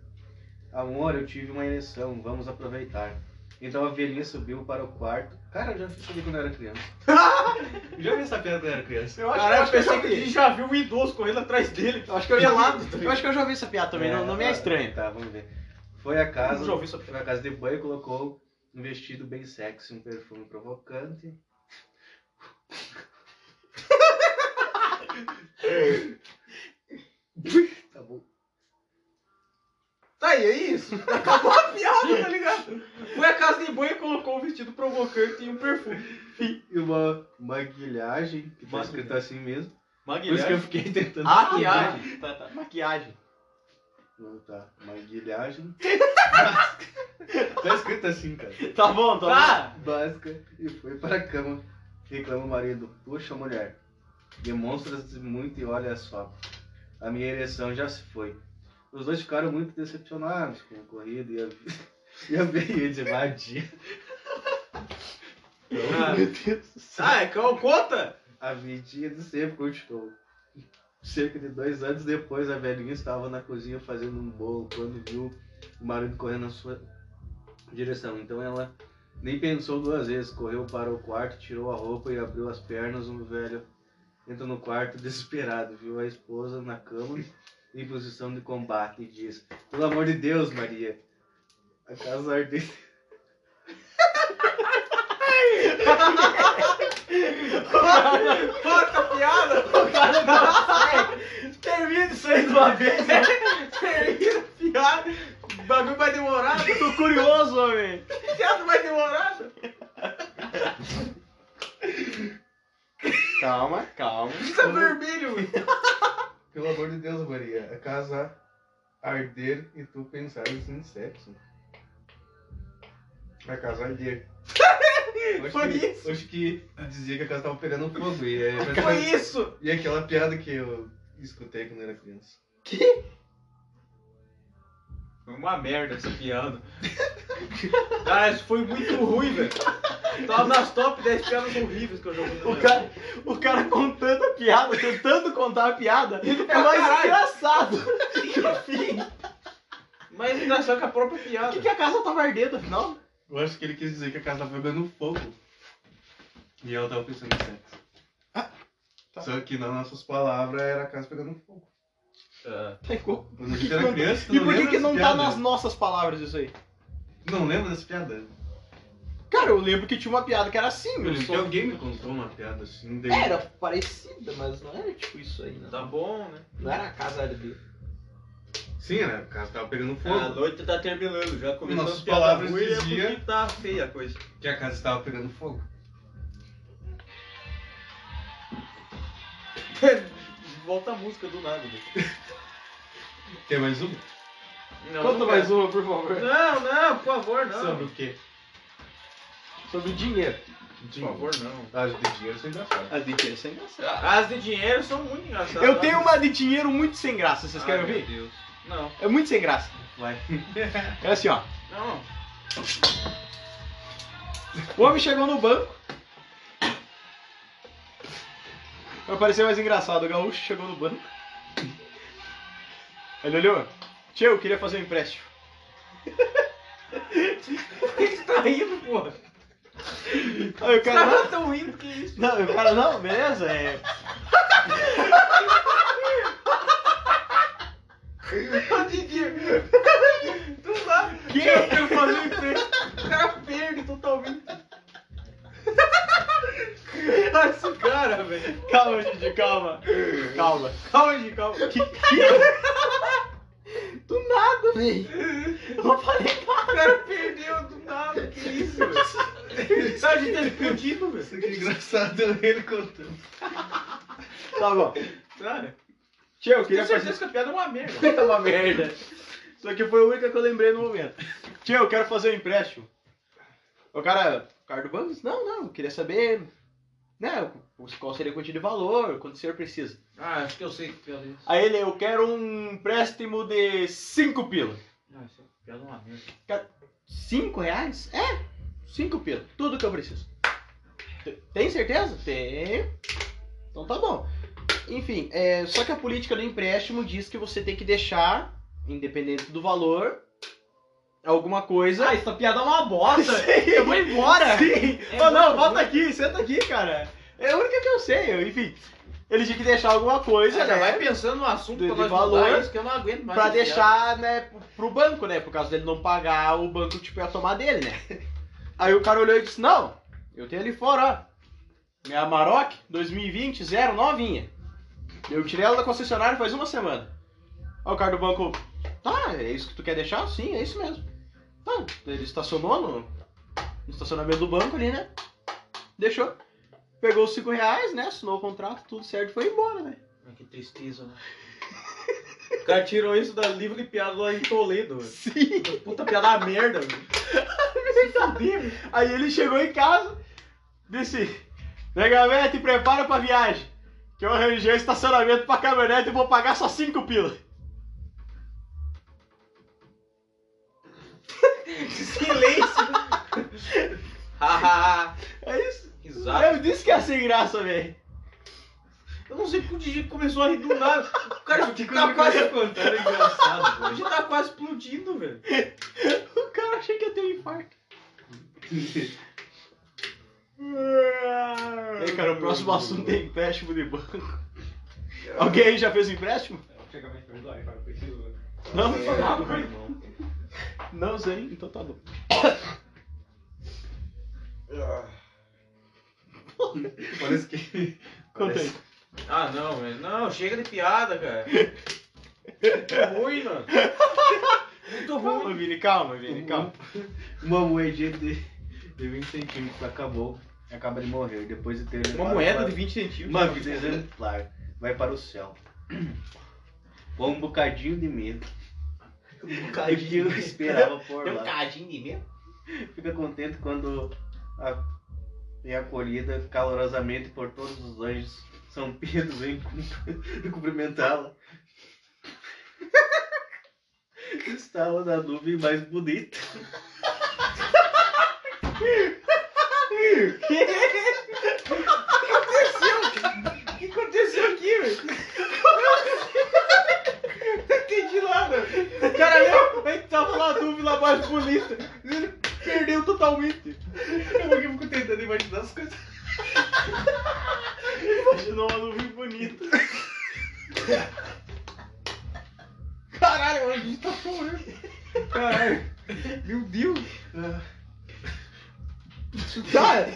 Speaker 3: Amor, eu tive uma ereção, vamos aproveitar. Então a velhinha subiu para o quarto. Cara, eu já fiz isso aqui quando eu era criança. já vi essa piada quando eu era criança.
Speaker 2: Eu
Speaker 1: Cara, eu pensei que
Speaker 2: vi.
Speaker 1: ele já viu um idoso correndo atrás dele.
Speaker 2: Eu acho que eu
Speaker 1: Pelado,
Speaker 2: já vi. Eu acho que eu já vi essa piada também, não, não me é
Speaker 3: tá,
Speaker 2: estranho.
Speaker 3: Tá, vamos ver. Foi a casa,
Speaker 1: Já ouvi essa
Speaker 3: foi na casa de banho, colocou um vestido bem sexy, um perfume provocante. tá bom.
Speaker 1: Tá aí, é isso. Acabou a piada, tá ligado? Foi a casa de banho e colocou um vestido provocante e um perfume.
Speaker 3: E uma maquilhagem, que tá escrito assim mesmo. Por isso que eu
Speaker 1: Maguilhagem.
Speaker 3: fiquei
Speaker 1: Ah,
Speaker 3: tentando.
Speaker 2: Maquiagem.
Speaker 1: Tá,
Speaker 2: Maquiagem.
Speaker 3: Não, tá. Maquilhagem. tá escrito assim, cara.
Speaker 2: Tá bom, tá bom.
Speaker 1: Tá.
Speaker 3: básica e foi para a cama. Reclama o marido. Puxa, mulher, demonstra-se muito e olha só. A minha ereção já se foi. Os dois ficaram muito decepcionados com a corrida e a, e a veia de vadia.
Speaker 1: Ah.
Speaker 3: Meu Deus do céu.
Speaker 1: Ah, é que eu- conta.
Speaker 3: A vidinha de sempre continuou. Cerca de dois anos depois, a velhinha estava na cozinha fazendo um bolo quando viu o marido correndo na sua direção. Então ela nem pensou duas vezes, correu para o quarto, tirou a roupa e abriu as pernas. O velho entra no quarto desesperado, viu a esposa na cama em posição de combate e diz: Pelo amor de Deus, Maria, a casa ardente.
Speaker 1: Corta a piada.
Speaker 2: Termina isso aí de uma vez.
Speaker 1: Termina a piada. O bagulho vai demorar.
Speaker 2: Eu tô curioso, homem.
Speaker 1: O teatro vai demorar.
Speaker 2: Calma, calma.
Speaker 1: Isso é vermelho.
Speaker 3: Pelo amor de Deus, Maria, a casa arder e tu pensares em sexo. A casa arder. Hoje
Speaker 1: Foi
Speaker 3: que,
Speaker 1: isso.
Speaker 3: Hoje que dizia que a casa tava pegando fogo. E, é,
Speaker 1: Foi isso.
Speaker 3: e é aquela piada que eu escutei quando era criança.
Speaker 1: Foi uma merda essa piada. Cara, isso foi muito ruim, velho. Tava nas top 10 piadas horríveis que eu joguei na
Speaker 2: O
Speaker 1: minha
Speaker 2: cara, o cara contando a piada, tentando contar a piada, é mais
Speaker 1: caralho.
Speaker 2: engraçado. Que o fim.
Speaker 1: vida. Mas engraçado que é? a própria
Speaker 2: O que,
Speaker 1: piada.
Speaker 2: que a casa tava ardendo, afinal?
Speaker 3: Eu acho que ele quis dizer que a casa tava pegando fogo. E ela tava pensando em sexo.
Speaker 2: Ah, tá.
Speaker 3: Só que nas nossas palavras era a casa pegando fogo.
Speaker 1: Ah,
Speaker 2: Tá igual.
Speaker 3: Quando a gente era criança, tu
Speaker 2: E por
Speaker 3: não
Speaker 2: que,
Speaker 3: lembra
Speaker 2: que
Speaker 3: dessa
Speaker 2: não tá
Speaker 3: piada?
Speaker 2: nas nossas palavras isso aí?
Speaker 3: Não lembra dessa piada?
Speaker 2: Cara, eu lembro que tinha uma piada que era assim, meu.
Speaker 3: Eu lembro que
Speaker 2: só-
Speaker 3: alguém me contou uma piada assim. Daí...
Speaker 2: Era parecida, mas não era tipo isso aí, não.
Speaker 1: tá bom, né?
Speaker 2: Não era a casa arder.
Speaker 3: Sim, né? O caso tava pegando
Speaker 1: A
Speaker 3: fogo.
Speaker 1: noite tá terminando, já começou
Speaker 3: Nossas
Speaker 1: as piadas
Speaker 3: palavras
Speaker 1: ruins, é
Speaker 3: dizia-
Speaker 1: porque tá feia a coisa.
Speaker 4: Ah,
Speaker 3: que a casa tava pegando fogo.
Speaker 1: Volta a música do nada, né? velho.
Speaker 3: Tem mais um?
Speaker 1: Não,
Speaker 2: Conta
Speaker 1: Então, não
Speaker 2: mais
Speaker 1: quero.
Speaker 2: uma, por favor.
Speaker 1: Não, não, por favor,
Speaker 4: Ah.
Speaker 1: não.
Speaker 3: Sobre o quê?
Speaker 2: Sobre o dinheiro.
Speaker 1: Por favor, não.
Speaker 3: Ah, de dinheiro sem engraçado.
Speaker 2: As de dinheiro sem graça.
Speaker 1: As de dinheiro são muito engraçadas.
Speaker 2: Eu tenho uma de dinheiro muito sem graça, vocês
Speaker 1: Ah,
Speaker 2: querem
Speaker 1: meu
Speaker 2: ouvir?
Speaker 1: Deus. Não,
Speaker 2: É muito sem graça.
Speaker 3: Vai.
Speaker 2: É assim, ó.
Speaker 1: não.
Speaker 2: O homem chegou no banco. Vai parecer mais engraçado. O gaúcho chegou no banco. Ele olhou. Tio, eu queria fazer um empréstimo.
Speaker 4: Tá rindo, porra.
Speaker 2: Aí o cara.
Speaker 4: Os caras
Speaker 2: "Não,
Speaker 4: não tão rindo, que isso?
Speaker 2: Não, o cara, não, beleza, é.
Speaker 4: Ô, Didi. Tu sabe.
Speaker 2: Que?
Speaker 4: Eu falei em frente. O cara perde totalmente. Olha esse cara, velho.
Speaker 2: Calma, Didi, calma. Calma.
Speaker 4: Calma, gente, calma.
Speaker 2: Que que- Do nada, velho. Eu não falei
Speaker 4: O cara perdeu do nada. Que isso, velho? Sabe, a gente teve perdido, velho.
Speaker 3: Que engraçado ele contando.
Speaker 2: Tá bom.
Speaker 4: Cara,
Speaker 2: Tio, eu
Speaker 4: né? tenho
Speaker 2: queria fazer.
Speaker 4: certeza que a piada é uma merda.
Speaker 2: É uma merda. Só que foi a única que eu lembrei no momento. Tio, eu quero fazer um empréstimo. O cara, o cara do banco disse, não, não, eu queria saber, né, qual seria a quantia de valor, quanto o senhor precisa.
Speaker 4: Ah, acho que eu sei que piada é isso.
Speaker 2: Aí ele, eu quero um empréstimo de 5 pila.
Speaker 4: Não, isso
Speaker 1: um
Speaker 4: é piada é uma merda.
Speaker 2: 5 reais? É, 5 pila, tudo que eu preciso. T- Tem certeza? Tem. Então tá bom. Enfim, é, só que a política do empréstimo diz que você tem que deixar, independente do valor, alguma coisa.
Speaker 5: Ah, essa piada é uma bosta.
Speaker 2: Sim.
Speaker 5: Eu vou embora.
Speaker 2: Sim!
Speaker 5: É
Speaker 2: oh, não,
Speaker 5: muito
Speaker 2: volta aqui, senta aqui, cara. É a única que eu sei, eu- enfim. Ele tinha que deixar alguma coisa,
Speaker 4: já
Speaker 2: né?
Speaker 4: vai pensando no assunto
Speaker 2: de-
Speaker 4: pra
Speaker 2: de
Speaker 4: nós
Speaker 2: valor
Speaker 4: mudar isso, que eu não aguento mais.
Speaker 2: Pra
Speaker 4: essa piada.
Speaker 2: deixar, né, pro- pro banco, né? Por causa dele não pagar, o banco, tipo, ia tomar dele, né? Aí o cara olhou e disse, não, eu tenho ali fora, ó. Minha Maroc 2020, zero, novinha. Eu tirei ela da concessionária faz uma semana. Aí o cara do banco, tá, é isso que tu quer deixar? Sim, é isso mesmo. Tá, ele estacionou no, no estacionamento do banco ali, né? Deixou. Pegou os 5 reais, né? Assinou o contrato, tudo certo, foi embora, né?
Speaker 4: Ah, Que tristeza, né? O cara tirou isso da livro de piada lá em Toledo, velho.
Speaker 2: Sim.
Speaker 4: Puta piada merda, velho.
Speaker 2: Aí ele chegou em casa, disse: Negamete, prepara pra viagem. Que eu arranjei estacionamento pra caminhonete e vou pagar só 5 pila.
Speaker 4: Silêncio. Haha.
Speaker 2: É isso.
Speaker 4: Exato.
Speaker 2: Eu disse que ia ser graça, velho.
Speaker 4: Eu não sei porque o Didi começou a rir do nada. O cara
Speaker 3: Que coisa
Speaker 4: tá
Speaker 3: que eu
Speaker 4: quase.
Speaker 3: ia contar é engraçado,
Speaker 4: O Didi tá quase explodindo, velho.
Speaker 2: O cara achei que ia ter um infarto.
Speaker 3: pô.
Speaker 2: Ei, cara, o próximo assunto é empréstimo de banco. Alguém aí já fez empréstimo? Não? Não sei, então tá bom.
Speaker 3: Ah, Parece que.
Speaker 2: Conta aí.
Speaker 4: Ah, não, velho. Não, chega de piada, cara. Muito ruim, mano. Muito
Speaker 2: Calma,
Speaker 4: ruim.
Speaker 2: Vini, calma, Vini, calma.
Speaker 3: Uma moedinha de, de 20 centímetros acabou. Acaba de morrer. Depois de ter.
Speaker 4: Uma
Speaker 3: levado
Speaker 4: moeda
Speaker 3: para-
Speaker 4: de 20 centímetros.
Speaker 3: Uma vida exemplar. Vai para o céu. Com um bocadinho de medo. Um bocadinho que eu esperava por lá.
Speaker 2: cadinho um de medo?
Speaker 3: Fica contente quando a- é acolhida calorosamente por todos os anjos. São Pedro vem cum- cumprimentá-la. Estala na nuvem mais bonita.
Speaker 4: O que aconteceu aqui, velho? Não entendi nada. O cara leu, aí tava lá dúvida lá mais bonita. Ele perdeu totalmente.
Speaker 3: Eu fico tentando imaginar as coisas.
Speaker 2: Imaginou uma nuvem bonita.
Speaker 4: Caralho, a gente tá chorando. Caralho. Meu Deus. Cara.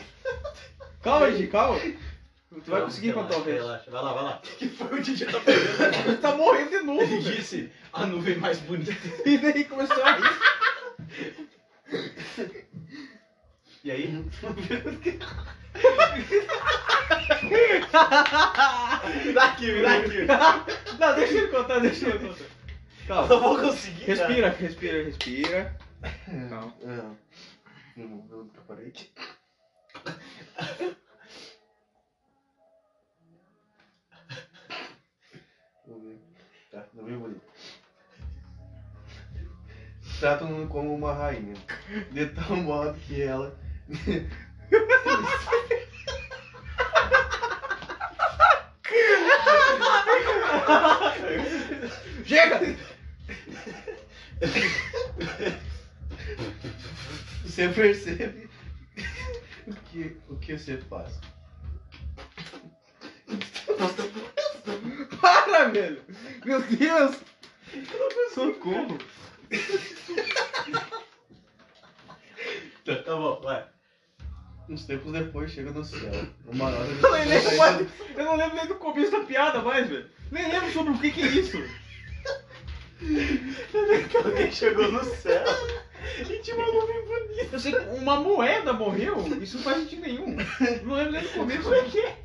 Speaker 4: Calma, gente, calma. Tu vai conseguir contar o resto.
Speaker 5: Relaxa, vai lá, vai lá.
Speaker 4: Ele tá morrendo de novo.
Speaker 5: Ele
Speaker 4: velho.
Speaker 5: disse a nuvem mais bonita.
Speaker 4: E daí começou a rir.
Speaker 3: E aí?
Speaker 2: Daqui, daqui.
Speaker 4: Não, deixa ele contar, deixa ele contar. Calma.
Speaker 3: Não vou conseguir.
Speaker 4: Respira, respira, respira. Calma.
Speaker 3: Ah, eu não- eu nunca parei aqui. Vou ver. Tá, não vi bonito. Tratam-no como uma rainha. De tal modo que ela.
Speaker 4: Chega!
Speaker 3: Você percebe o que, o que você faz.
Speaker 1: Para, velho! Meu Deus!
Speaker 3: Socorro! tá, tá bom, vai. Uns tempos depois chega no céu. Uma hora
Speaker 1: Eu nem lembro mais- eu não lembro nem do começo da piada mais, velho. Nem lembro sobre o que que é isso.
Speaker 3: alguém chegou no céu.
Speaker 1: Gente, uma nuvem bonita. Eu sei que uma moeda morreu, isso não faz sentido nenhum. Não lembro nem do começo sobre o que é.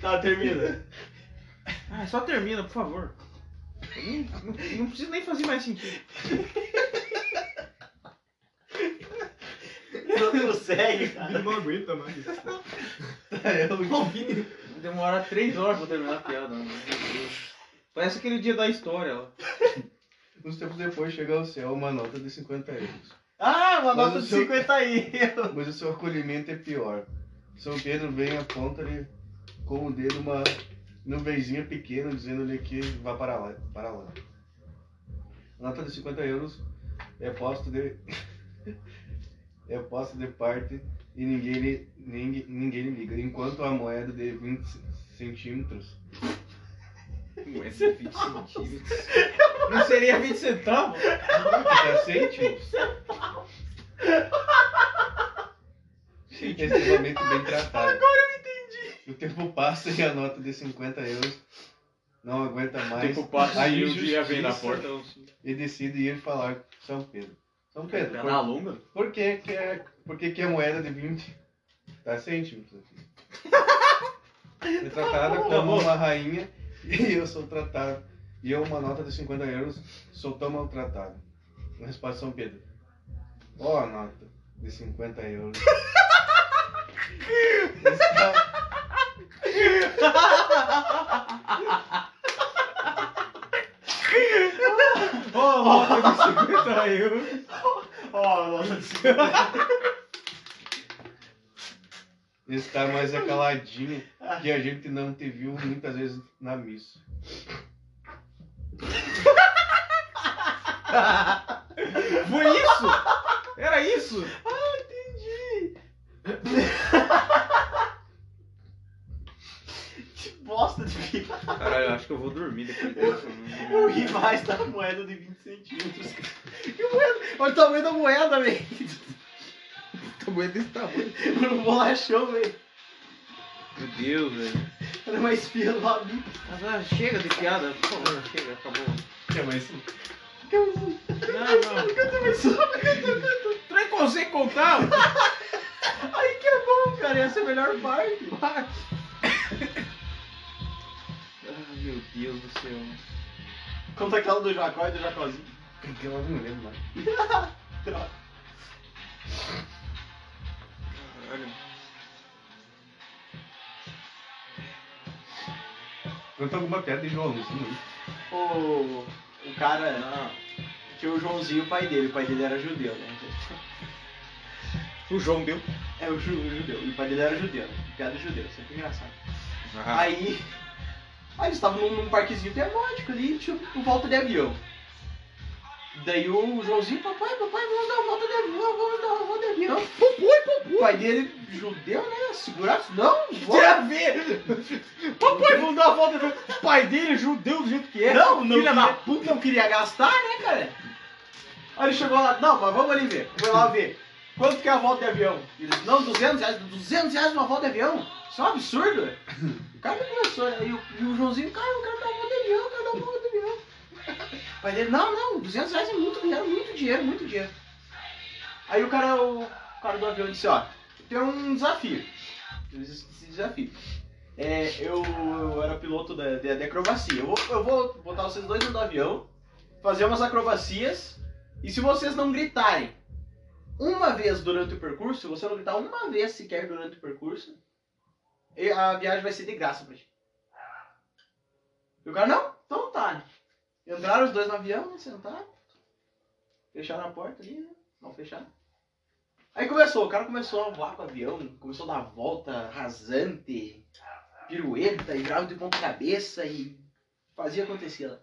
Speaker 3: Tá, termina.
Speaker 1: Ah, só termina, por favor. Não, não, não precisa nem fazer mais sentido.
Speaker 3: Não consegue, cara.
Speaker 2: não aguenta mais.
Speaker 3: Tá, eu
Speaker 1: Vai demorar três horas pra terminar a piada. mano. Parece aquele dia da história, ó.
Speaker 3: Uns tempos depois chega ao céu uma nota de 50 euros.
Speaker 2: Ah, uma
Speaker 3: Mas
Speaker 2: nota
Speaker 3: o
Speaker 2: de
Speaker 3: seu-
Speaker 2: 50 aí.
Speaker 3: Mas o seu acolhimento é pior. São Pedro vem aponta-lhe com o dedo uma nuvenzinha pequena, dizendo-lhe que vá para lá. Para lá. A nota de 50 euros é posta de. é posta de parte e ninguém lhe, ninguém, ninguém lhe liga. Enquanto a moeda de 20 centímetros.
Speaker 1: Não seria 20 centavos?
Speaker 3: Fica cêntimos. Extremamente bem tratado. Agora eu entendi. O tempo passa e a nota de 50 euros não aguenta mais. a injustiça E decide ir falar com São Pedro. São
Speaker 5: tá
Speaker 3: Pedro, por,
Speaker 1: longa?
Speaker 3: por que, que, é, por que, que a moeda de 20 tá cêntimos aqui? É tratada como uma rainha e eu sou tratado. E eu, uma nota de 50 euros, sou tão maltratado. Resposta São Pedro. Ó, a nota de 50 euros. Está- está mais acaladinho que a gente não te viu muitas vezes na missa.
Speaker 1: Foi isso? Era isso?
Speaker 2: Que bosta de vida.
Speaker 1: Caralho, eu acho que eu vou dormir depois né?
Speaker 2: Eu ri mais da moeda de 20 centímetros. Que moeda? Olha o tamanho da moeda, velho.
Speaker 1: tamanho é desse tamanho.
Speaker 2: Um bolachão, velho.
Speaker 1: Meu Deus, velho.
Speaker 2: Era uma espirra do amigo.
Speaker 1: Mas, ah, chega de piada, por favor, chega, acabou.
Speaker 3: É, mas
Speaker 1: Não, não. Não consigo contar.
Speaker 2: Aí que é bom, cara. Essa é a melhor parte.
Speaker 1: Ai, meu Deus do céu.
Speaker 2: Conta aquela do Jacó e do Jacózinho.
Speaker 3: porque ela não lembra mais.
Speaker 2: Droga.
Speaker 3: Conta alguma piada de Joãozinho. aí.
Speaker 2: O, o cara. Tinha o Joãozinho, o pai dele. O pai dele era judeu, né?
Speaker 1: O João deu.
Speaker 2: É o, ju- o judeu. E o pai dele era judeu. né? Piada judeu, sempre engraçado. Aí. Aí eles estavam num, num parquezinho temático ali, tipo, por volta de avião. Daí o Joãozinho, papai, papai, vamos dar uma volta de avião, vamos dar uma volta de avião. Papai, papai. O pai dele, judeu, né? Segurar, não,
Speaker 1: Tem
Speaker 2: volta.
Speaker 1: a ver! Papai, vamos dar uma volta. no- O pai dele, judeu do jeito que é.
Speaker 2: Não, não
Speaker 1: Filha
Speaker 2: queria,
Speaker 1: da
Speaker 2: puta, não queria gastar, né, cara? Aí ele chegou lá, não, mas vamos ali ver. Foi lá ver. Quanto que é a volta de avião? Eles, não, 200 reais. 200 reais uma volta de avião? Isso é um absurdo. O cara não começou, né? E o, e o Joãozinho, cara, eu quero dar uma volta de avião, eu quero dar uma volta de avião. O pai dele, não, não, 200 reais é muito dinheiro, muito dinheiro, muito dinheiro. Aí o cara, o cara do avião disse, ó, tem um desafio. Existe esse desafio. É, eu, eu era piloto da, de, de acrobacia. Eu vou, eu vou botar vocês dois dentro do avião, fazer umas acrobacias, e se vocês não gritarem uma vez durante o percurso, se você não gritar uma vez sequer durante o percurso, e- a viagem vai ser de graça pra ti. E o cara, não, então tá. né? Entraram os dois no avião, né, sentaram, fecharam a porta ali, né? Não fecharam. Aí começou, o cara começou a voar com o avião, começou a dar volta rasante, pirueta e grava de ponta cabeça e fazia acontecer lá.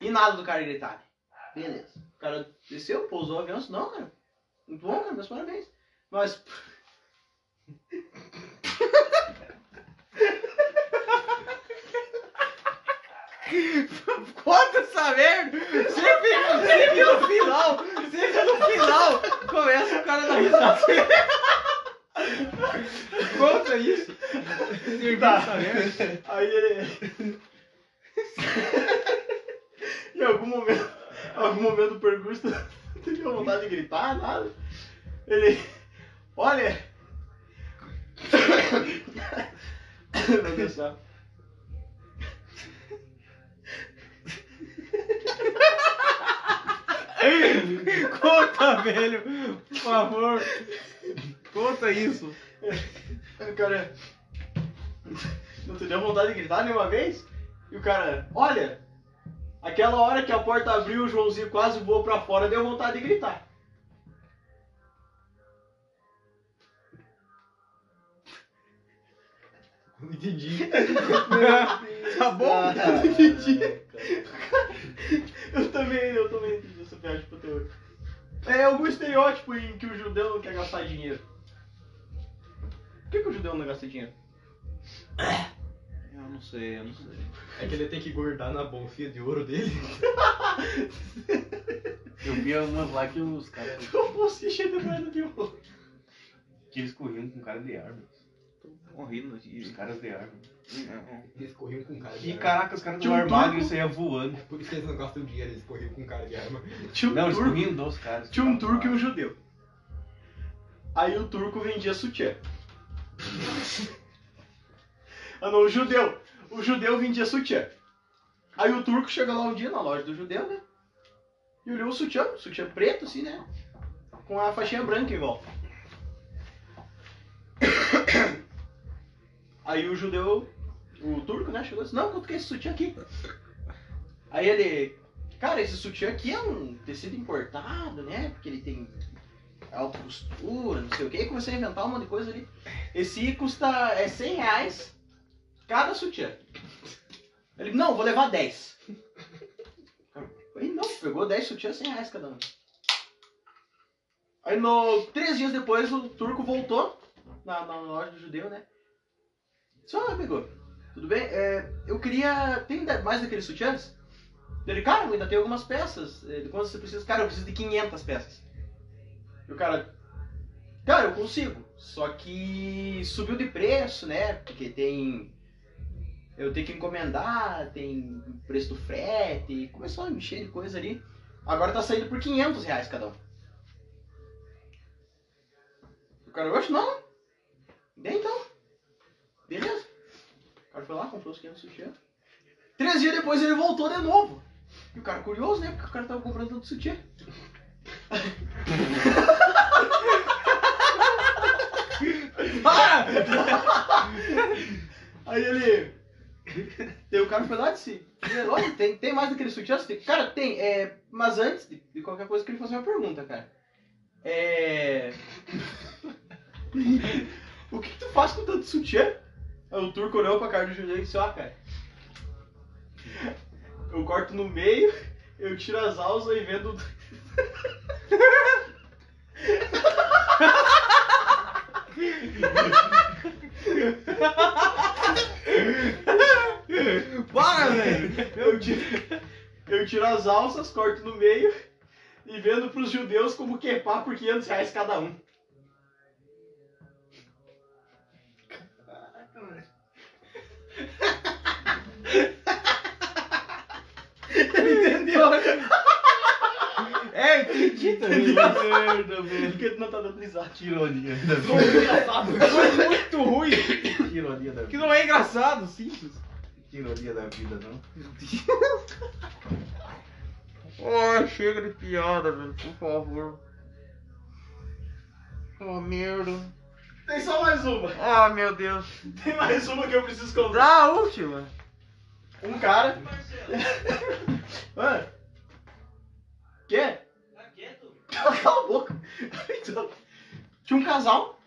Speaker 2: E nada do cara gritar. Beleza. O cara desceu, pousou o avião, disse, não, cara. Muito bom, cara, meus parabéns. Mas.
Speaker 1: Conta essa merda! Sempre, sempre no final, sempre no final, começa o cara da risada. Conta isso. Sempre essa merda.
Speaker 2: Aí ele. em algum momento, em algum momento do percurso, não teve vontade de gritar, nada. Ele. Olha! Meu Deus do céu.
Speaker 1: Conta, velho. Por favor. Conta isso.
Speaker 2: Aí o cara. Não te deu vontade de gritar nenhuma vez? E o cara, olha! Aquela hora que a porta abriu, o Joãozinho quase voou pra fora, deu vontade de gritar.
Speaker 1: Tá bom?
Speaker 2: Eu também, eu também entendi essa viagem pro teor. É algum estereótipo em que o judeu não quer gastar dinheiro. Por que, que o judeu não gasta dinheiro?
Speaker 1: Eu não sei, eu não sei.
Speaker 5: É que ele tem que guardar na bolsinha de ouro dele.
Speaker 3: Eu vi umas lá que os caras.
Speaker 2: Eu posso encher de merda de ouro.
Speaker 3: Que eles corriam com cara de arma.
Speaker 1: Correndo
Speaker 3: Os
Speaker 1: de.
Speaker 3: caras de arma.
Speaker 5: Eles corriam com cara de
Speaker 3: E
Speaker 5: arma.
Speaker 3: caraca, os caras
Speaker 2: Tinha
Speaker 3: do
Speaker 2: um
Speaker 3: armário
Speaker 2: turco.
Speaker 3: e saíam voando.
Speaker 5: Por isso que eles não gastam dinheiro, eles corriam com cara de arma.
Speaker 2: Tinha um
Speaker 3: Não, eles
Speaker 2: turco,
Speaker 3: corriam dos caras.
Speaker 2: tinha um turco e um judeu. Aí o turco vendia sutiã. ah não, o judeu. O judeu vendia sutiã. Aí o turco chega lá um dia na loja do judeu, né? E olhou o sutiã, o sutiã preto assim, né? Com a faixinha branca em volta. Aí o judeu, o turco, né, chegou e disse, não, quanto que é esse sutiã aqui? Aí ele, cara, esse sutiã aqui é um tecido importado, né? Porque ele tem alta costura, não sei o que. Aí comecei a inventar um monte de coisa ali. Esse custa é 100 reais cada sutiã. Ele, não, vou levar 10. Aí não, pegou 10 sutiãs, 100 reais cada um. Aí no, três dias depois o turco voltou na, na loja do judeu, né? Disse, ah, amigo, tudo bem? É, eu queria. Tem da- mais daqueles sutiãs? Ele, cara, eu ainda tem algumas peças. Ele, quanto você precisa? Cara, eu preciso de 500 peças. E o cara, cara, eu consigo. Só que subiu de preço, né? Porque tem. Eu tenho que encomendar, tem preço do frete. e Começou a me encher de coisa ali. Agora tá saindo por 500 reais cada um. O cara, oxe, não. Dê então. Beleza. O cara foi lá, comprou os 500 sutiã. Três dias depois ele voltou de novo. E o cara curioso, né? Porque o cara tava comprando tanto sutiã. Aí ele. Daí o cara foi lá e disse: Olha, tem, tem mais daquele sutiã? Você tem- Cara, tem. É... Mas antes de, de qualquer coisa, eu queria fazer uma pergunta, cara. É. o que, que tu faz com tanto sutiã? Aí o turco olhou pra cara do judeu e disse: Ó, cara. Eu corto no meio, eu tiro as alças e vendo.
Speaker 1: Para, velho!
Speaker 2: Eu tiro, eu tiro as alças, corto no meio e vendo pros judeus como quepar por 500 reais cada um. Entendeu?
Speaker 1: É, eu entendi também.
Speaker 3: Merda, velho.
Speaker 2: Porque tu não tá dando risada.
Speaker 3: Que ironia da vida.
Speaker 1: Foi muito ruim.
Speaker 3: Que ironia da
Speaker 1: Que
Speaker 3: vida.
Speaker 1: não é engraçado, simples.
Speaker 3: Que ironia da vida, não.
Speaker 1: Oh, chega de piada, velho, por favor. Oh, merda.
Speaker 2: Tem só mais uma.
Speaker 1: Ah, meu Deus.
Speaker 2: Tem mais uma que eu preciso contar.
Speaker 1: Dá a última.
Speaker 2: Um cara. Mano. Quê? Cala cala a boca. Então, tinha um casal.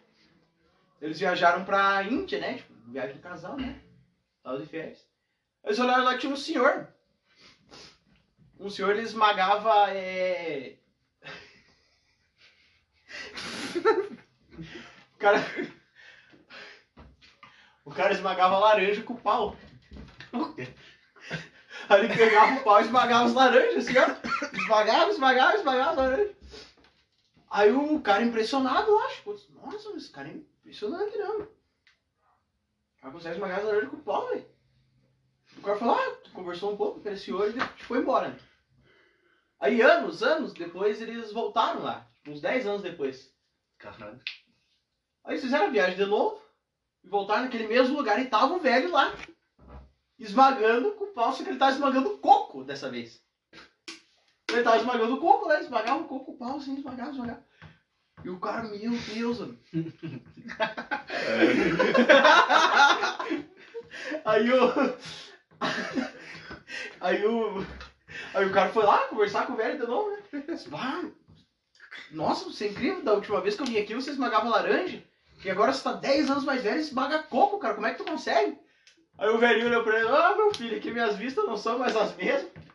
Speaker 2: Eles viajaram pra Índia, né? Tipo, viagem de casal, né? Tava de férias. Eles olharam lá que tinha um senhor. um senhor ele esmagava. É... o cara. O cara esmagava laranja com o pau. Aí ele pegava o pau e esmagava as laranjas, assim, ó. Esmagava, esmagava, esmagava as laranjas. Aí o cara impressionado, eu acho. putz, Nossa, esse cara é impressionante, não. O cara consegue esmagar as laranjas com o pau, velho. O cara falou, ah, tu conversou um pouco com esse senhor e ele foi embora. né? Aí anos, anos depois, eles voltaram lá. tipo, Uns 10 anos depois.
Speaker 3: Caralho.
Speaker 2: Aí eles fizeram a viagem de novo e voltaram naquele mesmo lugar e tava o velho lá. Esmagando com o pau, só que ele tava esmagando coco dessa vez. Ele tava esmagando coco, né? Esmagava o coco com o pau, assim, esmagava, esmagava. E o cara, meu Deus, mano. Aí o. Aí o. Aí o cara foi lá conversar com o velho de novo, né? Disse, "Bah, Nossa, você é incrível, da última vez que eu vim aqui você esmagava laranja. E agora você tá 10 anos mais velho e esmaga coco, cara. Como é que tu consegue? Aí o velhinho olhou pra ele, ah meu filho, que minhas vistas não são mais as mesmas.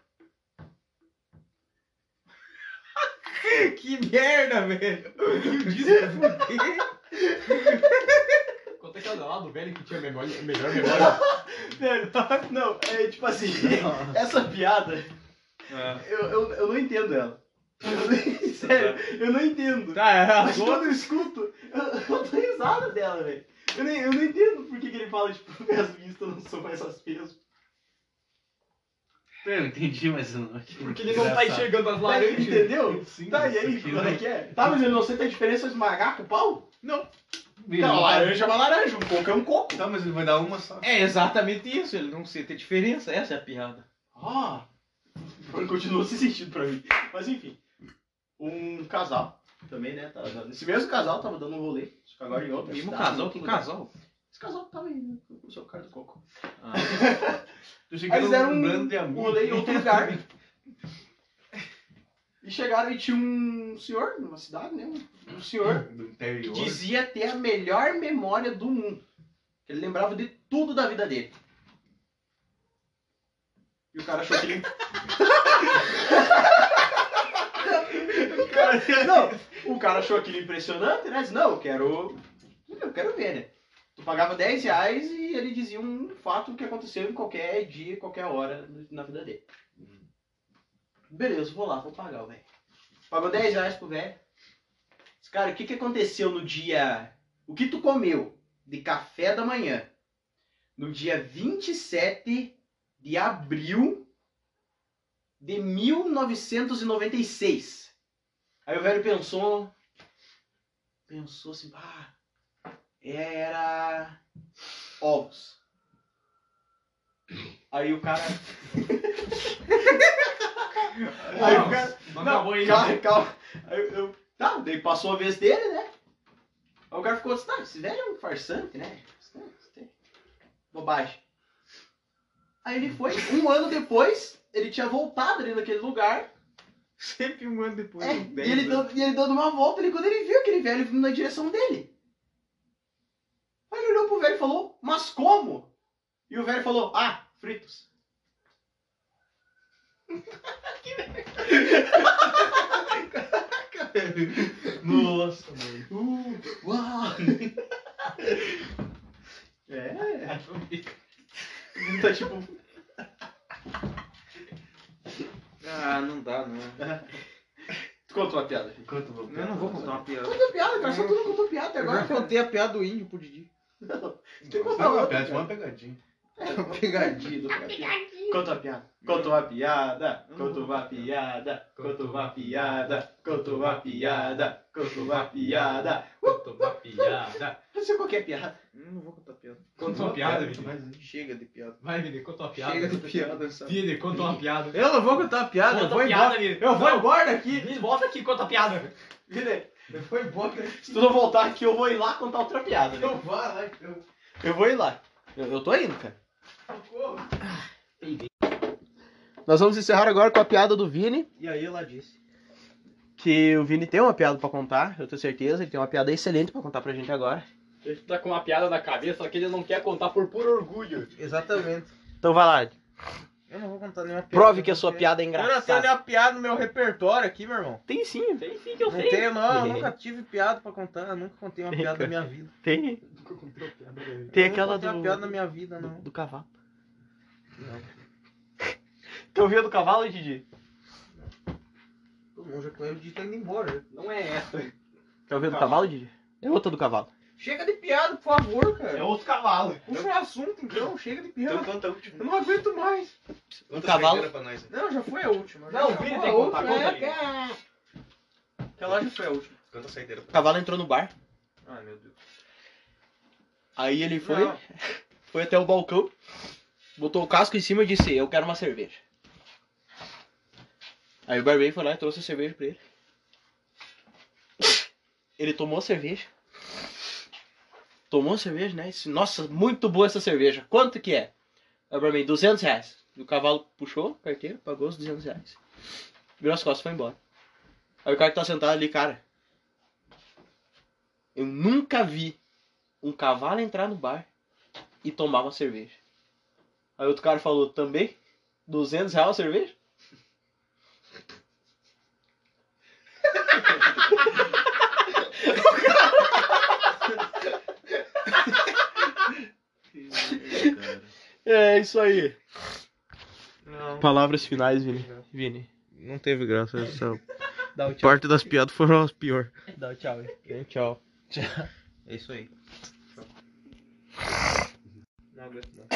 Speaker 4: Que merda, velho. Eu disse que fudei.
Speaker 5: Conta aquela lá do velho é que tinha memória, melhor memória.
Speaker 2: Velho, não, é tipo assim, essa piada,
Speaker 4: É.
Speaker 2: eu, eu, eu não entendo ela. Eu não- Sério, eu não entendo.
Speaker 4: Tá, é a
Speaker 2: Mas quando
Speaker 4: boa.
Speaker 2: eu escuto, eu, eu dou risada dela, velho. Eu, nem- eu não entendo por que, que ele fala, tipo, minhas vistas não são mais as mesmas.
Speaker 3: Eu entendi, mas eu não achei.
Speaker 5: Porque ele não tá
Speaker 3: engraçado.
Speaker 5: enxergando as
Speaker 2: Tá,
Speaker 5: laranjas.
Speaker 2: entendeu?
Speaker 3: Sim,
Speaker 2: tá, e aí,
Speaker 3: isso aqui,
Speaker 2: quando é
Speaker 3: né?
Speaker 2: que é? Tá, mas ele não sente a diferença de esmagar com o pau?
Speaker 3: Virou.
Speaker 2: é uma laranja, um coco é um coco.
Speaker 3: Tá, mas ele vai dar uma só.
Speaker 4: É exatamente isso, ele não sente a diferença, essa é a piada.
Speaker 2: Ah, continua sem sentido pra mim. Mas enfim, um casal também, né? Tava, dando- esse mesmo casal tava dando um rolê, só que agora em outra
Speaker 4: Mesmo
Speaker 2: cidade, em
Speaker 4: casal,
Speaker 2: outro
Speaker 4: que
Speaker 2: lugar.
Speaker 4: casal?
Speaker 2: Esse casal tava aí, né? com o seu cara do coco.
Speaker 3: Eu achei que
Speaker 2: Aí eles
Speaker 3: era
Speaker 2: deram um,
Speaker 3: lembrando de
Speaker 2: um
Speaker 3: amigo.
Speaker 2: rolê em outro lugar. E chegaram e tinha um senhor numa cidade, né? Um senhor
Speaker 3: Do
Speaker 2: que
Speaker 3: interior. assim,
Speaker 2: dizia ter a melhor memória do mundo. Ele lembrava de tudo da vida dele. E o cara achou que ele. o cara, não, o Um cara achou aquilo impressionante, né? Disse, não, eu quero. Eu quero ver, né? Tu pagava 10 reais e ele dizia um fato que aconteceu em qualquer dia, qualquer hora na vida dele. Beleza, vou lá, vou pagar o velho. Pagou 10 reais pro velho. Disse, Cara, o que, que aconteceu no dia. O que tu comeu de café da manhã? No dia 27 de abril de 1996. Aí o velho pensou. Pensou assim, ah, era. ovos. Aí o cara. Aí o cara.
Speaker 5: Não,
Speaker 2: Não,
Speaker 5: acabou aí.
Speaker 2: calma, calma. Aí eu, eu- tá, daí passou a vez dele, né? Aí o cara ficou assim, tá, esse velho é um farsante, né? Isso é- isso é Bobagem. Aí ele foi, um ano depois, ele tinha voltado ali naquele lugar.
Speaker 4: Sempre um ano depois.
Speaker 2: é,
Speaker 4: um
Speaker 2: e, ele dando, e ele dando uma volta, ele, quando ele viu aquele velho vindo na direção dele. Aí ele olhou pro velho e falou, mas como? E o velho falou, ah, fritos.
Speaker 3: Nossa, mano.
Speaker 2: Uh, uau! é. Tá tipo.
Speaker 4: Ah, não dá, não.
Speaker 2: Tu conta uma piada. filho.
Speaker 3: Enquanto vou
Speaker 4: Eu não vou contar uma piada.
Speaker 2: Conta piada, cara. Só tu não contou piada até
Speaker 4: Eu
Speaker 2: agora.
Speaker 4: já contei a piada do índio pro Didi.
Speaker 2: Tem que
Speaker 3: Não,
Speaker 2: contar
Speaker 3: sabe uma
Speaker 2: outra,
Speaker 3: piada,
Speaker 2: cara.
Speaker 3: tinha uma pegadinha.
Speaker 4: Pegadinha.
Speaker 2: Conta uma piada. Conta uma piada. Conta uma piada. Conta uma piada. Conta uma piada. Conta uma piada.
Speaker 5: Conta uma piada.
Speaker 2: Não sei qual que é a piada.
Speaker 4: Eu não vou contar piada.
Speaker 5: Conta uma piada,
Speaker 3: Não
Speaker 5: Vini.
Speaker 3: faz isso.
Speaker 4: Chega de piada.
Speaker 5: Vai, Vini, conta uma piada.
Speaker 4: Chega de piada, sabe?
Speaker 5: Vini, conta uma piada.
Speaker 4: Eu não vou contar piada, eu
Speaker 5: Conta
Speaker 4: vou embora.
Speaker 5: Vini.
Speaker 4: Eu vou
Speaker 5: Não,
Speaker 4: embora daqui.
Speaker 5: Vini, volta aqui, conta a piada.
Speaker 2: Vini,
Speaker 4: Eu vou embora.
Speaker 2: Se tu não voltar aqui, eu vou ir lá contar outra piada. né?
Speaker 4: vou lá, então.
Speaker 2: Eu vou ir lá. Eu, eu tô indo, cara.
Speaker 4: Socorro.
Speaker 2: Nós vamos encerrar agora com a piada do Vini.
Speaker 4: E aí ela disse.
Speaker 2: Que o Vini tem uma piada pra contar, eu tenho certeza. Ele tem uma piada excelente pra contar pra gente agora.
Speaker 5: Ele tá com uma piada na cabeça, só que ele não quer contar por puro orgulho.
Speaker 4: Exatamente.
Speaker 2: Então vai lá.
Speaker 4: Eu não vou contar.
Speaker 1: não tá nenhuma piada.
Speaker 2: Prove que a sua piada é
Speaker 1: Eu não tenho
Speaker 2: engraçada.
Speaker 1: nenhuma piada no meu repertório aqui, meu irmão.
Speaker 2: Tem sim,
Speaker 5: Tem sim que eu
Speaker 1: Não
Speaker 5: sei.
Speaker 1: tenho, não. Eu nunca tive piada pra contar. Eu nunca contei uma piada na minha vida.
Speaker 2: tem.
Speaker 1: Eu
Speaker 2: Tem
Speaker 1: nunca
Speaker 2: aquela
Speaker 1: contei
Speaker 2: do,
Speaker 1: uma piada na minha vida,
Speaker 2: do,
Speaker 1: não.
Speaker 2: do cavalo. Tu ouviu a do cavalo, Didi?
Speaker 1: Todo mundo já conhece o Didi tá indo embora.
Speaker 4: Não é essa.
Speaker 2: Quer ouvir a do cavalo, Didi? É outra do cavalo.
Speaker 1: Chega de piada, por favor,
Speaker 5: É
Speaker 1: cara.
Speaker 3: os cavalos.
Speaker 1: Puxa o assunto, então. Chega de
Speaker 3: Então
Speaker 1: piada.
Speaker 3: conta tipo,
Speaker 1: Eu não aguento mais.
Speaker 3: conta
Speaker 2: cavalo.
Speaker 3: saideira pra nós. né?
Speaker 1: Não, já foi a última.
Speaker 2: Não, o
Speaker 1: vi,
Speaker 2: Vini tem que contar,
Speaker 5: É?
Speaker 2: conta aí.
Speaker 1: Aquela já foi a última.
Speaker 3: Conta a saideira
Speaker 2: O cavalo entrou no bar.
Speaker 1: Ai, meu Deus.
Speaker 2: Aí ele foi,
Speaker 1: Não.
Speaker 2: foi até o balcão, botou o casco em cima e disse, eu quero uma cerveja. Aí o barbeiro foi lá e trouxe a cerveja pra ele. Ele tomou a cerveja. Tomou a cerveja, né? Disse, Nossa, muito boa essa cerveja. Quanto que é? Aí o barbeiro, 200 reais. E o cavalo puxou a carteira, pagou os 200 reais. Virou as costas e foi embora. Aí o cara que tá sentado ali, cara. Eu nunca vi um cavalo entrar no bar e tomar uma cerveja. Aí outro cara falou, também? 200 reais a cerveja? É isso aí. Palavras finais, Vini. Vini.
Speaker 1: Não teve graça essa.
Speaker 2: Dá o
Speaker 1: Parte das piadas foram as piores.
Speaker 2: Dá o tchau. aí.
Speaker 1: É isso aí. Não aguento mais.